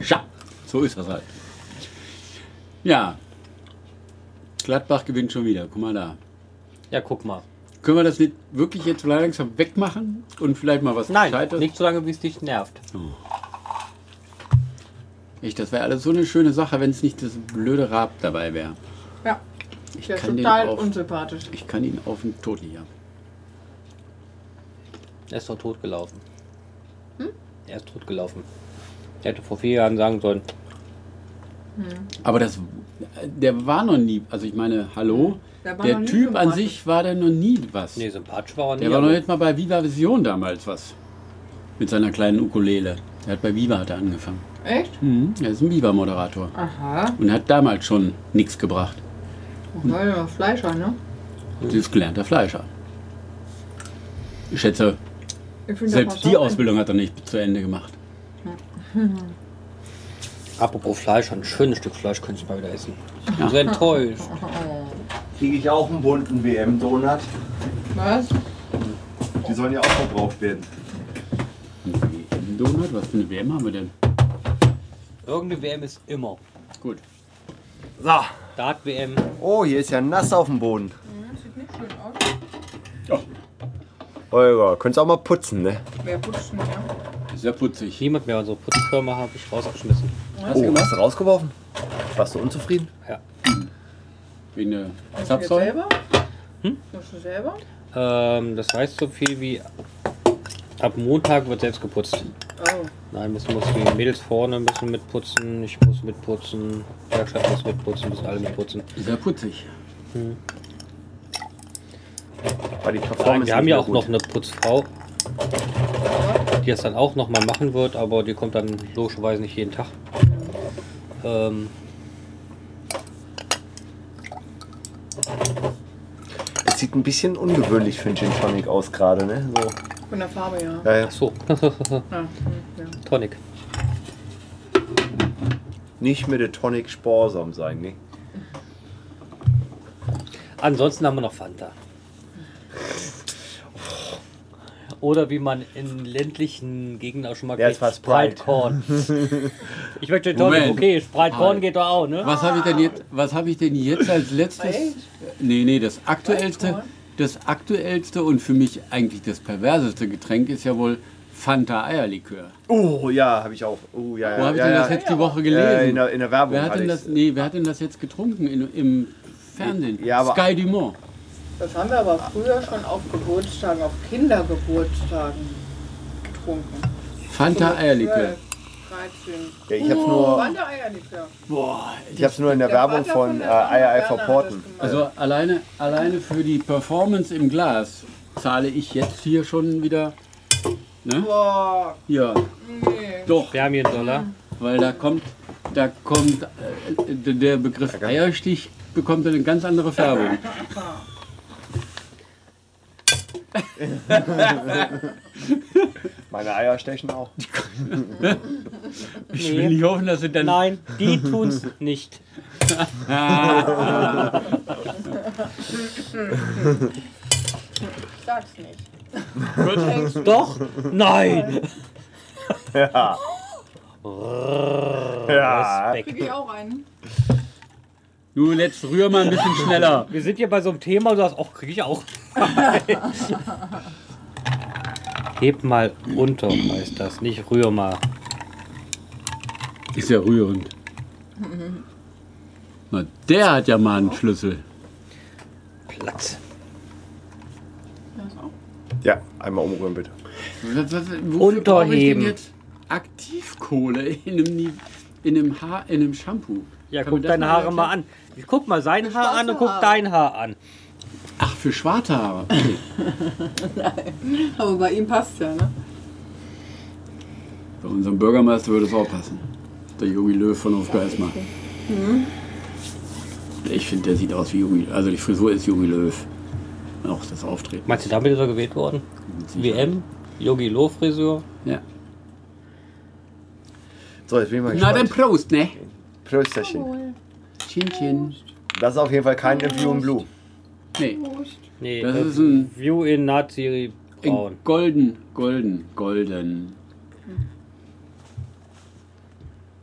B: Scha, so ist das halt. Ja, Gladbach gewinnt schon wieder. Guck mal da.
D: Ja, guck mal.
B: Können wir das nicht wirklich jetzt mal langsam wegmachen und vielleicht mal was
D: Nein,
B: Gescheites?
D: nicht so lange, wie es dich nervt.
B: Echt, das wäre alles so eine schöne Sache, wenn es nicht das blöde Rab dabei wäre.
C: Ja,
B: Ich
C: der ist
B: kann, den
C: total
B: auf,
C: unsympathisch.
B: ich kann ihn auf den Tod nicht haben.
D: Er ist doch totgelaufen. Er ist totgelaufen. Er hätte vor vier Jahren sagen sollen,
B: Aber das, der war noch nie, also ich meine, hallo,
C: Der
B: der,
C: war noch nie
B: Typ an
C: sympathisch.
B: sich war der noch nie was.
D: nee, sympathisch war er
B: der
D: nicht.
B: war noch
D: aber
B: nicht mal bei Viva Vision damals was. Mit seiner kleinen Ukulele. Der hat bei Viva hat er angefangen.
C: Echt?
B: Mhm. Er ist ein Viva-Moderator
C: Aha.
B: und hat damals schon nichts gebracht.
C: Weil ja Fleischer, ne?
D: Mhm.
B: Sie ist gelernter Fleischer. Ich schätze,
C: Ich find, da
B: selbst
C: passt
B: die
C: auch ein-
B: Ausbildung hat er nicht zu Ende gemacht.
D: Apropos Fleisch, ein schönes Stück Fleisch könntest du mal wieder essen. Ich bin so enttäuscht.
A: Kriege ich auch einen bunten WM-Donut?
C: Was?
A: Die sollen ja auch verbraucht werden.
B: Ein Donut, was für eine Wärme haben wir denn?
D: Irgendeine WM ist immer.
B: Gut.
A: So.
D: Dart WM.
A: Oh, hier ist ja nass auf dem Boden.
C: Sieht nicht schön aus.
A: Holger, Oh, könntest auch mal putzen, ne?
C: Wer putzt denn, ja?
B: Sehr putzig.
D: Niemand mehr unsere Putzfirma habe ich rausgeschmissen.
A: Hast oh, hast du rausgeworfen? Warst du unzufrieden?
B: Wie eine
C: Machst du jetzt
B: Zapfsäule. Hm?
C: selber? Machst du selber?
D: Ähm, das heißt so viel wie ab Montag wird selbst geputzt.
C: Oh.
D: Nein, müssen muss die Mädels vorne müssen mitputzen, ich muss mitputzen, die Werkstatt muss mitputzen, müssen alle mitputzen.
B: Sehr putzig.
A: War die Performance
D: Nein, wir haben
A: nicht
D: ja
A: mehr
D: auch
A: gut.
D: noch eine Putzfrau, die das dann auch nochmal machen wird, aber die kommt dann logischerweise nicht jeden Tag. Ähm,
A: Es sieht ein bisschen ungewöhnlich für einen Gin Tonic aus gerade, ne? So.
C: Von der Farbe, ja.
A: Ja, ja.
D: ach so,
C: Ja, hm, ja.
D: Tonic.
A: Nicht mit der Tonic sparsam sein, ne?
D: Ansonsten haben wir noch Fanta. Oder wie man in ländlichen Gegenden auch schon mal
A: Ja, es war Sprite.
D: Korn. ich möchte Tonic,
B: Moment.
D: okay, Sprite Korn
B: Halt.
D: geht doch auch, ne?
B: Was habe ich denn jetzt, was habe ich denn jetzt als letztes? Nee, nee, das aktuellste, das aktuellste und für mich eigentlich das perverseste Getränk ist ja wohl Fanta Eierlikör.
A: Oh, ja, habe ich auch. Oh, ja, ja.
B: Wo habe ich
A: ja,
B: denn das
A: ja.
B: jetzt die Woche
A: Äh, in,
B: gelesen?
A: der, in der Werbung.
B: Wer hat
A: hatte
B: denn
A: ich's.
B: das, nee, wer hat denn das jetzt getrunken in, im Fernsehen?
A: Ja, aber-
B: Sky Dumont.
I: Das haben wir aber früher schon auf Geburtstagen, auf Kindergeburtstagen getrunken.
B: Fanta Eierlikör.
I: 12, 13.
A: Ja, ich habe es nur,
I: Fanta Eierlikör.
B: Boah,
A: ich hab's nur in der
I: Oh. Der Vater
A: Werbung von äh,
I: der Mama
A: II
I: Werner hat
A: Porten.
I: das gemacht.
B: Also alleine, alleine für die Performance im Glas zahle ich jetzt hier schon wieder. Ne?
I: Boah,
B: Ja,
I: nee.
B: doch,
D: Spermien-Dollar.
B: weil da kommt, da kommt äh, d- der Begriff Eierstich bekommt eine ganz andere Färbung.
A: Meine Eier stechen auch.
B: Ich will nicht hoffen, dass sie dann.
D: Nein, die tun's nicht.
C: Ich sag's nicht.
D: Doch? Nein!
A: Ja. ja.
D: Respekt.
C: Krieg ich auch einen?
B: Nur jetzt rühr mal ein bisschen schneller.
D: Wir sind hier bei so einem Thema und du sagst, ach, krieg ich auch. Heb mal unter, heißt das. Nicht rühr mal.
B: Ist ja rührend. Na, der hat ja mal einen Schlüssel.
D: Platz.
A: ja, einmal umrühren bitte.
B: Was- was- Wofür brauche ich denn
D: Unterheben.
B: jetzt Aktivkohle in einem, Ni- in einem, Haar, in einem Shampoo?
D: Ja,
B: Kann
D: guck
B: mir das
D: deine Haare
B: erklären?
D: mal an. Guck mal sein Haar an und guck dein Haar an.
B: Ach, für schwarze Haare.
C: Aber bei ihm passt ja, ne?
B: Bei unserem Bürgermeister würde es auch passen. Der Jogi Löw von Hofgar erstmal. Ich finde, der sieht aus wie Jogi. Also die Frisur ist Jogi Löw. Auch das Auftreten.
D: Meinst du, damit ist er gewählt worden?
B: Mit Sicherheit.
D: WM? Yogi Loh Frisur?
B: Ja.
A: So, jetzt bin ich mal
B: Na dann
A: gespannt.
B: Prost, ne?
A: Prösterchen.
B: Chin Chin.
A: Das ist auf jeden Fall kein Interview in Blue.
B: Nee,
D: Nee,
B: das
D: äh,
B: ist ein
D: View in Nazi
B: in
D: Braun.
B: golden, golden, golden.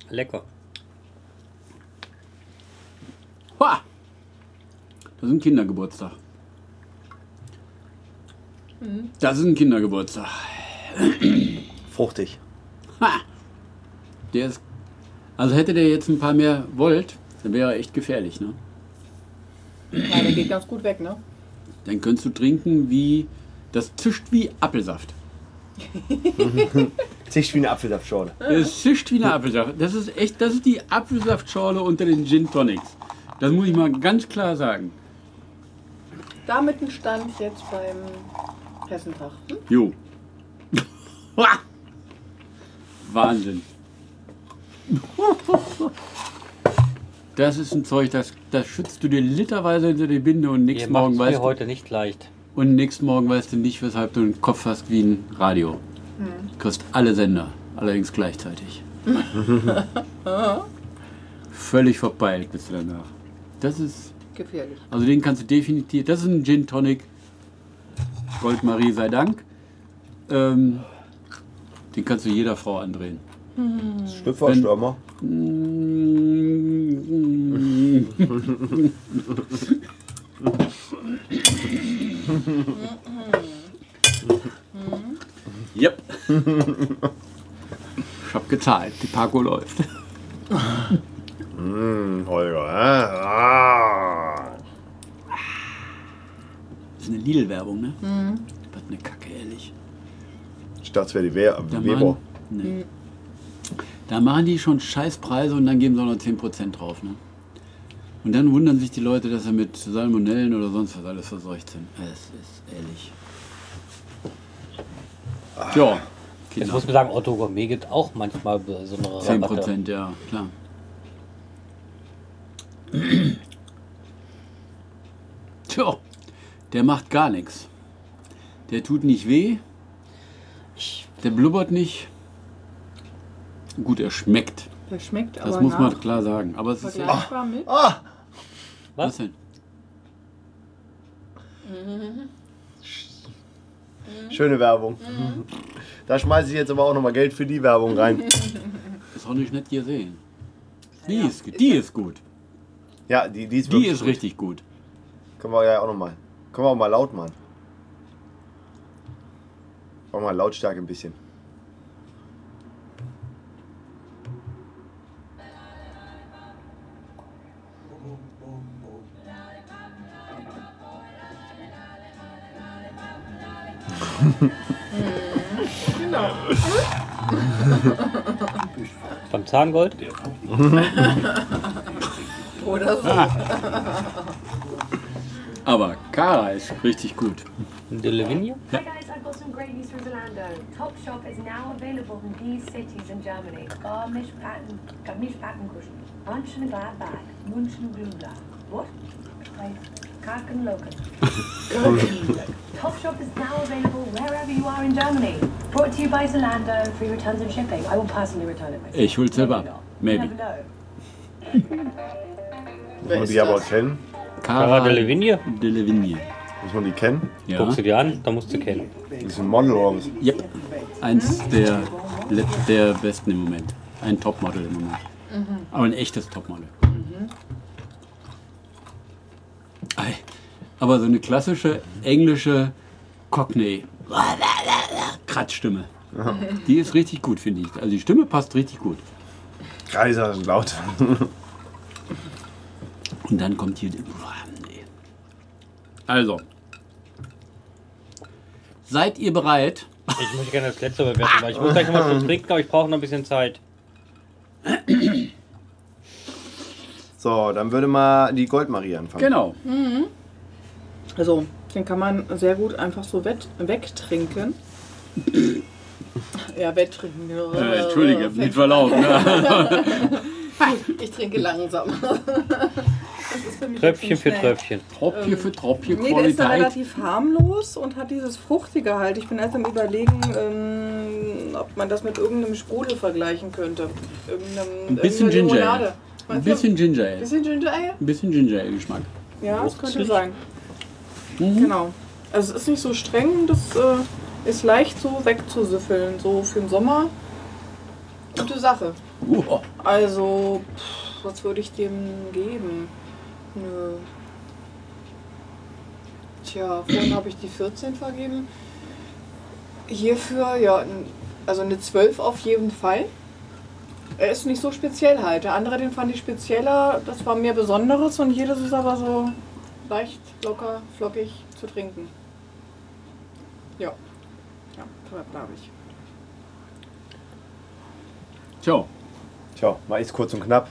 D: Lecker.
B: Hoa! Das ist ein Kindergeburtstag. Das ist ein Kindergeburtstag.
A: Fruchtig.
B: Der ist. Also hätte der jetzt ein paar mehr Volt, dann wäre er echt gefährlich, ne?
I: Ja, der geht ganz gut weg, ne?
B: Dann könntest du trinken wie. Das zischt wie Apfelsaft.
A: Zischt wie eine Apfelsaftschorle.
B: Das zischt wie eine Apfelsaft. Das ist echt, das ist die Apfelsaftschorle unter den Gin Tonics. Das muss ich mal ganz klar sagen.
I: Damit ein Stand jetzt beim Hessentag. Hm?
B: Jo. Ha! Wahnsinn. Das ist ein Zeug, das, das schützt du dir literweise hinter die Binde und
D: Ihr
B: nächsten
D: macht
B: Morgen
D: es mir
B: weißt du,
D: heute nicht leicht.
B: und nächsten Morgen weißt du nicht, weshalb du einen Kopf hast wie ein Radio. Du kriegst alle Sender, allerdings gleichzeitig. Völlig verpeilt bist du danach. Das ist,
C: Gefährlich.
B: also den kannst du definitiv, das ist ein Gin Tonic. Goldmarie sei Dank. Ähm, den kannst du jeder Frau andrehen.
A: Schlüpferstürmer.
B: Yep. Ich hab gezahlt, die Paco läuft.
A: Hm, Holger. äh, ah.
B: Das ist eine Lidl-Werbung, ne? Was eine Kacke, ehrlich.
A: Ich dachte, es wäre die We
B: Da
A: Weber.
B: machen, nee. da machen die schon Scheißpreise und dann geben sie auch noch 10% drauf, ne? Und dann wundern sich die Leute, dass sie mit Salmonellen oder sonst was alles verseucht sind. Es ist ehrlich. Ja,
D: Jetzt
B: Kinder.
D: muss man sagen, Otto Gourmet gibt auch manchmal besondere
B: 10
D: Rabatte.
B: Prozent, ja, klar. Tja, der macht gar nichts. Der tut nicht weh. Der blubbert nicht. Gut, er schmeckt.
C: Der schmeckt aber
B: Das muss man
C: nach.
B: klar sagen. Aber es ist ja.
C: Vergleichbar mit.
A: Ah!
B: Was denn?
A: Schöne Werbung. Da schmeiße ich jetzt aber auch nochmal Geld für die Werbung rein.
B: Ist auch nicht nett gesehen. Die, ist, die ist gut.
A: Ja, die, die ist
B: Die
A: wirklich
B: ist richtig gut.
A: Können wir ja auch nochmal. Können wir auch mal laut machen. Machen wir mal Lautstärke ein bisschen.
D: Beim Zahngold?
C: Oder so.
B: Aber Kara ist richtig gut.
D: De Lavinia?
J: Hi guys, I've got some great news from Zalando. Topshop is now available in these cities in Germany. Garmisch Batten, Garmisch Partenkirchen, Mönchengladbach, Mönchengladbach. What? Wait, Karkenloken. Topshop is now available wherever you are in Germany. Brought to you by Zalando, free returns and shipping. I will personally return it myself.
B: Ich hol's selber
J: Maybe
B: ab.
J: not. You
B: Maybe.
J: never know.
A: Muss man die aber auch kennen?
D: Cara de Lavinia?
B: de Levigne.
A: Muss man die kennen?
B: Ja.
D: Guckst du dir an, da musst du kennen.
A: Das ist ein Model oder was?
B: Yep. Eins der, let- der besten im Moment. Ein Topmodel im Moment. Aber ein echtes Topmodel. Ei. Aber so eine klassische englische Cockney. Kratzstimme. Die ist richtig gut, finde ich. Also die Stimme passt richtig gut.
A: Kaiser ist laut.
B: Und dann kommt hier. Boah, nee. Also. Seid ihr bereit?
D: Ich möchte gerne das letzte bewerten, weil ich muss gleich nochmal was trinken, aber ich brauche noch ein bisschen Zeit.
A: So, dann würde mal die Goldmarie anfangen.
B: Genau.
C: Also, den kann man sehr gut einfach so wett, wegtrinken. ja, wegtrinken.
B: Äh, Entschuldige, mit Verlaub. Ne?
C: Ich trinke langsam. Das ist für mich
D: Tröpfchen
C: jetzt
D: für
C: nicht schnell.
D: Tröpfchen.
B: Tropje für Tropje
C: Nee, der ist da
B: Qualität.
C: relativ harmlos und hat dieses Fruchtige halt. Ich bin erst am überlegen, ähm, ob man das mit irgendeinem Sprudel vergleichen könnte. Irgendeinem,
B: Ein bisschen
C: irgendeiner
B: Ginger Ale.
C: Limonade.
B: Ein
C: Meinst du?
B: bisschen Ginger Ale.
C: bisschen Ginger Ale?
B: Ein bisschen Ginger Ale Geschmack. Mhm.
C: Ja, das könnte sein. Genau. Also es ist nicht so streng, das äh, ist leicht so wegzusüffeln. So für den Sommer. Gute Sache.
B: Uah.
C: Also, pff, was würde ich dem geben? Nö. Tja, vorhin habe ich die 14 vergeben. Hierfür, ja, n- also eine 12 auf jeden Fall. Er ist nicht so speziell halt. Der andere, den fand ich spezieller. Das war mehr Besonderes und jedes ist aber so leicht, locker, flockig zu trinken. Ja. Ja, glaube ich.
B: Ciao.
A: Tja, mal ist kurz und knapp.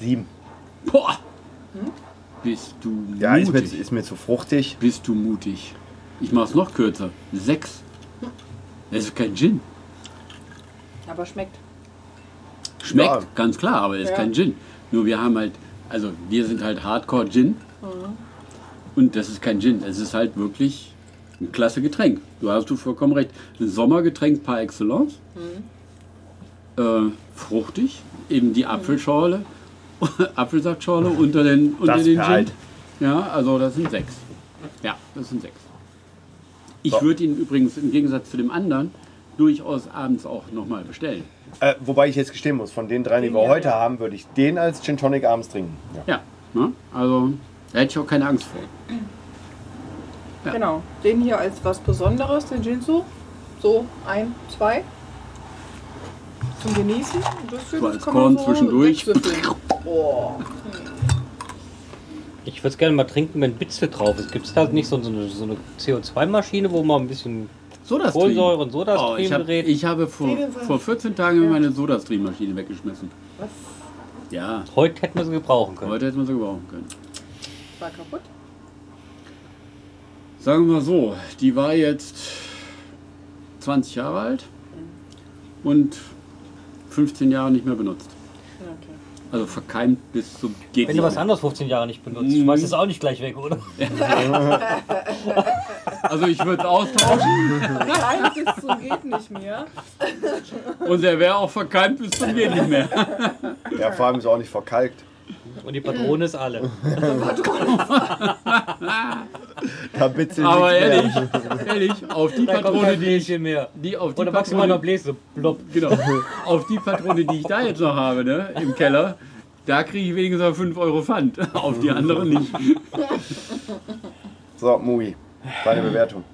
A: Sieben.
B: Boah.
C: Hm?
B: Bist du
A: Ja, ist mir,
B: mutig.
A: ist mir zu fruchtig.
B: Bist du mutig. Ich mach's noch kürzer. Sechs. Das ist kein Gin.
C: Aber schmeckt.
B: Schmeckt,
A: Ja.
B: ganz klar, aber ist
C: Ja.
B: kein Gin. Nur wir haben halt, also wir sind halt Hardcore Gin.
C: Mhm.
B: Und das ist kein Gin, es ist halt wirklich ein klasse Getränk. Du hast du vollkommen recht. Ein Sommergetränk par excellence. Äh, fruchtig, eben die Apfelschorle, Apfelsaftschorle unter den, unter
A: Das
B: den Gin.
A: perlt.
B: Ja, also das sind sechs. Ja, das sind sechs. Ich
A: So.
B: würde ihn übrigens im Gegensatz zu dem anderen durchaus abends auch nochmal bestellen.
A: Äh, wobei ich jetzt gestehen muss, von den drei, die wir
K: Ja,
A: heute
K: ja.
A: haben, würde ich den als Gin Tonic abends trinken. Ja.
B: Ja, ne? also da hätte ich auch keine Angst vor. Ja.
C: Genau. Den hier als was Besonderes, den Jinsu. So, ein, zwei. Zum Genießen. Ein bisschen,
B: So
C: das
B: als
C: kann man
B: Korn zwischendurch.
C: wegsüffeln. Boah.
D: Ich würde es gerne mal trinken, wenn Bitzel drauf ist. Gibt es da nicht so, so eine, so eine CO2-Maschine, wo man ein bisschen
B: Sodastream.
D: Kohlensäure und
B: Oh, ich, hab,
D: Sodastream-Gerät.
B: ich habe vor,
C: Den ist er.
B: vor 14 Tagen meine Sodastream-Maschine weggeschmissen.
K: Was?
B: Ja,
D: Heute hätten wir sie gebrauchen können.
B: heute hätte man sie gebrauchen können.
C: War kaputt.
B: Sagen wir mal so, die war jetzt 20 Jahre alt und 15 Jahre nicht mehr benutzt.
C: Okay.
B: Also verkeimt bis zum geht
D: Wenn
B: nicht
D: du was
B: mehr.
D: anderes 15 Jahre nicht benutzt,
B: Mhm.
D: schmeißt es auch nicht gleich weg, oder?
B: Also ich würde es austauschen
C: Klein bis zum geht nicht mehr.
B: und der wäre auch verkeimt bis zum geht nicht mehr.
A: ja, vor allem ist er auch nicht verkalkt.
D: Und die Patrone ist alle.
A: Da bitzelt
B: Aber
A: nichts mehr.
B: ehrlich, ehrlich, auf die
D: Da kommt
B: Patrone,
D: kein
B: die ich,
D: Bläschen mehr.
B: die auf die
D: Oder maximal
B: Patrone,
D: noch Bläse. Blob.
B: genau, auf die Patrone, die ich da jetzt noch habe, ne, im Keller, da kriege ich wenigstens mal 5 Euro Pfand. Auf die anderen nicht.
A: So, Mui, deine Bewertung.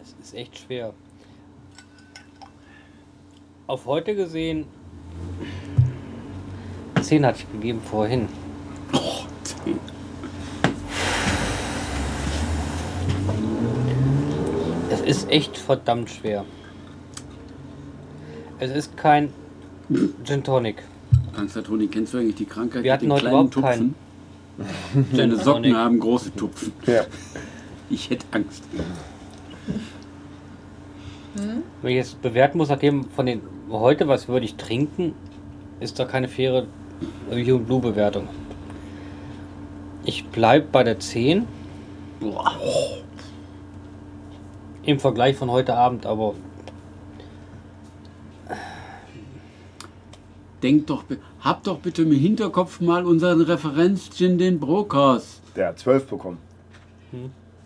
D: Das ist echt schwer. Auf heute gesehen. 10 hatte ich gegeben vorhin. Es ist echt verdammt schwer. Es ist kein Gin Tonic.
B: Angst hat Toni, kennst du eigentlich die Krankheit mit
D: Wir hatten
B: den
D: heute
B: kleinen
D: überhaupt keinen.
B: Tupfen? Kleine Socken
D: Tonic.
B: haben große Tupfen.
A: Ja.
B: Ich hätte Angst.
D: Wenn ich jetzt bewerten muss, nachdem von den heute, was würde ich trinken, ist da keine faire Hugh Blue Bewertung. Ich bleibe bei der 10
B: Boah.
D: im Vergleich von heute Abend, aber
B: Denk doch, bi- hab doch bitte im Hinterkopf mal unseren Referenz-Gin, den Brokers.
A: Der hat 12 bekommen.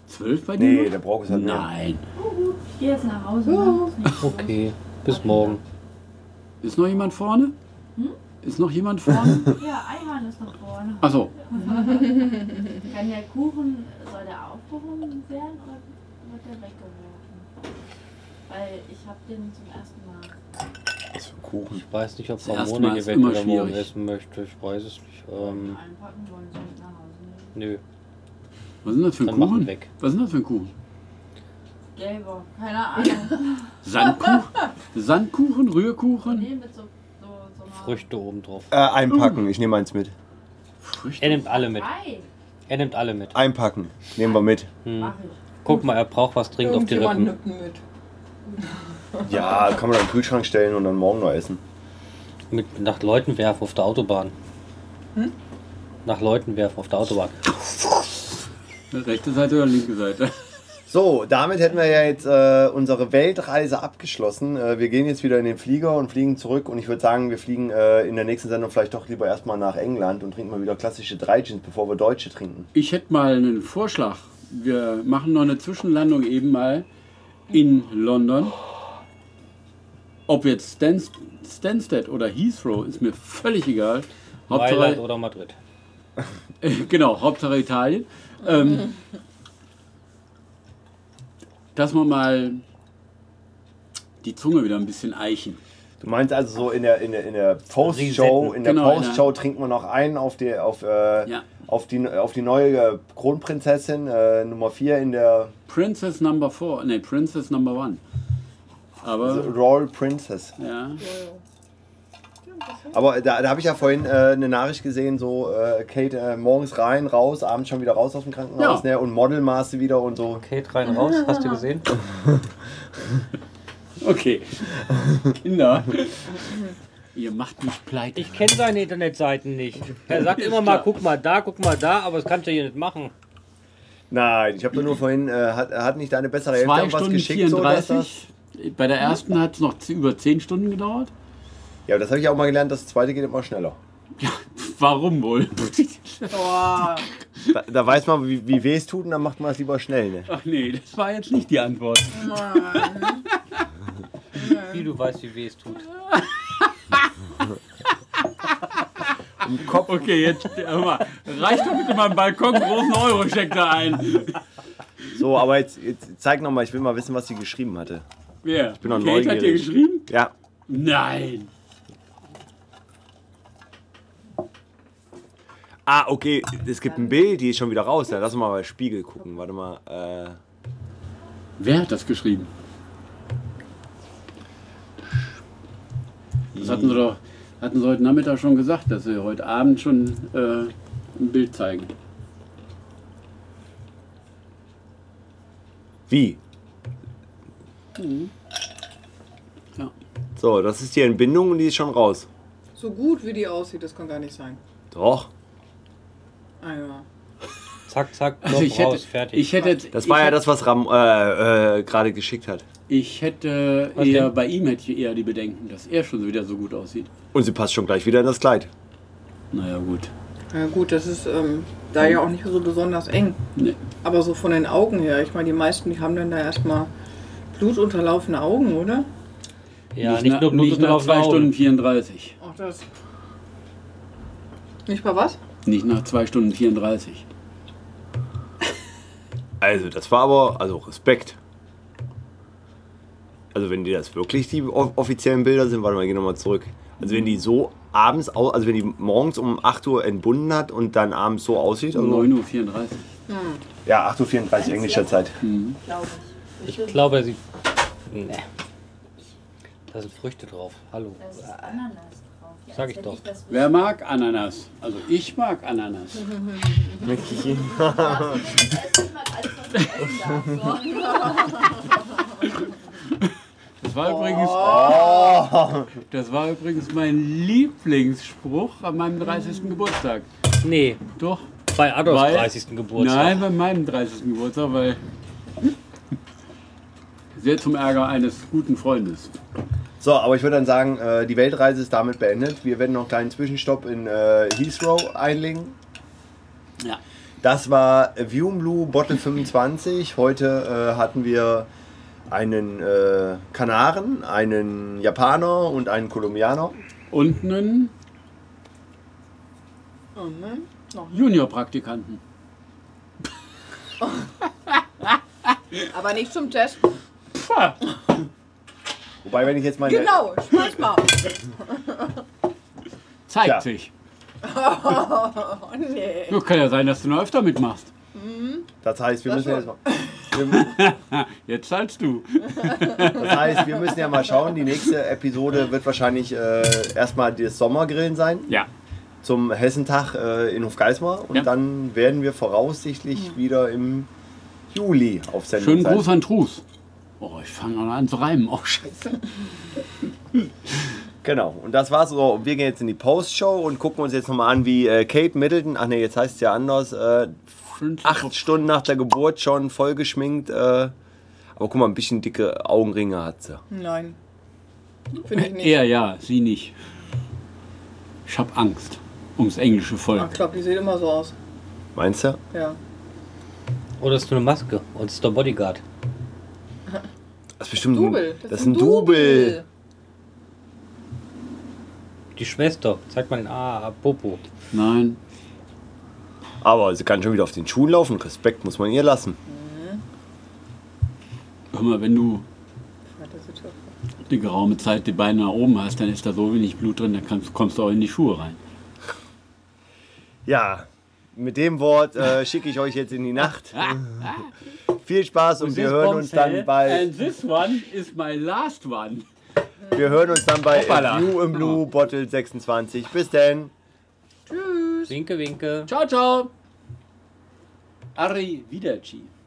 B: Zwölf bei dir?
A: Nee, der Brokers hat mehr.
B: Nein.
L: Geh jetzt nach Hause. ne?
D: okay, bis morgen.
B: Ist noch jemand vorne? Ist noch jemand vorne?
L: Ja, Eimann ist noch vorne.
B: Achso,
L: Kann der Kuchen, soll der aufgehoben werden oder wird der weggeworfen? Weil ich habe den zum ersten Mal.
A: Was für ein Kuchen.
D: Ich weiß nicht, ob
B: Das erste
D: Ramona
B: Mal
D: hier
B: ist
D: weg
B: immer
D: oder morgen
B: schwierig.
D: essen möchte. Ich weiß es nicht. Ähm,
L: einpacken wollen, soll mit nach Hause nehmen.
D: nö,
B: was ist das für ein
D: dann machen wir
B: Kuchen?
D: weg.
B: Was ist das für ein Kuchen?
L: Gelber, keine Ahnung.
B: Sandkuchen? Sandkuchen, Rührkuchen?
L: nee, mit so, so, so einer-
D: Früchte oben drauf.
A: Äh, einpacken, ich nehme eins mit.
D: Er nimmt alle mit.
L: Ei,
D: Er nimmt alle mit.
A: Einpacken, nehmen wir mit.
D: Hm.
L: mach ich.
D: Guck mal, er braucht was dringend auf die
C: Irgendjemand
D: Rippen.
C: nimmt ihn mit.
A: Ja, kann man doch in den Kühlschrank stellen und dann morgen noch essen.
D: Mit, nach Leuten werfen auf der Autobahn.
B: Hm?
D: Nach Leuten werfen auf der Autobahn.
B: Rechte Seite oder linke Seite?
A: So, damit hätten wir ja jetzt äh, unsere Weltreise abgeschlossen. Äh, wir gehen jetzt wieder in den Flieger und fliegen zurück. Und ich würde sagen, wir fliegen äh, in der nächsten Sendung vielleicht doch lieber erstmal nach England und trinken mal wieder klassische Dreijins, bevor wir Deutsche trinken.
B: Ich hätte mal einen Vorschlag. Wir machen noch eine Zwischenlandung eben mal in London. Ob jetzt Stan Stansted oder Heathrow, ist mir völlig egal.
D: Mailand oder Madrid.
B: genau, Hauptsache Italien. Ähm, dass wir mal die Zunge wieder ein bisschen eichen.
A: Du meinst also so in der, in der, in der Post-Show,
D: Resetten.
A: in der
B: Genau, in der-
A: Post-Show trinken wir noch einen auf die, auf, äh,
B: Ja.
A: auf die, auf die neue äh, Kronprinzessin, äh, Nummer 4 in der
B: Princess Number 4, ne, Princess Number 1. Aber,
A: Royal Princess.
B: ja,
A: Aber da, da habe ich ja vorhin äh, eine Nachricht gesehen, so äh, Kate äh, morgens rein, raus, abends schon wieder raus aus dem Krankenhaus
B: Ja.
A: ne, und Modelmaße wieder und so.
D: Kate rein raus, hast du gesehen?
B: okay. Kinder, Ihr macht mich pleite.
E: Ich kenne seine Internetseiten nicht. Er sagt immer mal, guck mal da, guck mal da, aber das kannst du hier nicht machen.
A: Nein, ich habe doch nur vorhin, äh, hat, hat nicht deine bessere Hälfte
B: Zwei
A: auch was
B: Stunden
A: geschickt, so dass das.
B: 34. Bei der ersten hat es noch z- über 10 Stunden gedauert.
A: Ja, das habe ich auch mal gelernt, das zweite geht immer schneller.
B: Warum wohl?
I: Boah.
A: Da, da weiß man, wie, wie weh es tut und dann macht man es lieber schnell. Ne?
B: Ach nee, das war jetzt nicht die Antwort.
E: Wie du weißt, wie weh es tut.
A: Im Kopf.
B: Okay, jetzt äh, hör mal. Reicht doch bitte mal einen Balkon großen Euro-Scheck da ein.
A: So, aber jetzt, jetzt zeig nochmal, ich will mal wissen, was sie geschrieben hatte.
B: Wer? Ich
A: bin doch
B: Kate hat dir
A: neugierig.
B: geschrieben?
A: Ja,
B: Nein.
A: Ah, okay, es gibt ein Bild, die ist schon wieder raus. Dann lass uns mal bei Spiegel gucken. Warte mal. Äh,
B: Wer hat das geschrieben? Das hatten sie doch hatten sie heute Nachmittag schon gesagt, dass sie heute Abend schon äh, ein Bild zeigen.
A: wie?
B: Ja.
A: So, das ist die Entbindung und die ist schon raus.
I: So gut wie die aussieht, das kann gar nicht sein.
A: Doch.
I: Ah ja.
E: Zack, zack,
B: Also
E: Knopf
B: ich hätte,
E: raus, fertig.
B: ich hätte jetzt,
A: Das
B: ich
A: war ja
B: hätte-
A: das, was Ram äh, äh, gerade geschickt hat.
B: Ich hätte
E: Was
B: eher
E: denn?
B: bei ihm hätte ich eher die Bedenken, dass er schon wieder so gut aussieht.
A: Und sie passt schon gleich wieder in das Kleid.
B: Naja gut.
I: Ja gut, das ist ähm, da ja auch nicht so besonders eng.
B: Nee.
I: Aber so von den Augen her, ich meine, die meisten, die haben dann da erstmal blutunterlaufene Augen, oder?
E: ja, nicht, nur Blut,
B: nicht
E: sondern
B: nach
E: auf
B: 2
E: zwei
B: Stunden 34.
I: Auch das. Nicht mal was?
B: Nicht nach 2 Stunden 34.
A: Also, das war aber, also Respekt. Also, wenn die das wirklich die o- offiziellen Bilder sind, warte mal, ich geh nochmal zurück. Also, wenn die so abends, au- also wenn die morgens um 8 Uhr entbunden hat und dann abends so aussieht. Also
B: 9.34 Uhr.
A: Ja, 8.34 Uhr englischer Zeit.
L: glaube ich.
E: Ich glaube, er sieht. Nee. Da sind Früchte drauf. Hallo.
L: Da ist Ananas drauf. Ja,
E: Sag
L: als
E: ich
L: wenn
E: doch.
L: das
B: Wer mag Ananas? Also ich mag Ananas.
L: wüsste. Ich mag alles, was ich essen darf. So.
B: Das war übrigens Das war übrigens mein Lieblingsspruch an meinem 30. Geburtstag.
E: Nee,
B: Doch.
E: bei Adolfs
B: Weil-
E: 30. Geburtstag.
B: Nein, bei meinem 30. Geburtstag, weil sehr zum Ärger eines guten Freundes.
A: So, aber ich würde dann sagen, äh, die Weltreise ist damit beendet. Wir werden noch einen kleinen Zwischenstopp in äh, Heathrow einlegen.
B: Ja.
A: Das war View Blue Bottle 25. Heute äh, hatten wir einen äh, Kanaren, einen Japaner und einen Kolumbianer.
B: Und einen
I: Oh nein.
B: Juniorpraktikanten.
I: Aber nicht zum Test.
A: Wobei, wenn ich jetzt meine...
I: Genau, schmeiß mal.
B: Zeigt
A: Tja.
B: sich.
I: Oh nee.
B: Nur kann ja sein, dass du noch öfter mitmachst.
A: Das heißt, wir
I: Das
A: müssen, jetzt mal,
I: schon.
A: wir,
B: Jetzt zahlst du.
A: das heißt, wir müssen ja mal schauen. Die nächste Episode wird wahrscheinlich äh, erstmal das Sommergrillen sein.
B: Ja.
A: zum Hessentag äh, in Hofgeismar und
B: Ja.
A: dann werden wir voraussichtlich wieder im Juli auf Sendung
B: Schönen
A: sein.
B: Gruß an Trus. Oh, ich fange an zu reimen. Oh, scheiße.
A: Genau, und das war's. So, und wir gehen jetzt in die Postshow und gucken uns jetzt nochmal an, wie äh, Kate Middleton, ach ne, jetzt heißt es ja anders, äh, acht Stunden nach der Geburt schon vollgeschminkt. Äh, aber guck mal, ein bisschen dicke Augenringe hat sie.
I: Nein. Finde ich nicht.
B: Er ja, sie nicht. Ich hab Angst ums englische Volk.
I: Ach, Ich glaube, die sieht immer so aus.
A: Meinst du?
I: Ja.
E: Oder ist nur eine Maske und es ist der Bodyguard.
A: Das ist bestimmt
I: Double.
A: Ein, das ist ein Double.
E: Die Schwester. Zeigt mal den Ah, Popo.
B: Nein.
A: Aber sie kann schon wieder auf den Schuhen laufen. Respekt muss man ihr lassen.
B: Hör mal, wenn du
I: Das sieht doch-
B: eine geraume Zeit die Beine nach oben hast, dann ist da so wenig Blut drin, dann kannst, kommst du auch in die Schuhe rein.
A: Ja, mit dem Wort äh, schicke ich euch jetzt in die Nacht. Viel Spaß und wir hören uns dann bei
B: And this one is my last one.
A: wir hören uns dann bei
B: Hoppala.
A: Blue im Blue Bottle 26. Bis denn.
E: Winke, winke.
B: Ciao, ciao. Arrivederci.